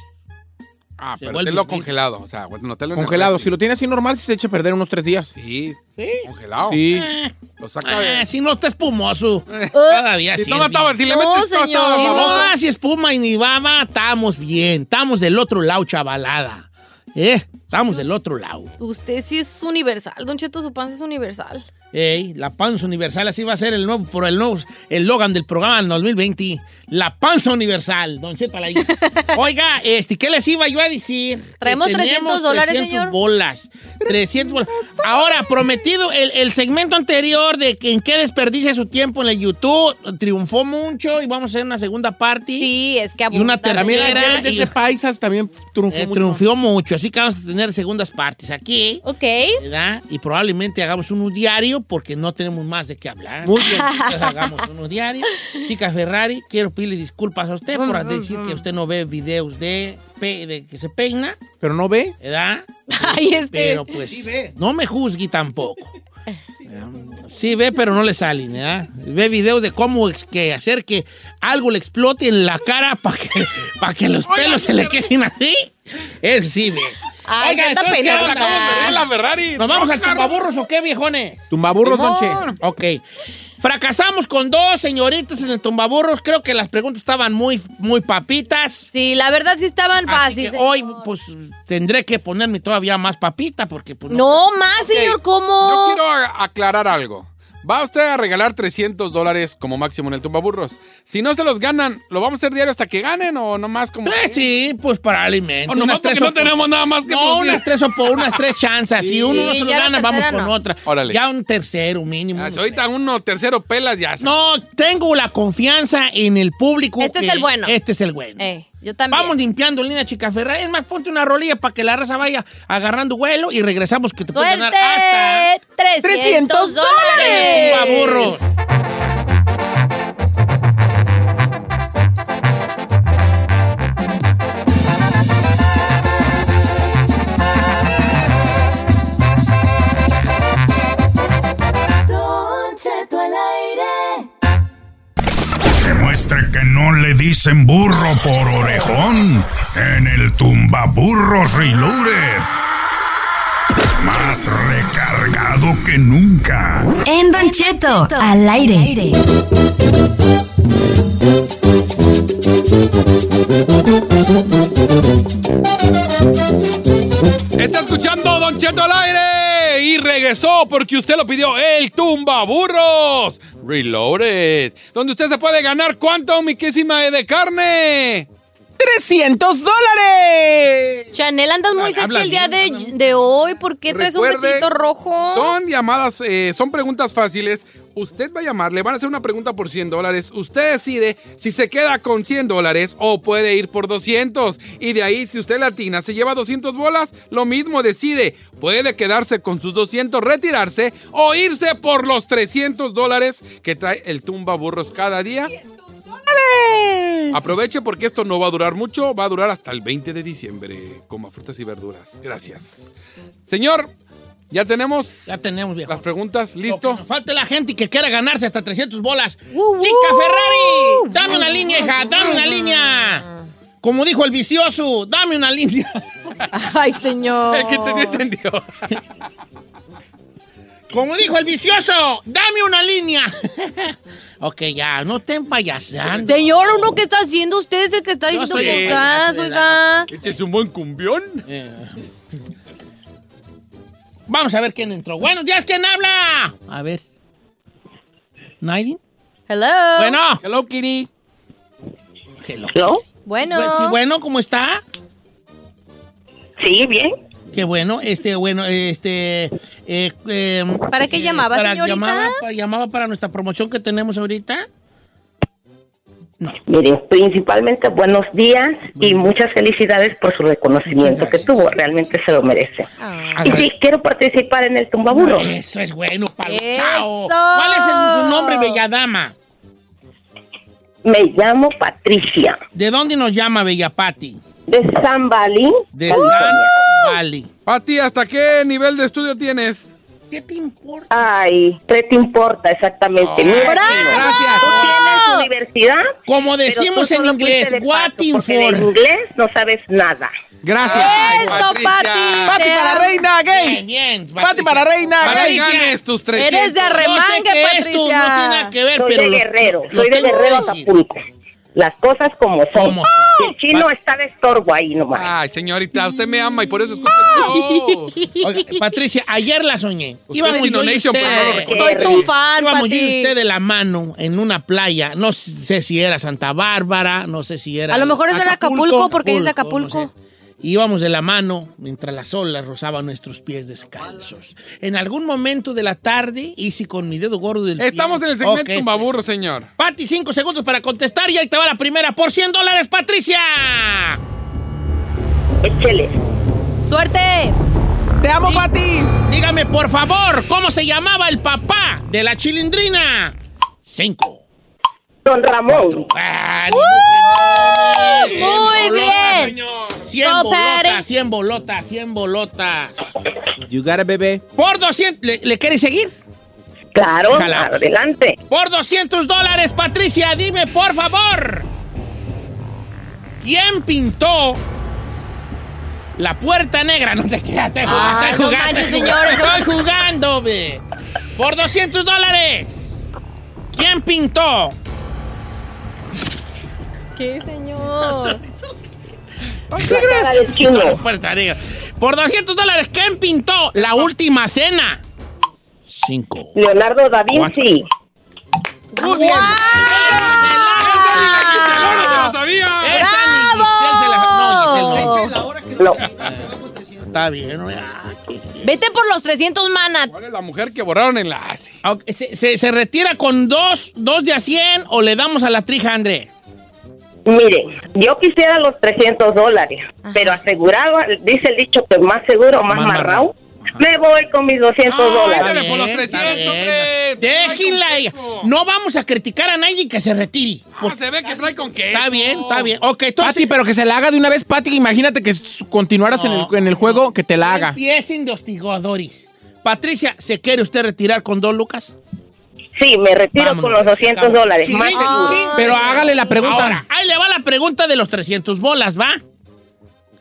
Ah, pero vuelve tenlo viril. congelado. O sea, bueno, tenlo en el Congelado. refri. Si lo tiene así normal, si se echa a perder unos tres días. Sí. Sí. Ah, Congelado. Sí. Lo saca de- si no está espumoso. Ah, Todavía Si sí. no estaba- si le No, metes todo, señor. estaba Si no baboso. hace espuma y ni baba, estamos bien. Estamos del otro lado, chavalada. ¿Eh? Estamos del otro lado. Usted sí es universal. Don Cheto, su panza es universal. Ey, la panza universal, así va a ser el nuevo, por el nuevo el logan del programa en 2020. La panza universal, don Cheto Alain. Oiga, este, ¿qué les iba yo a decir? Traemos Que tenemos 300 dólares, señor. bolas. 300 bolas. Ahora, prometido, el, el segmento anterior de que en qué desperdicia su tiempo en el YouTube triunfó mucho y vamos a hacer una segunda parte. Sí, es que Y una abunda. tercera. Eh, También ayer el de ese Paisas también triunfó mucho. Triunfó mucho, así que vamos a tener segundas partes aquí. Ok. ¿verdad? Y probablemente hagamos uno diario porque no tenemos más de qué hablar. Muy bien. Entonces, pues, hagamos uno diario. Chica Ferrari, quiero pedirle disculpas a usted por Mm, decir que usted no ve videos de, pe- de que se peina, Pero no ve. ¿verdad? Ay, este. Pero pues no me juzgue tampoco. Sí ve, pero no le salen, ¿verdad? Ve videos de cómo es que hacer que algo le explote en la cara para que, pa' que los pelos se le queden así. Él sí ve. Ay, se anda entonces, ¿qué peinando. onda? ¿Cómo me ve la Ferrari? ¿Nos vamos al tumbaburros o qué, viejones? Tumbaburros, Simón. Donche. Ok. Fracasamos con dos señoritas en el tumbaburros. Creo que las preguntas estaban muy, muy papitas. Sí, la verdad sí estaban fáciles. Hoy, pues, tendré que ponerme todavía más papita porque, pues, No más, señor, Yo ¿cómo? quiero a- aclarar algo. Va usted a regalar 300 dólares como máximo en el tumbaburros. Si no se los ganan, ¿lo vamos a hacer diario hasta que ganen o nomás como... Eh, sí, pues para alimentos. O nomás Unas porque tres no o- tenemos nada más que No, producir. unas tres o por unas tres chanzas. Sí. Si uno no Sí, se lo ya la gana, vamos tercera con no. otra. Órale. Ya un tercero mínimo. Ah, si ahorita uno tercero pelas ya. No, tengo la confianza en el público. Este es que el bueno. Este es el bueno. Eh, yo también. Vamos limpiando línea chica Ferrari. Es más, ponte una rolilla para que la raza vaya agarrando vuelo y regresamos que te puede ganar hasta Suerte. 300 dólares. burros. Don Cheto al aire. Demuestre que no le dicen burro por orejón en el tumbaburros Reloaded. Más recargado que nunca. En Don Cheto al aire. Está escuchando Don Cheto al aire y regresó porque usted lo pidió el tumbaburros Reloaded, donde usted se puede ganar cuánto miquísima de carne. 300 dólares. Chanel, andas muy Habla sexy el día bien, de, de hoy. ¿Por qué traes un Recuerde, vestidito rojo? Son llamadas, eh, son preguntas fáciles. Usted va a llamar, le van a hacer una pregunta por 100 dólares. Usted decide si se queda con 100 dólares o puede ir por 200. Y de ahí, si usted latina se lleva 200 bolas, lo mismo decide. Puede quedarse con sus 200, retirarse o irse por los 300 dólares que trae el tumba burros cada día. Aproveche porque esto no va a durar mucho, va a durar hasta el 20 de diciembre. Coma frutas y verduras. Gracias. Señor, ya tenemos. Ya tenemos, viejo. Las preguntas, listo. Falta la gente que quiera ganarse hasta 300 bolas. Uh, ¡Chica Ferrari! ¡Dame una línea, hija! ¡Dame una línea! Como dijo el vicioso, dame una línea. Ay, señor. El que te entendió. Como dijo el vicioso, dame una línea. Ok, ya, no estén payasando. Señor, uno que está haciendo, usted es el que está Yo diciendo soy el- cosas, oiga. ¿Eches un buen cumbión? Eh. Vamos a ver quién entró. Buenos días, ¿quién habla? A ver. ¿Naidin? Hello. Bueno. Ah. Hello, Kitty. Hello. Bueno. Pues, Sí, bueno, ¿cómo está? Sí, bien. Qué bueno, este, bueno, este... eh, eh, ¿Para qué eh, llamaba, para- señorita? Llamaba, pa- llamaba para nuestra promoción que tenemos ahorita. Mire, principalmente buenos días y muchas felicidades por su reconocimiento que tuvo. Realmente se lo merece. Ah. Y sí, quiero participar en el tumbaburo. Eso Ah. es bueno, palo. Eso. Chao. ¿Cuál es el- su nombre, bella dama? Me llamo Patricia, ¿De dónde nos llama, bella Patti? de San Balín. Uh. De San Valley. Pati, ¿hasta qué nivel de estudio tienes? ¿Qué te importa? Ay, ¿qué te importa exactamente? Mira, Gracias. tu universidad. Como decimos en inglés, what for? En inglés no sabes nada. Gracias. Eso, Pati, Pati te para amo. reina gay. Bien, bien. Pati para reina gay. Patricia, Eres de arremangue, Yo sé que Patricia. esto no tiene nada que ver, soy pero de lo- Guerrero, lo soy de tengo que Guerrero decir. Acapulco. Las cosas como son. El Ah, chino está de estorbo ahí nomás. Ay, señorita, usted me ama y por eso escucha el show. Oiga, Patricia, ayer la soñé. Usted es Chino y Nation, pero no lo reconoce. Soy tu fan, Íbamos yo y Pati. usted de la mano en una playa. No sé si era Santa Bárbara, no sé si era. A lo mejor es en Acapulco porque es no Acapulco. sé. Íbamos de la mano mientras las olas rozaban nuestros pies descalzos. En algún momento de la tarde hice con mi dedo gordo del pie. Estamos en el segmento Ok. Tumbaburro, señor. Pati, cinco segundos para contestar y ahí te va la primera por 100 dólares, Patricia. Échele. ¡Suerte! ¡Te amo, Pati! Dígame, por favor, ¿cómo se llamaba el papá de la chilindrina? Cinco. Don Ramón. muy ¡Oh! bien. 100 Go, bolotas, Patty. 100 bolotas, 100 bolotas. You got it, bebé. Por 200, ¿le, le quieres seguir? Claro, Ojalá. adelante. Por 200 dólares, Patricia, dime por favor. ¿Quién pintó la puerta negra? No te creas, te Ah, jugando. no manches, señores, Estoy son- jugando, ve. Por 200 dólares. ¿Quién pintó ¿Qué, señor? La del chino. La puerta negra. Por 200 dólares, ¿quién pintó la última cena? Cinco. Leonardo da Vinci. Muy bien. Esa ni Giselle se la- No, Giselle no. Está bien, ¿no? Vete por los 300 mana. La mujer que borraron en la ASI. Ok, ¿Se, se- se retira con dos, dos de a 100 o le damos a la trija, André? Mire, yo quisiera los 300 dólares, pero asegurado, dice el dicho que más seguro, más marrao. Me voy con mis 200 dólares. Ah, Está bien, está bien. Déjenla ella. No vamos a criticar a nadie que se retire. se ve que Ah, trae con qué. Está bien, está bien. Ok, entonces. Pati, pero que se la haga de una vez, Pati. Imagínate que s- continuaras en, el, en el juego, que te la haga. Empiecen de hostigadores. Patricia, ¿se quiere usted retirar con dos lucas? Sí, me retiro con los 200 dólares, Chirrín, más seguro. chirrín. Pero hágale la pregunta. Ahora, ahí le va la pregunta de los 300 bolas, ¿va?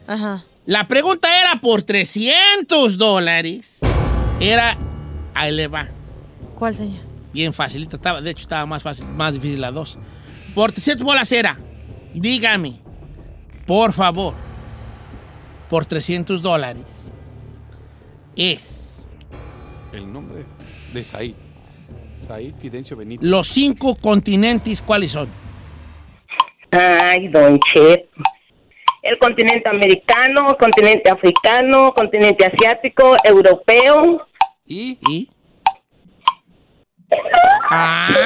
Ajá. La pregunta era por 300 dólares. Era, ahí le va. ¿Cuál, señor? Bien facilita estaba, de hecho estaba más fácil, más difícil la dos. Por 300 bolas era, dígame, por favor, por 300 dólares, es El nombre de Said. Said Fidencio Benito. los cinco continentes, ¿cuáles son? Ay, don Che. El continente americano, continente africano, continente asiático, europeo. ¿Y? ¿Y?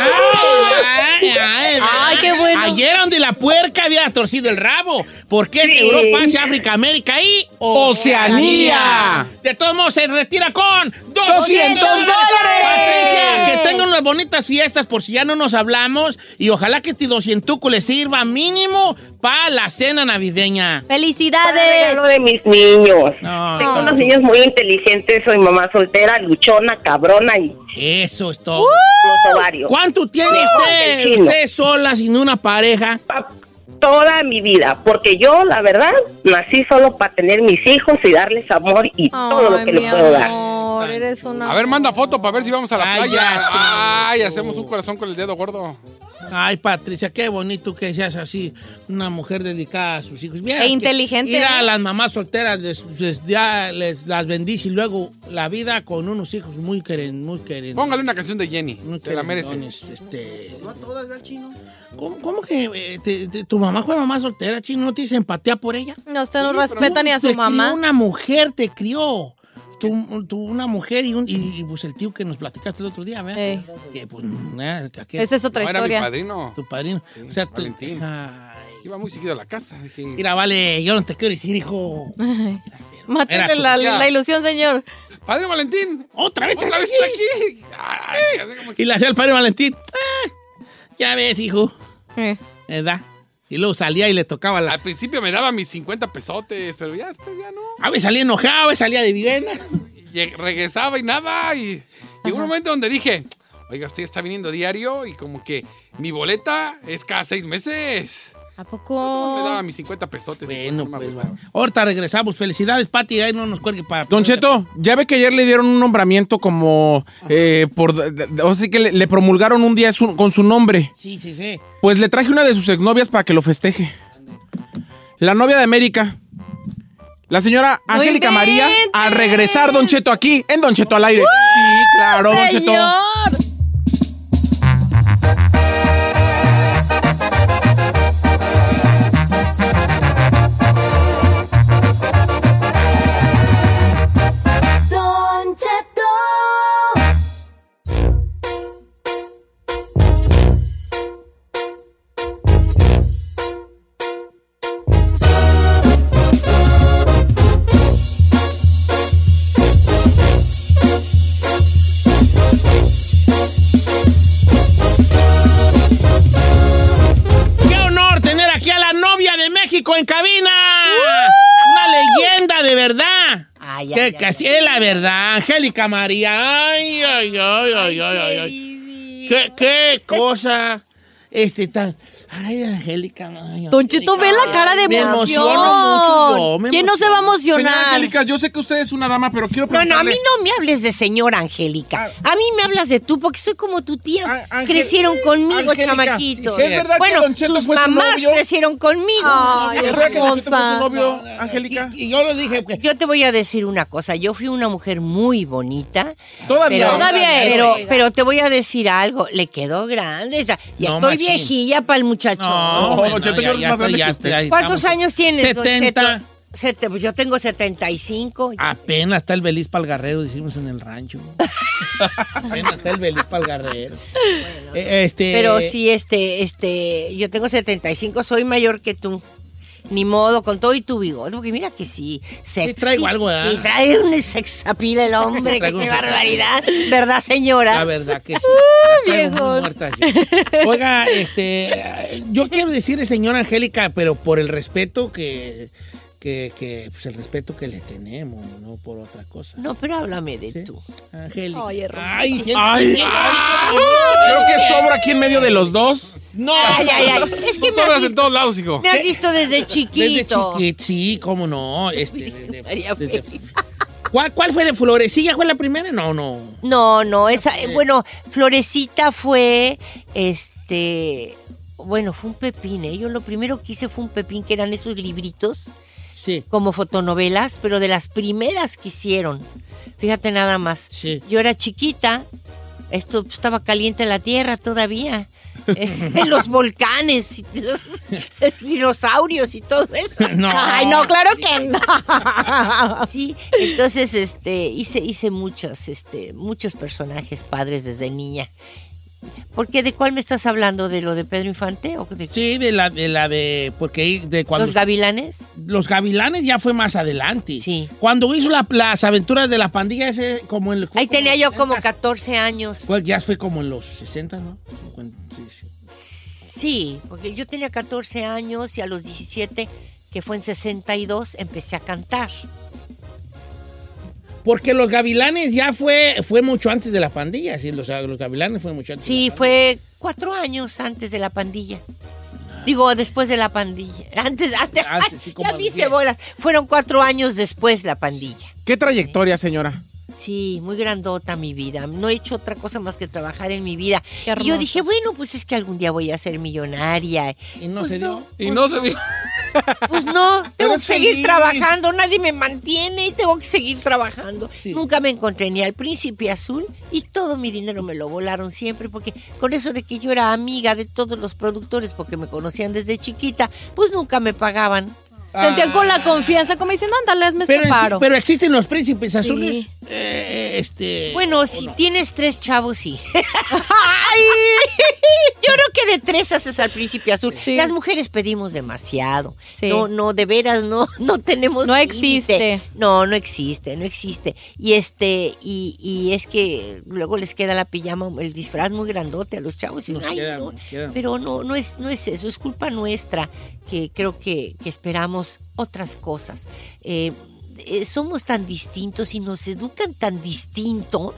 ¡Ay, ay, Ay, qué bueno. Ayer donde la puerca había torcido el rabo. Porque es Sí. Europa, Asia, África, América y Oceanía. Oceanía. De todos modos, se retira con 200 dólares. Patricia, que tengan unas bonitas fiestas por si ya no nos hablamos. Y ojalá que este 200 le sirva mínimo para la cena navideña. ¡Felicidades! Lo de mis niños. No, Tengo no. unos niños muy inteligentes, soy mamá soltera, luchona, cabrona y Eso es todo. los ovarios. ¿Cuánto tiene Ah, usted, del chino. usted sola sin una pareja? toda mi vida, porque yo, la verdad, nací solo para tener mis hijos y darles amor y todo lo que le puedo dar. Amor, eres una. A ver, manda foto para ver si vamos a la playa. Ay, hacemos un corazón con el dedo gordo. Ay, Patricia, qué bonito que seas así, una mujer dedicada a sus hijos. E inteligente, Mira, ¿eh? las mamás solteras les, les- ya les- las bendice y luego la vida con unos hijos muy queren, muy queren. Póngale una canción de Jenny. Se la merece. querendones, Este, ¿cómo, cómo que eh, te- te- tu mamá fue mamá soltera, chino? ¿No te hice empatía por ella? No, usted no Sí, pero respeta ni a te su crió mamá. Una mujer te crió. Tú, tú una mujer y, un, y, y, pues el tío que nos platicaste el otro día, ¿verdad? Ey. Que, pues, nada, que aquel- Esa es otra No, era mi historia. padrino. Tu padrino. o sea, tú, Iba muy seguido a la casa. dije, Mira, vale, yo no te quiero decir, hijo. Ay, Mátele Era la, tu tía. la ilusión, señor. Padre Valentín. Otra vez, otra vez está aquí. Y le hacía el padre Valentín. "Ah, ya ves, hijo. Eh. ¿Verdad? Y luego salía y le tocaba la. Al principio me daba mis 50 pesotes, pero ya después ya no. A veces Ah, salía enojado, a veces salía de Viena. Lleg- regresaba y nada. Y llegó un momento donde dije, oiga, usted está viniendo diario y como que mi boleta es cada seis meses. ¿A poco? Me daba mis 50 pesotes. Bueno, pues, Ahorita regresamos. Felicidades, Pati. Ahí no nos cuelgue para. Don Cheto, ya ve que ayer le dieron un nombramiento como eh, por, o sea que le, le promulgaron un día su- con su nombre. Sí, sí, sí. Pues le traje una de sus exnovias para que lo festeje. La novia de América. La señora ¡No Angélica María inventes! al regresar Don Cheto aquí en Don Cheto al aire. Sí, claro, Don Cheto. ¡Señor! Don Cheto. ¡Qué honor tener aquí a la novia de México en cabina! ¡Una leyenda de verdad! Ay, que ay, ay, casi es la verdad, Angélica María. Ay, ay, ay, ay, ay, ay, ay. ¿Qué, qué cosa? Este tan. Ay, Angélica. ay, Don Cheto, ve Angélica, la cara de Me emoción. emociono mucho yo. me ¿Quién no se va a Señora emocionar? Angélica, yo sé que usted es una dama, pero quiero No, no, a mí preguntarle- Ah. no me hables de señora Angélica. A mí me hablas de tú porque soy como tu tía. crecieron conmigo, Angélica, chamaquitos. sí, es verdad que bueno, Don Cheto sus fue su mamás novio. crecieron conmigo. Ay, ¿Es verdad que Don Cheto fue su hermosa. novio, Angélica? Y, yo lo dije. Yo te voy a decir una cosa. Yo fui una mujer muy bonita. Todavía. Pero, Todavía es. Pero, Oiga. pero te voy a decir algo. Le quedó grande. esa- Ya No, estoy machín. viejilla para el muchacho. No, no, Don Cheto, yo creo que es más grande que usted. ahí ¿Cuántos estamos. años tienes? don 70. Cheto? Sete- pues Yo tengo 75. Apenas está el Beliz Palgarrero, decimos en el rancho. Apenas está el Beliz Palgarrero. Eh, Este, Pero sí, este, este, yo tengo 75, soy mayor que tú. Ni modo, con todo y tu bigote, porque mira que sí, sexy. traigo algo, ¿verdad? Sí, trae un sex appeal el hombre, que Traigo un qué sex appeal. barbaridad. ¿Verdad, señora? La verdad que sí. Las traigo muy muertas ya. Oiga, este, yo quiero decirle, señora Angélica, pero por el respeto que, que, que, pues el respeto que le tenemos, no por otra cosa. No, pero háblame de tú. Angélica. Ay, Ay, siento- Ay, siento- ay, ay, creo que sobra aquí en medio de los dos. No. Ay, ay, ay. Es que Tú me has hablas en visto, todos lados, hijo. me has visto desde Desde chiquito. chiquito, sí, cómo no. Este, desde- desde- ¿Cuál, ¿Cuál fue de Florecilla? ¿Fue la primera? No, no. No, no, esa, eh, bueno, Florecita fue, este, bueno, fue un pepín, ¿eh? Yo lo primero que hice fue un pepín, que eran esos libritos. Sí. Como fotonovelas, pero de las primeras que hicieron. Fíjate nada más. Sí. Yo era chiquita, esto pues, estaba caliente la tierra todavía. eh, en los volcanes, y los dinosaurios y todo eso. No. Ay, no, claro que no. Sí, entonces este hice hice muchos este muchos personajes padres desde niña. Porque de cuál me estás hablando de lo de Pedro Infante o de Sí, de la de, la de porque ahí de cuando los gavilanes? Los Gavilanes ya fue más adelante. Sí. Cuando hizo la- las aventuras de la pandilla ese como en Ahí tenía yo como 14 años. Pues ya fue como en los 60, ¿no? 50, sí, sí. Sí, porque yo tenía 14 años y a los 17, que fue en 62, empecé a cantar. Porque los Gavilanes ya fue fue mucho antes de la pandilla, sí, los, los Gavilanes fue mucho antes. Sí, fue cuatro años antes de la pandilla. Digo, después de la pandilla. Antes, antes, Antes, sí, como ya a vi los cebolas. Fueron cuatro años después la pandilla. ¿Qué trayectoria, señora? Sí, muy grandota mi vida. No he hecho otra cosa más que trabajar en mi vida. Y yo dije, bueno, pues es que algún día voy a ser millonaria. Y no se dio. Y no se dio. Pues no, tengo que Eres seguir feliz. trabajando, nadie me mantiene y tengo que seguir trabajando. Nunca me encontré ni al príncipe azul y todo mi dinero me lo volaron siempre porque con eso de que yo era amiga de todos los productores porque me conocían desde chiquita, pues nunca me pagaban. Sentían con la confianza, como diciendo, ándale, hazme este Pero en sí- paro. pero existen los príncipes azules. Eh, este. Bueno, si tienes tres chavos, sí. Yo creo que de tres haces al príncipe azul. Las mujeres pedimos demasiado. No, no, de veras, no, no tenemos. No existe. No, no existe, no existe. Y este, y, y es que luego les queda la pijama, el disfraz muy grandote a los chavos. Y, Nos ay, queda, no. nos queda. Pero no, no es, no es eso, es culpa nuestra que creo que, que esperamos otras cosas. Eh, eh, somos tan distintos y nos educan tan distinto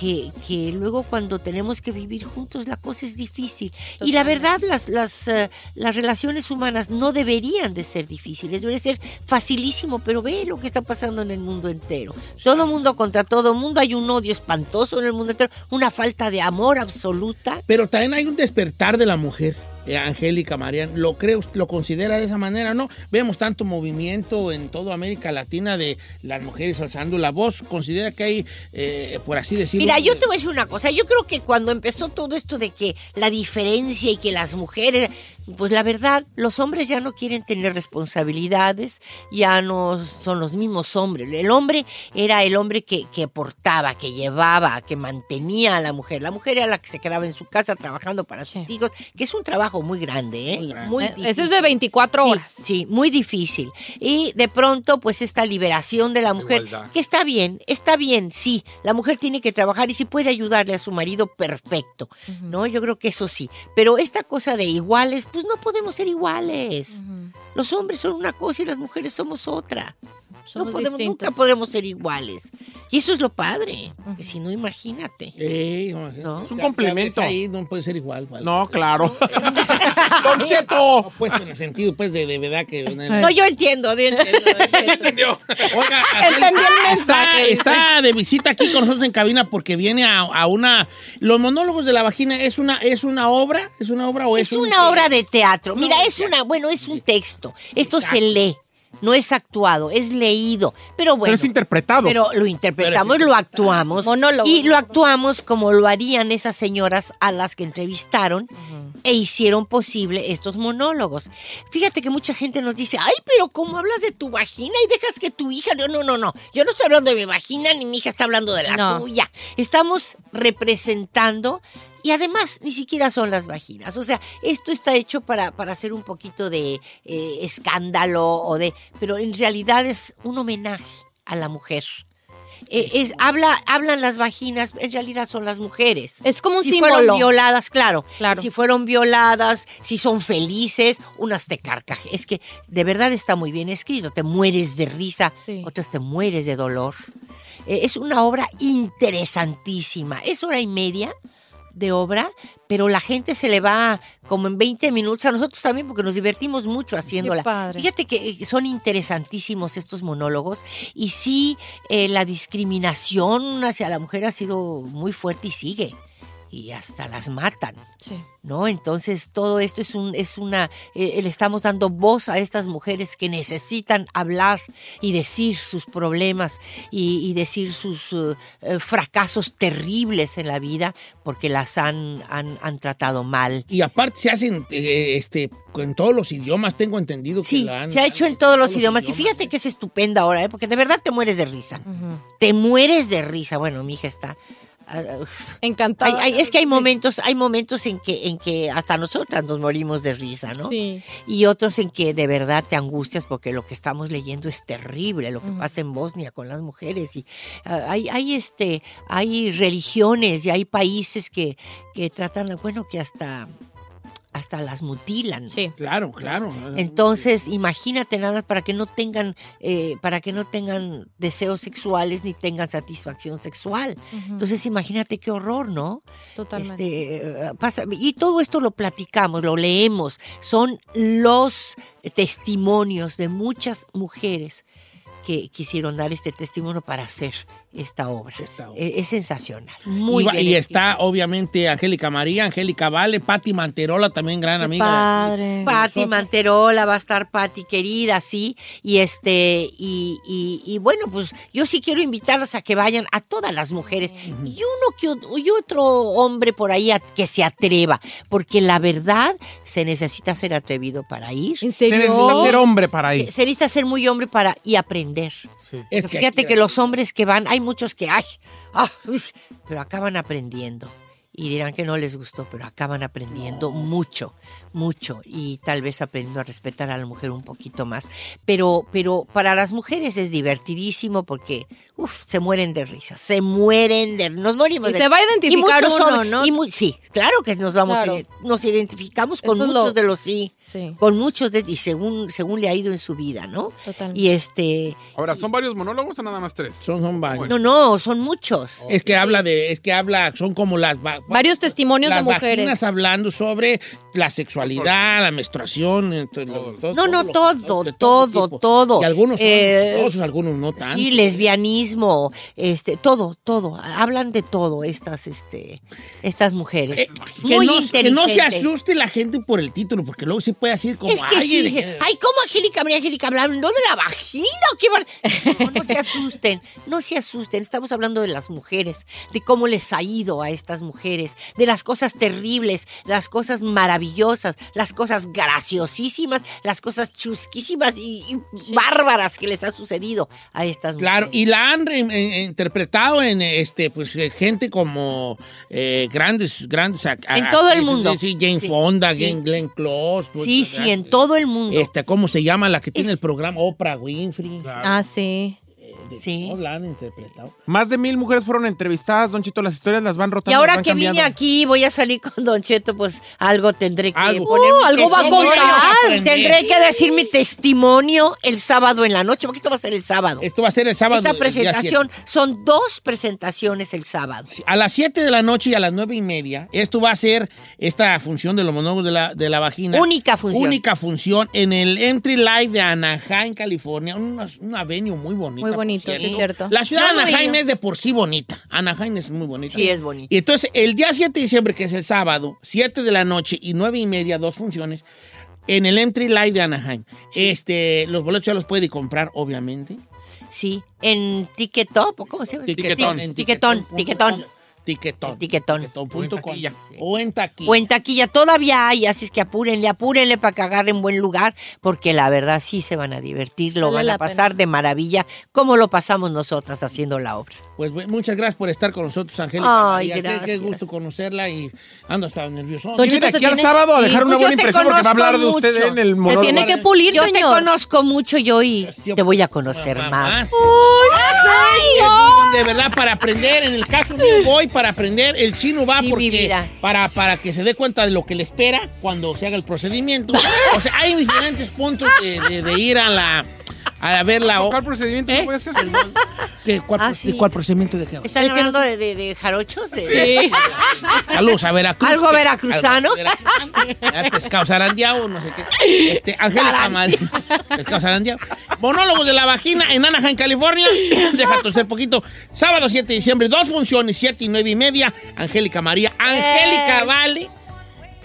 que, que luego cuando tenemos que vivir juntos la cosa es difícil. Y la verdad, las, las, eh, las relaciones humanas no deberían de ser difíciles, debería ser facilísimo, pero ve lo que está pasando en el mundo entero. Todo mundo contra todo mundo, hay un odio espantoso en el mundo entero, una falta de amor absoluta. Pero también hay un despertar de la mujer. eh, Angélica Marian, ¿lo cree, usted- lo considera de esa manera, no? Vemos tanto movimiento en toda América Latina de las mujeres alzando la voz. ¿Considera que hay, eh, por así decirlo... Mira, yo te voy a decir una cosa. Yo creo que cuando empezó todo esto de que la diferencia y que las mujeres, pues la verdad, los hombres ya no quieren tener responsabilidades, ya no son los mismos hombres. El hombre era el hombre que, que portaba, que llevaba, que mantenía a la mujer. La mujer era la que se quedaba en su casa trabajando para sus hijos, que es un trabajo muy grande, ¿eh? Muy Eh, ese es de 24 horas. Sí, sí, muy difícil. Y de pronto, pues esta liberación de la mujer, Igualdad. que está bien, está bien, sí, la mujer tiene que trabajar y si puede ayudarle a su marido, perfecto, ¿no? Yo creo que eso sí, pero esta cosa de iguales, pues no podemos ser iguales. Los hombres son una cosa y las mujeres somos otra. Somos no podemos, distintos. nunca podemos ser iguales. Y eso es lo padre, que si no, imagínate. Es un complemento. Ahí no puede ser igual. ¿vale? No, claro. ¡Don Cheto! No, pues en el sentido, pues, de, de verdad que... No, yo entiendo, yo entiendo. Ah, Oiga, está, está de visita aquí con nosotros en cabina porque viene a, a una. Los monólogos de la vagina es una, es una obra, es una obra o es, Es una obra de teatro. Mira, es una, bueno, es un texto. Esto se lee. No es actuado, es leído. Pero bueno. Pero es interpretado. Pero lo interpretamos, Pero es lo actuamos. Y lo actuamos como lo harían esas señoras a las que entrevistaron e hicieron posible estos monólogos. Fíjate que mucha gente nos dice, ay, pero ¿cómo hablas de tu vagina y dejas que tu hija... No, no, no, no. Yo no estoy hablando de mi vagina ni mi hija está hablando de la No. suya. Estamos representando... Y además ni siquiera son las vaginas. O sea, esto está hecho para, para hacer un poquito de eh, escándalo o de. Pero en realidad es un homenaje a la mujer. Eh, es, habla, hablan las vaginas, en realidad son las mujeres. Es como un si símbolo. fueron violadas, claro. Si fueron violadas, si son felices, unas te carcajean. Es que de verdad está muy bien escrito. Te mueres de risa, otras te mueres de dolor. Eh, es una obra interesantísima. Es hora y media de obra, pero la gente se le va como en 20 minutos a nosotros también porque nos divertimos mucho haciéndola. padre. Fíjate que eh, son interesantísimos estos monólogos y sí, eh, la discriminación hacia la mujer ha sido muy fuerte y sigue y hasta las matan. ¿No? Entonces todo esto es un, es una, eh, le estamos dando voz a estas mujeres que necesitan hablar y decir sus problemas y, y decir sus eh, eh, fracasos terribles en la vida porque las han, han, han tratado mal. Y aparte se hacen eh, este, en todos los idiomas, tengo entendido que la han- Se ha hecho en todos los idiomas. Y fíjate que es estupenda ahora, ¿eh? porque de verdad te mueres de risa. Te mueres de risa. Bueno, mi hija está. ah, Encantada. Hay- hay- es que hay momentos, hay momentos en que, en que hasta nosotras nos morimos de risa, ¿no? Sí. Y otros en que de verdad te angustias porque lo que estamos leyendo es terrible, lo que pasa en Bosnia con las mujeres. Y ah, hay, hay este, hay religiones y hay países que, que tratan, bueno, que hasta hasta las mutilan. Sí. Claro, claro. Entonces, imagínate nada para que no tengan, eh, para que no tengan deseos sexuales ni tengan satisfacción sexual. Ujú. Entonces, imagínate qué horror, ¿no? Totalmente. Este, eh, pasa- y todo esto lo platicamos, lo leemos. Son los testimonios de muchas mujeres que quisieron dar este testimonio para hacer esta obra. Eh, Es, sensacional. Muy y, va- bien y escrito. está, obviamente, Angélica María, Angélica Vale, Patti Manterola, también gran amiga. Pati Manterola va a estar Pati querida, sí. Y este, y, y- y bueno, pues yo sí quiero invitarlos a que vayan a todas las mujeres. Y uno que ot- y otro hombre por ahí a- que se atreva. Porque la verdad se necesita ser atrevido para ir. Se necesita ser hombre para ir. Se necesita ser muy hombre para y aprender. Es que Fíjate aquí- que los hombres que van, hay muchos que ay, ah, uis, pero acaban aprendiendo. Y dirán que no les gustó, pero acaban aprendiendo mucho, mucho. Y tal vez aprendiendo a respetar a la mujer un poquito más. Pero, pero para las mujeres es divertidísimo porque uf, se mueren de risa, se mueren de... Nos morimos Y de- se va a identificar muchos uno, son- ¿no? y mu- sí, claro que nos vamos, a Claro. ide- nos identificamos con Eso es muchos lo- de los sí, Sí. con muchos de... Y según, según le ha ido en su vida, ¿no? Totalmente. Y este... Ahora, ¿son varios monólogos o nada más tres? Son, son varios. No, no, son muchos. Es que habla de, es que habla, son como las va- Varios testimonios las de mujeres. vaginas hablando sobre la sexualidad, la menstruación, ento- lo- todo, No, no, lo- todo, de todo, tipo. todo. Y algunos son Eh, gustosos, algunos no tanto. Sí, lesbianismo, este, todo, todo. Hablan de todo estas, este, estas mujeres. Eh, que, Muy no, que no se inteligentes. asuste la gente por el título, porque luego sí puede decir como Es que "Ay, sí, de dije, que- ay, ¿cómo Angélica María Angélica hablando de la vagina? ¿Qué bar- no, no se asusten, no se asusten. Estamos hablando de las mujeres, de cómo les ha ido a estas mujeres, de las cosas terribles, las cosas maravillosas, las cosas graciosísimas, las cosas chusquísimas y, y bárbaras que les ha sucedido a estas Claro, mujeres. y la han re- en- en- interpretado en este pues eh, gente como eh, grandes grandes ac- En todo el actrices, mundo. sí, Jane Sí, Fonda, sí. Glenn, Glenn Close. pues, Sí, sí, en todo el mundo. Este, ¿cómo se llama la que tiene el programa Oprah Winfrey? Ah, sí. Sí. No la han interpretado. Más de mil mujeres fueron entrevistadas, Don Chito. Las historias las van rotando. Y ahora las van que vine cambiando. aquí voy a salir con Don Cheto, pues algo tendré que Algo. poner. mi Uh, algo va a testimonio. contar. Aprender. Tendré que decir mi testimonio el sábado en la noche, porque esto va a ser el sábado. Esto va a ser el sábado, Esta el día presentación, son dos presentaciones el sábado. A las 7 de la noche y a las 9 y media, esto va a ser esta función de los monólogos de la, de la vagina. Única función. Única función en el Entry Live de Anaheim, California. Una, una venue muy bonita. Muy por bonito, sí, cierto. cierto. La ciudad Yo de no he Anaheim ido. es de por sí bonita. Anaheim es muy bonita. Sí, es bonita. Y entonces, el día 7 de diciembre, que es el sábado, 7 de la noche y 9 y media, dos funciones, en el Entry Live de Anaheim. Este, los boletos ya los puede comprar, obviamente. Sí, en Ticketop, ¿o ¿cómo se llama? Tiquetón. Ti- Tiquetón, tiquetón. Tiquetón. Tiquetón. Tiquetón.com. O en taquilla. O en taquilla todavía hay, así es que apúrenle, apúrenle para que agarren buen lugar, porque la verdad sí se van a divertir, lo Vale van a la pasar de maravilla, como lo pasamos nosotras haciendo la obra. Pues bueno, muchas gracias por estar con nosotros, Angélica. Ay, María. Qué- Qué, gracias. gusto conocerla y ando hasta nervioso. Don Chito, Viene se aquí al tiene- sábado a Sí, dejar una pues yo buena te impresión porque va a hablar de conozco usted mucho. en el monólogo. Yo te conozco mucho yo y te voy a conocer más. Ah, De verdad, para aprender, en el caso mío voy para aprender, el chino va porque para, para que se dé cuenta de lo que le espera cuando se haga el procedimiento. o sea, hay diferentes puntos de, de- de ir a la a ver la ¿Cuál procedimiento voy a hacer? cuál, Ah, pro- sí. ¿Cuál procedimiento de qué? ¿Están hablando de, de- de jarochos? De- Sí. Saludos a Veracruz. Algo que- veracruzano. algo veracruzano. Ah, Pescado zarandeado, no sé qué. Este, Angélica María. Pescado zarandeado. Monólogos de la vagina en Anaheim, California. Deja toser poquito. Sábado 7 de diciembre, dos funciones, 7 y 9 y media. Angélica María. Angélica Vale.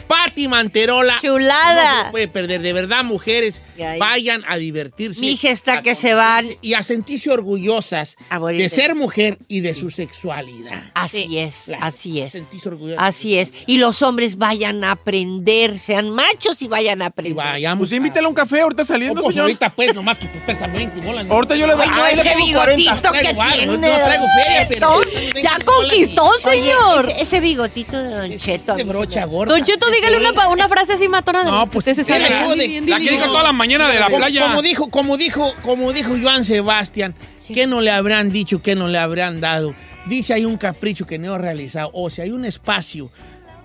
Pati Manterola. Chulada. No se lo puede perder. De verdad, mujeres, vayan a divertirse. Mi hija está a que se van. Y a sentirse orgullosas de morirse. ser mujer y de su sexualidad. Así es, así es. Sentirse Ah, orgullosa. Así es. Y los hombres vayan a aprender, sean machos y vayan a aprender. Pues invítale a un café ahorita saliendo, Oh, pues señor. ahorita pues, nomás que tú prestas 20 bolas. ¿no? Ahorita yo le doy- Ay, no, ahí le ese pongo 40. bigotito que Traigo algo, tiene, No traigo feria, pero... Ya conquistó, Oye, señor. ese, ese bigotito de Don Cheto. a mí se me- Don Cheto, dígale una, pa- una frase así matona de las que pues, usted se sabe. Dile, Muy de- bien, la dile. que dijo toda la mañana de la Como- playa. Como dijo, como dijo, como dijo Joan Sebastián, ¿qué no le habrán dicho, qué no le habrán dado? Dice hay un capricho que no he realizado. O sea, hay un espacio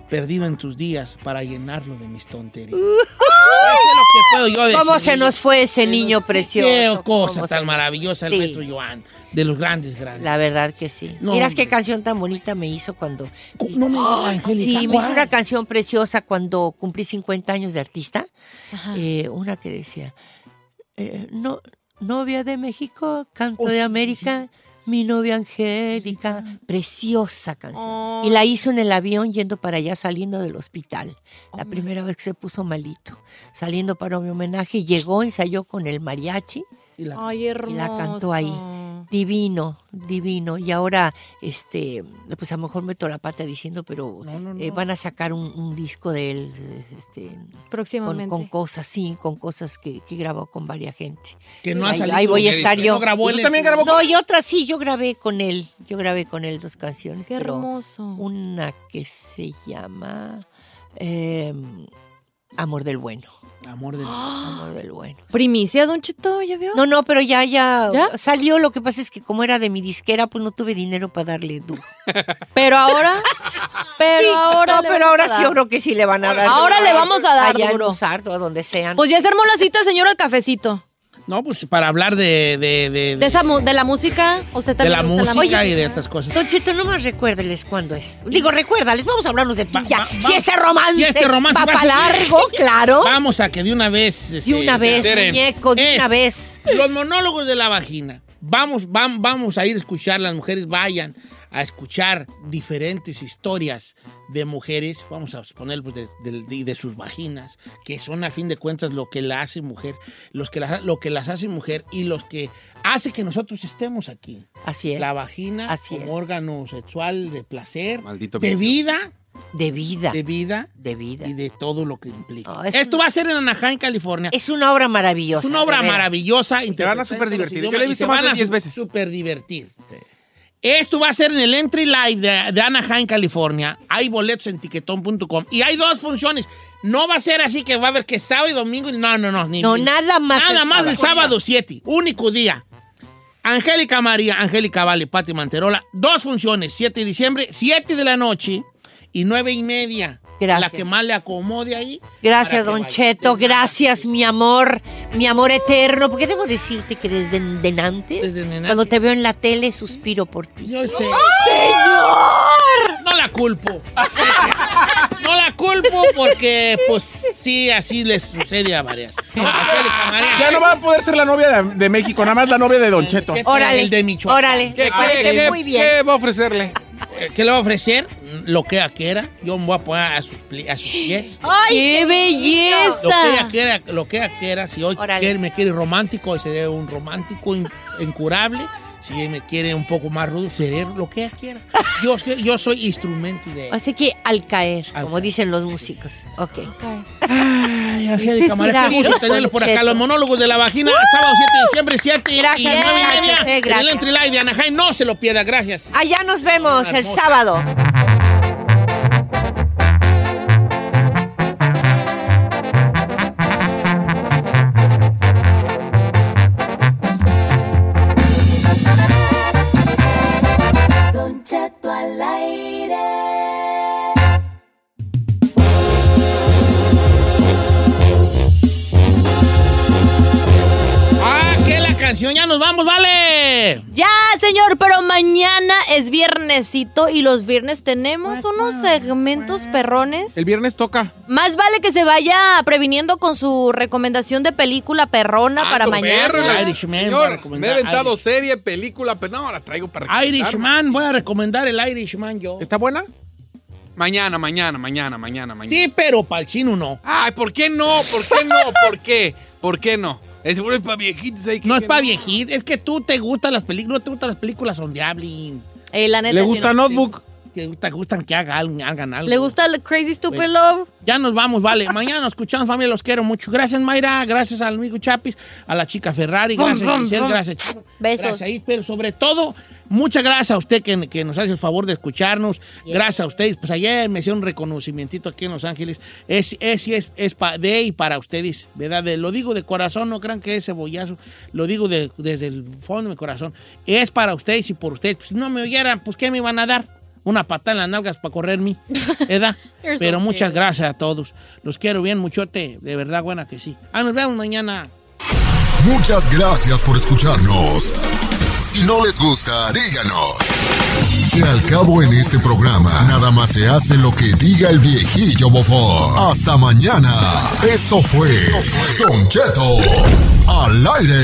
perdido en tus días para llenarlo de mis tonterías. Eso es lo que puedo yo decir. Mm. ¿Cómo se nos fue ese niño precioso? Qué cosa ¿Cómo tan se- maravillosa el Sí. maestro Joan. De los grandes, grandes. La verdad que sí. No, Miras qué canción tan bonita me hizo cuando. No me digas, Angélica, Sí, me hizo ¿cuál? una canción preciosa cuando cumplí 50 años de artista. Eh, una que decía: eh, no, Novia de México, Oh, canto de América. Mi novia Angélica, preciosa canción. Y la hizo en el avión yendo para allá, saliendo del hospital. La primera vez que se puso malito. Saliendo para mi homenaje, llegó, ensayó con el mariachi y la, Ay, hermoso. cantó ahí. Divino, divino. Y ahora, este, pues a lo mejor meto la pata diciendo, pero eh, van a sacar un, un disco de él, eh, este, con- Próximamente. Con, cosas, sí, con cosas que, que grabó con varias gente. Que no ha ahí, salido. ahí voy a estar No yo. grabó él ¿Y tú en también su- grabó No, y otra sí, yo grabé con él. Yo grabé con él dos canciones. Qué pero hermoso. Una que se llama eh, Amor del Bueno. Amor del Amor del Bueno. Primicia, Don Cheto, ¿ya vio? No, no, pero ya, ya, salió. Lo que pasa es que como era de mi disquera, pues no tuve dinero para darle duro. Pero ahora, pero Sí, ahora. no, le pero van a ahora dar. sí, yo creo que sí le van a dar. Ahora duro. le vamos a dar Allá en duro. Luzardo, a donde sean. Pues ya hacemos la cita, señor, al cafecito. No, pues para hablar de, de, de, De, esa mu- de la música, o sea, de también la le música gusta la y de música. otras cosas. Don Cheto, nomás recuérdeles cuándo es. Digo, recuérdales, vamos a hablarnos de tú ya. si este romance, Y este romance va va a para seguir. largo, claro. Vamos a que de una vez. este, una se vez, enteren. muñeco, de Es una vez. Los monólogos de la vagina. Vamos, vam- vamos a ir a escuchar, las mujeres vayan a escuchar diferentes historias de mujeres, vamos a poner pues, de, de- de sus vaginas, que son a fin de cuentas lo que la hace mujer, los que las, lo que las hace mujer y los que hace que nosotros estemos aquí. Así es. La vagina como órgano sexual de placer, Maldito de vicio. vida. De vida. De vida. De vida. Oh, Y de todo lo que implica. es Esto va a ser en Anaheim, California. Es una obra maravillosa. Es una obra de veras. maravillosa. Te van a superdivertir. Yo la he visto más de 10 veces. Súper divertir. Esto va a ser en el Entry Live de, de Anaheim, California. Hay boletos en tiquetón.com. Y hay dos funciones. No va a ser así que va a haber que sábado y domingo. y- No, no, no. ni- No, ni- nada más Nada el más el sábado. sábado 7. Único día. Angélica María, Angélica Vale, Pati Manterola. Dos funciones. 7 de diciembre, 7 de la noche y 9 y media. La que más le acomode ahí. Gracias, Don Cheto. Gracias, mi amor. Mi amor eterno. Porque debo decirte que desde denantes, cuando te veo en la tele, suspiro por ti. Yo sé. ¡Señor! No la culpo. No la culpo porque, pues, sí, así les sucede a varias. Ya no va a poder ser la novia de, de México, nada más la novia de Don Cheto. Órale, El de Michoacán. órale, me parece muy bien. ¿Qué va a ofrecerle? Eh, ¿Qué le va a ofrecer? Lo que ella quiera. Yo me voy a poner a sus, pli- a sus pies. ¡Ay, qué Lo que ella belleza! quiera, lo que ella quiera. Si hoy quiere- me quiere romántico, seré un romántico in- incurable. Si me quiere un poco más rudo, seré lo que ella quiera. Yo, yo soy instrumento de ella. Así que al caer, como dicen los músicos. Ok. Ay, Ese Angélica, María, qué suspiro, gusto tenerlo por acá. Cheto. Los monólogos de la vagina, sábado 7 de diciembre, 7 Gracias, y 9 y gracias, media. eh, gracias. En el Entry Live de Anaheim, no se lo pierda, gracias. Allá nos vemos el Hermosa. sábado. Don Cheto al aire. Ah, que la canción, ya nos vamos, vale. Ya, señor, pero mañana es viernesito y los viernes tenemos unos segmentos perrones. El viernes toca. Más vale que se vaya previniendo con su recomendación de película Ah, perrona para mañana. Irishman, voy a Señor, me recomendar he aventado serie, película, pero no, la traigo para recomendar. Irishman, voy a recomendar el Irishman yo. ¿Está buena? Mañana, mañana, mañana, mañana, mañana. Sí, pero para el chino no. Ay, ¿por qué no? ¿Por qué no? ¿Por qué? ¿Por qué no? Es seguro es para viejitos ahí. que- No es que para viejitos, es que tú te gustan las películas, no te gustan las películas on diablin. Eh, la neta, sí, no. Te gusta- gustan que hagan, hagan algo. ¿Le gusta el Crazy Stupid Bueno. Love? Ya nos vamos, vale. Mañana nos escuchamos, familia. Los quiero mucho. Gracias, Mayra. Gracias al amigo Chapis, a la chica Ferrari. Zum, Gracias, zum, Giselle. zum. Gracias, Chino. Besos. Gracias, Aid. Pero sobre todo, muchas gracias a usted que, que nos hace el favor de escucharnos. Gracias a ustedes. Pues ayer me hicieron un reconocimiento aquí en Los Ángeles. Es, es, es, es pa- de y para ustedes, ¿verdad? De- lo digo de corazón, no crean que es cebollazo. Lo digo de- desde el fondo de mi corazón. Es para ustedes y por ustedes. Pues, si no me oyeran, pues ¿qué me iban a dar? una patada en las nalgas para correrme. ¿Edad? You're so Pero muchas cute. gracias a todos. Los quiero bien, muchote. De verdad, buena que sí. Ah, nos vemos mañana. Muchas gracias por escucharnos. Si no les gusta, díganos. Que al cabo en este programa, nada más se hace lo que diga el viejillo bofón. Hasta mañana. Esto fue Don Cheto al aire.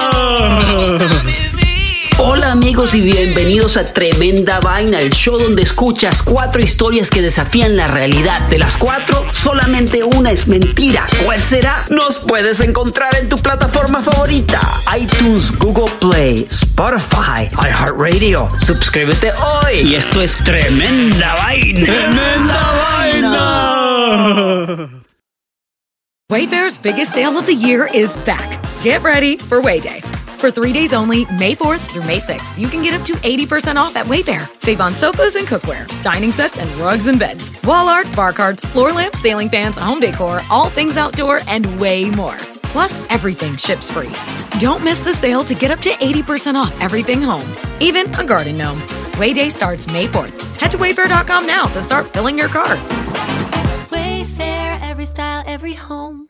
Hola amigos y bienvenidos a Tremenda Vaina, el show donde escuchas cuatro historias que desafían la realidad. De las cuatro, solamente una es mentira. ¿Cuál será? Nos puedes encontrar en tu plataforma favorita. iTunes, Google Play, Spotify, iHeartRadio. Suscríbete hoy. Y esto es Tremenda Vaina. Wayfair's biggest sale of the year is back. Get ready for Wayday. For three days only, May 4th through May 6th, you can get up to 80% off at Wayfair. Save on sofas and cookware, dining sets and rugs and beds, wall art, bar cards, floor lamps, sailing fans, home decor, all things outdoor, and way more. Plus, everything ships free. Don't miss the sale to get up to 80% off everything home, even a garden gnome. Wayday starts May 4th. Head to wayfair.com now to start filling your cart. Wayfair, every style, every home.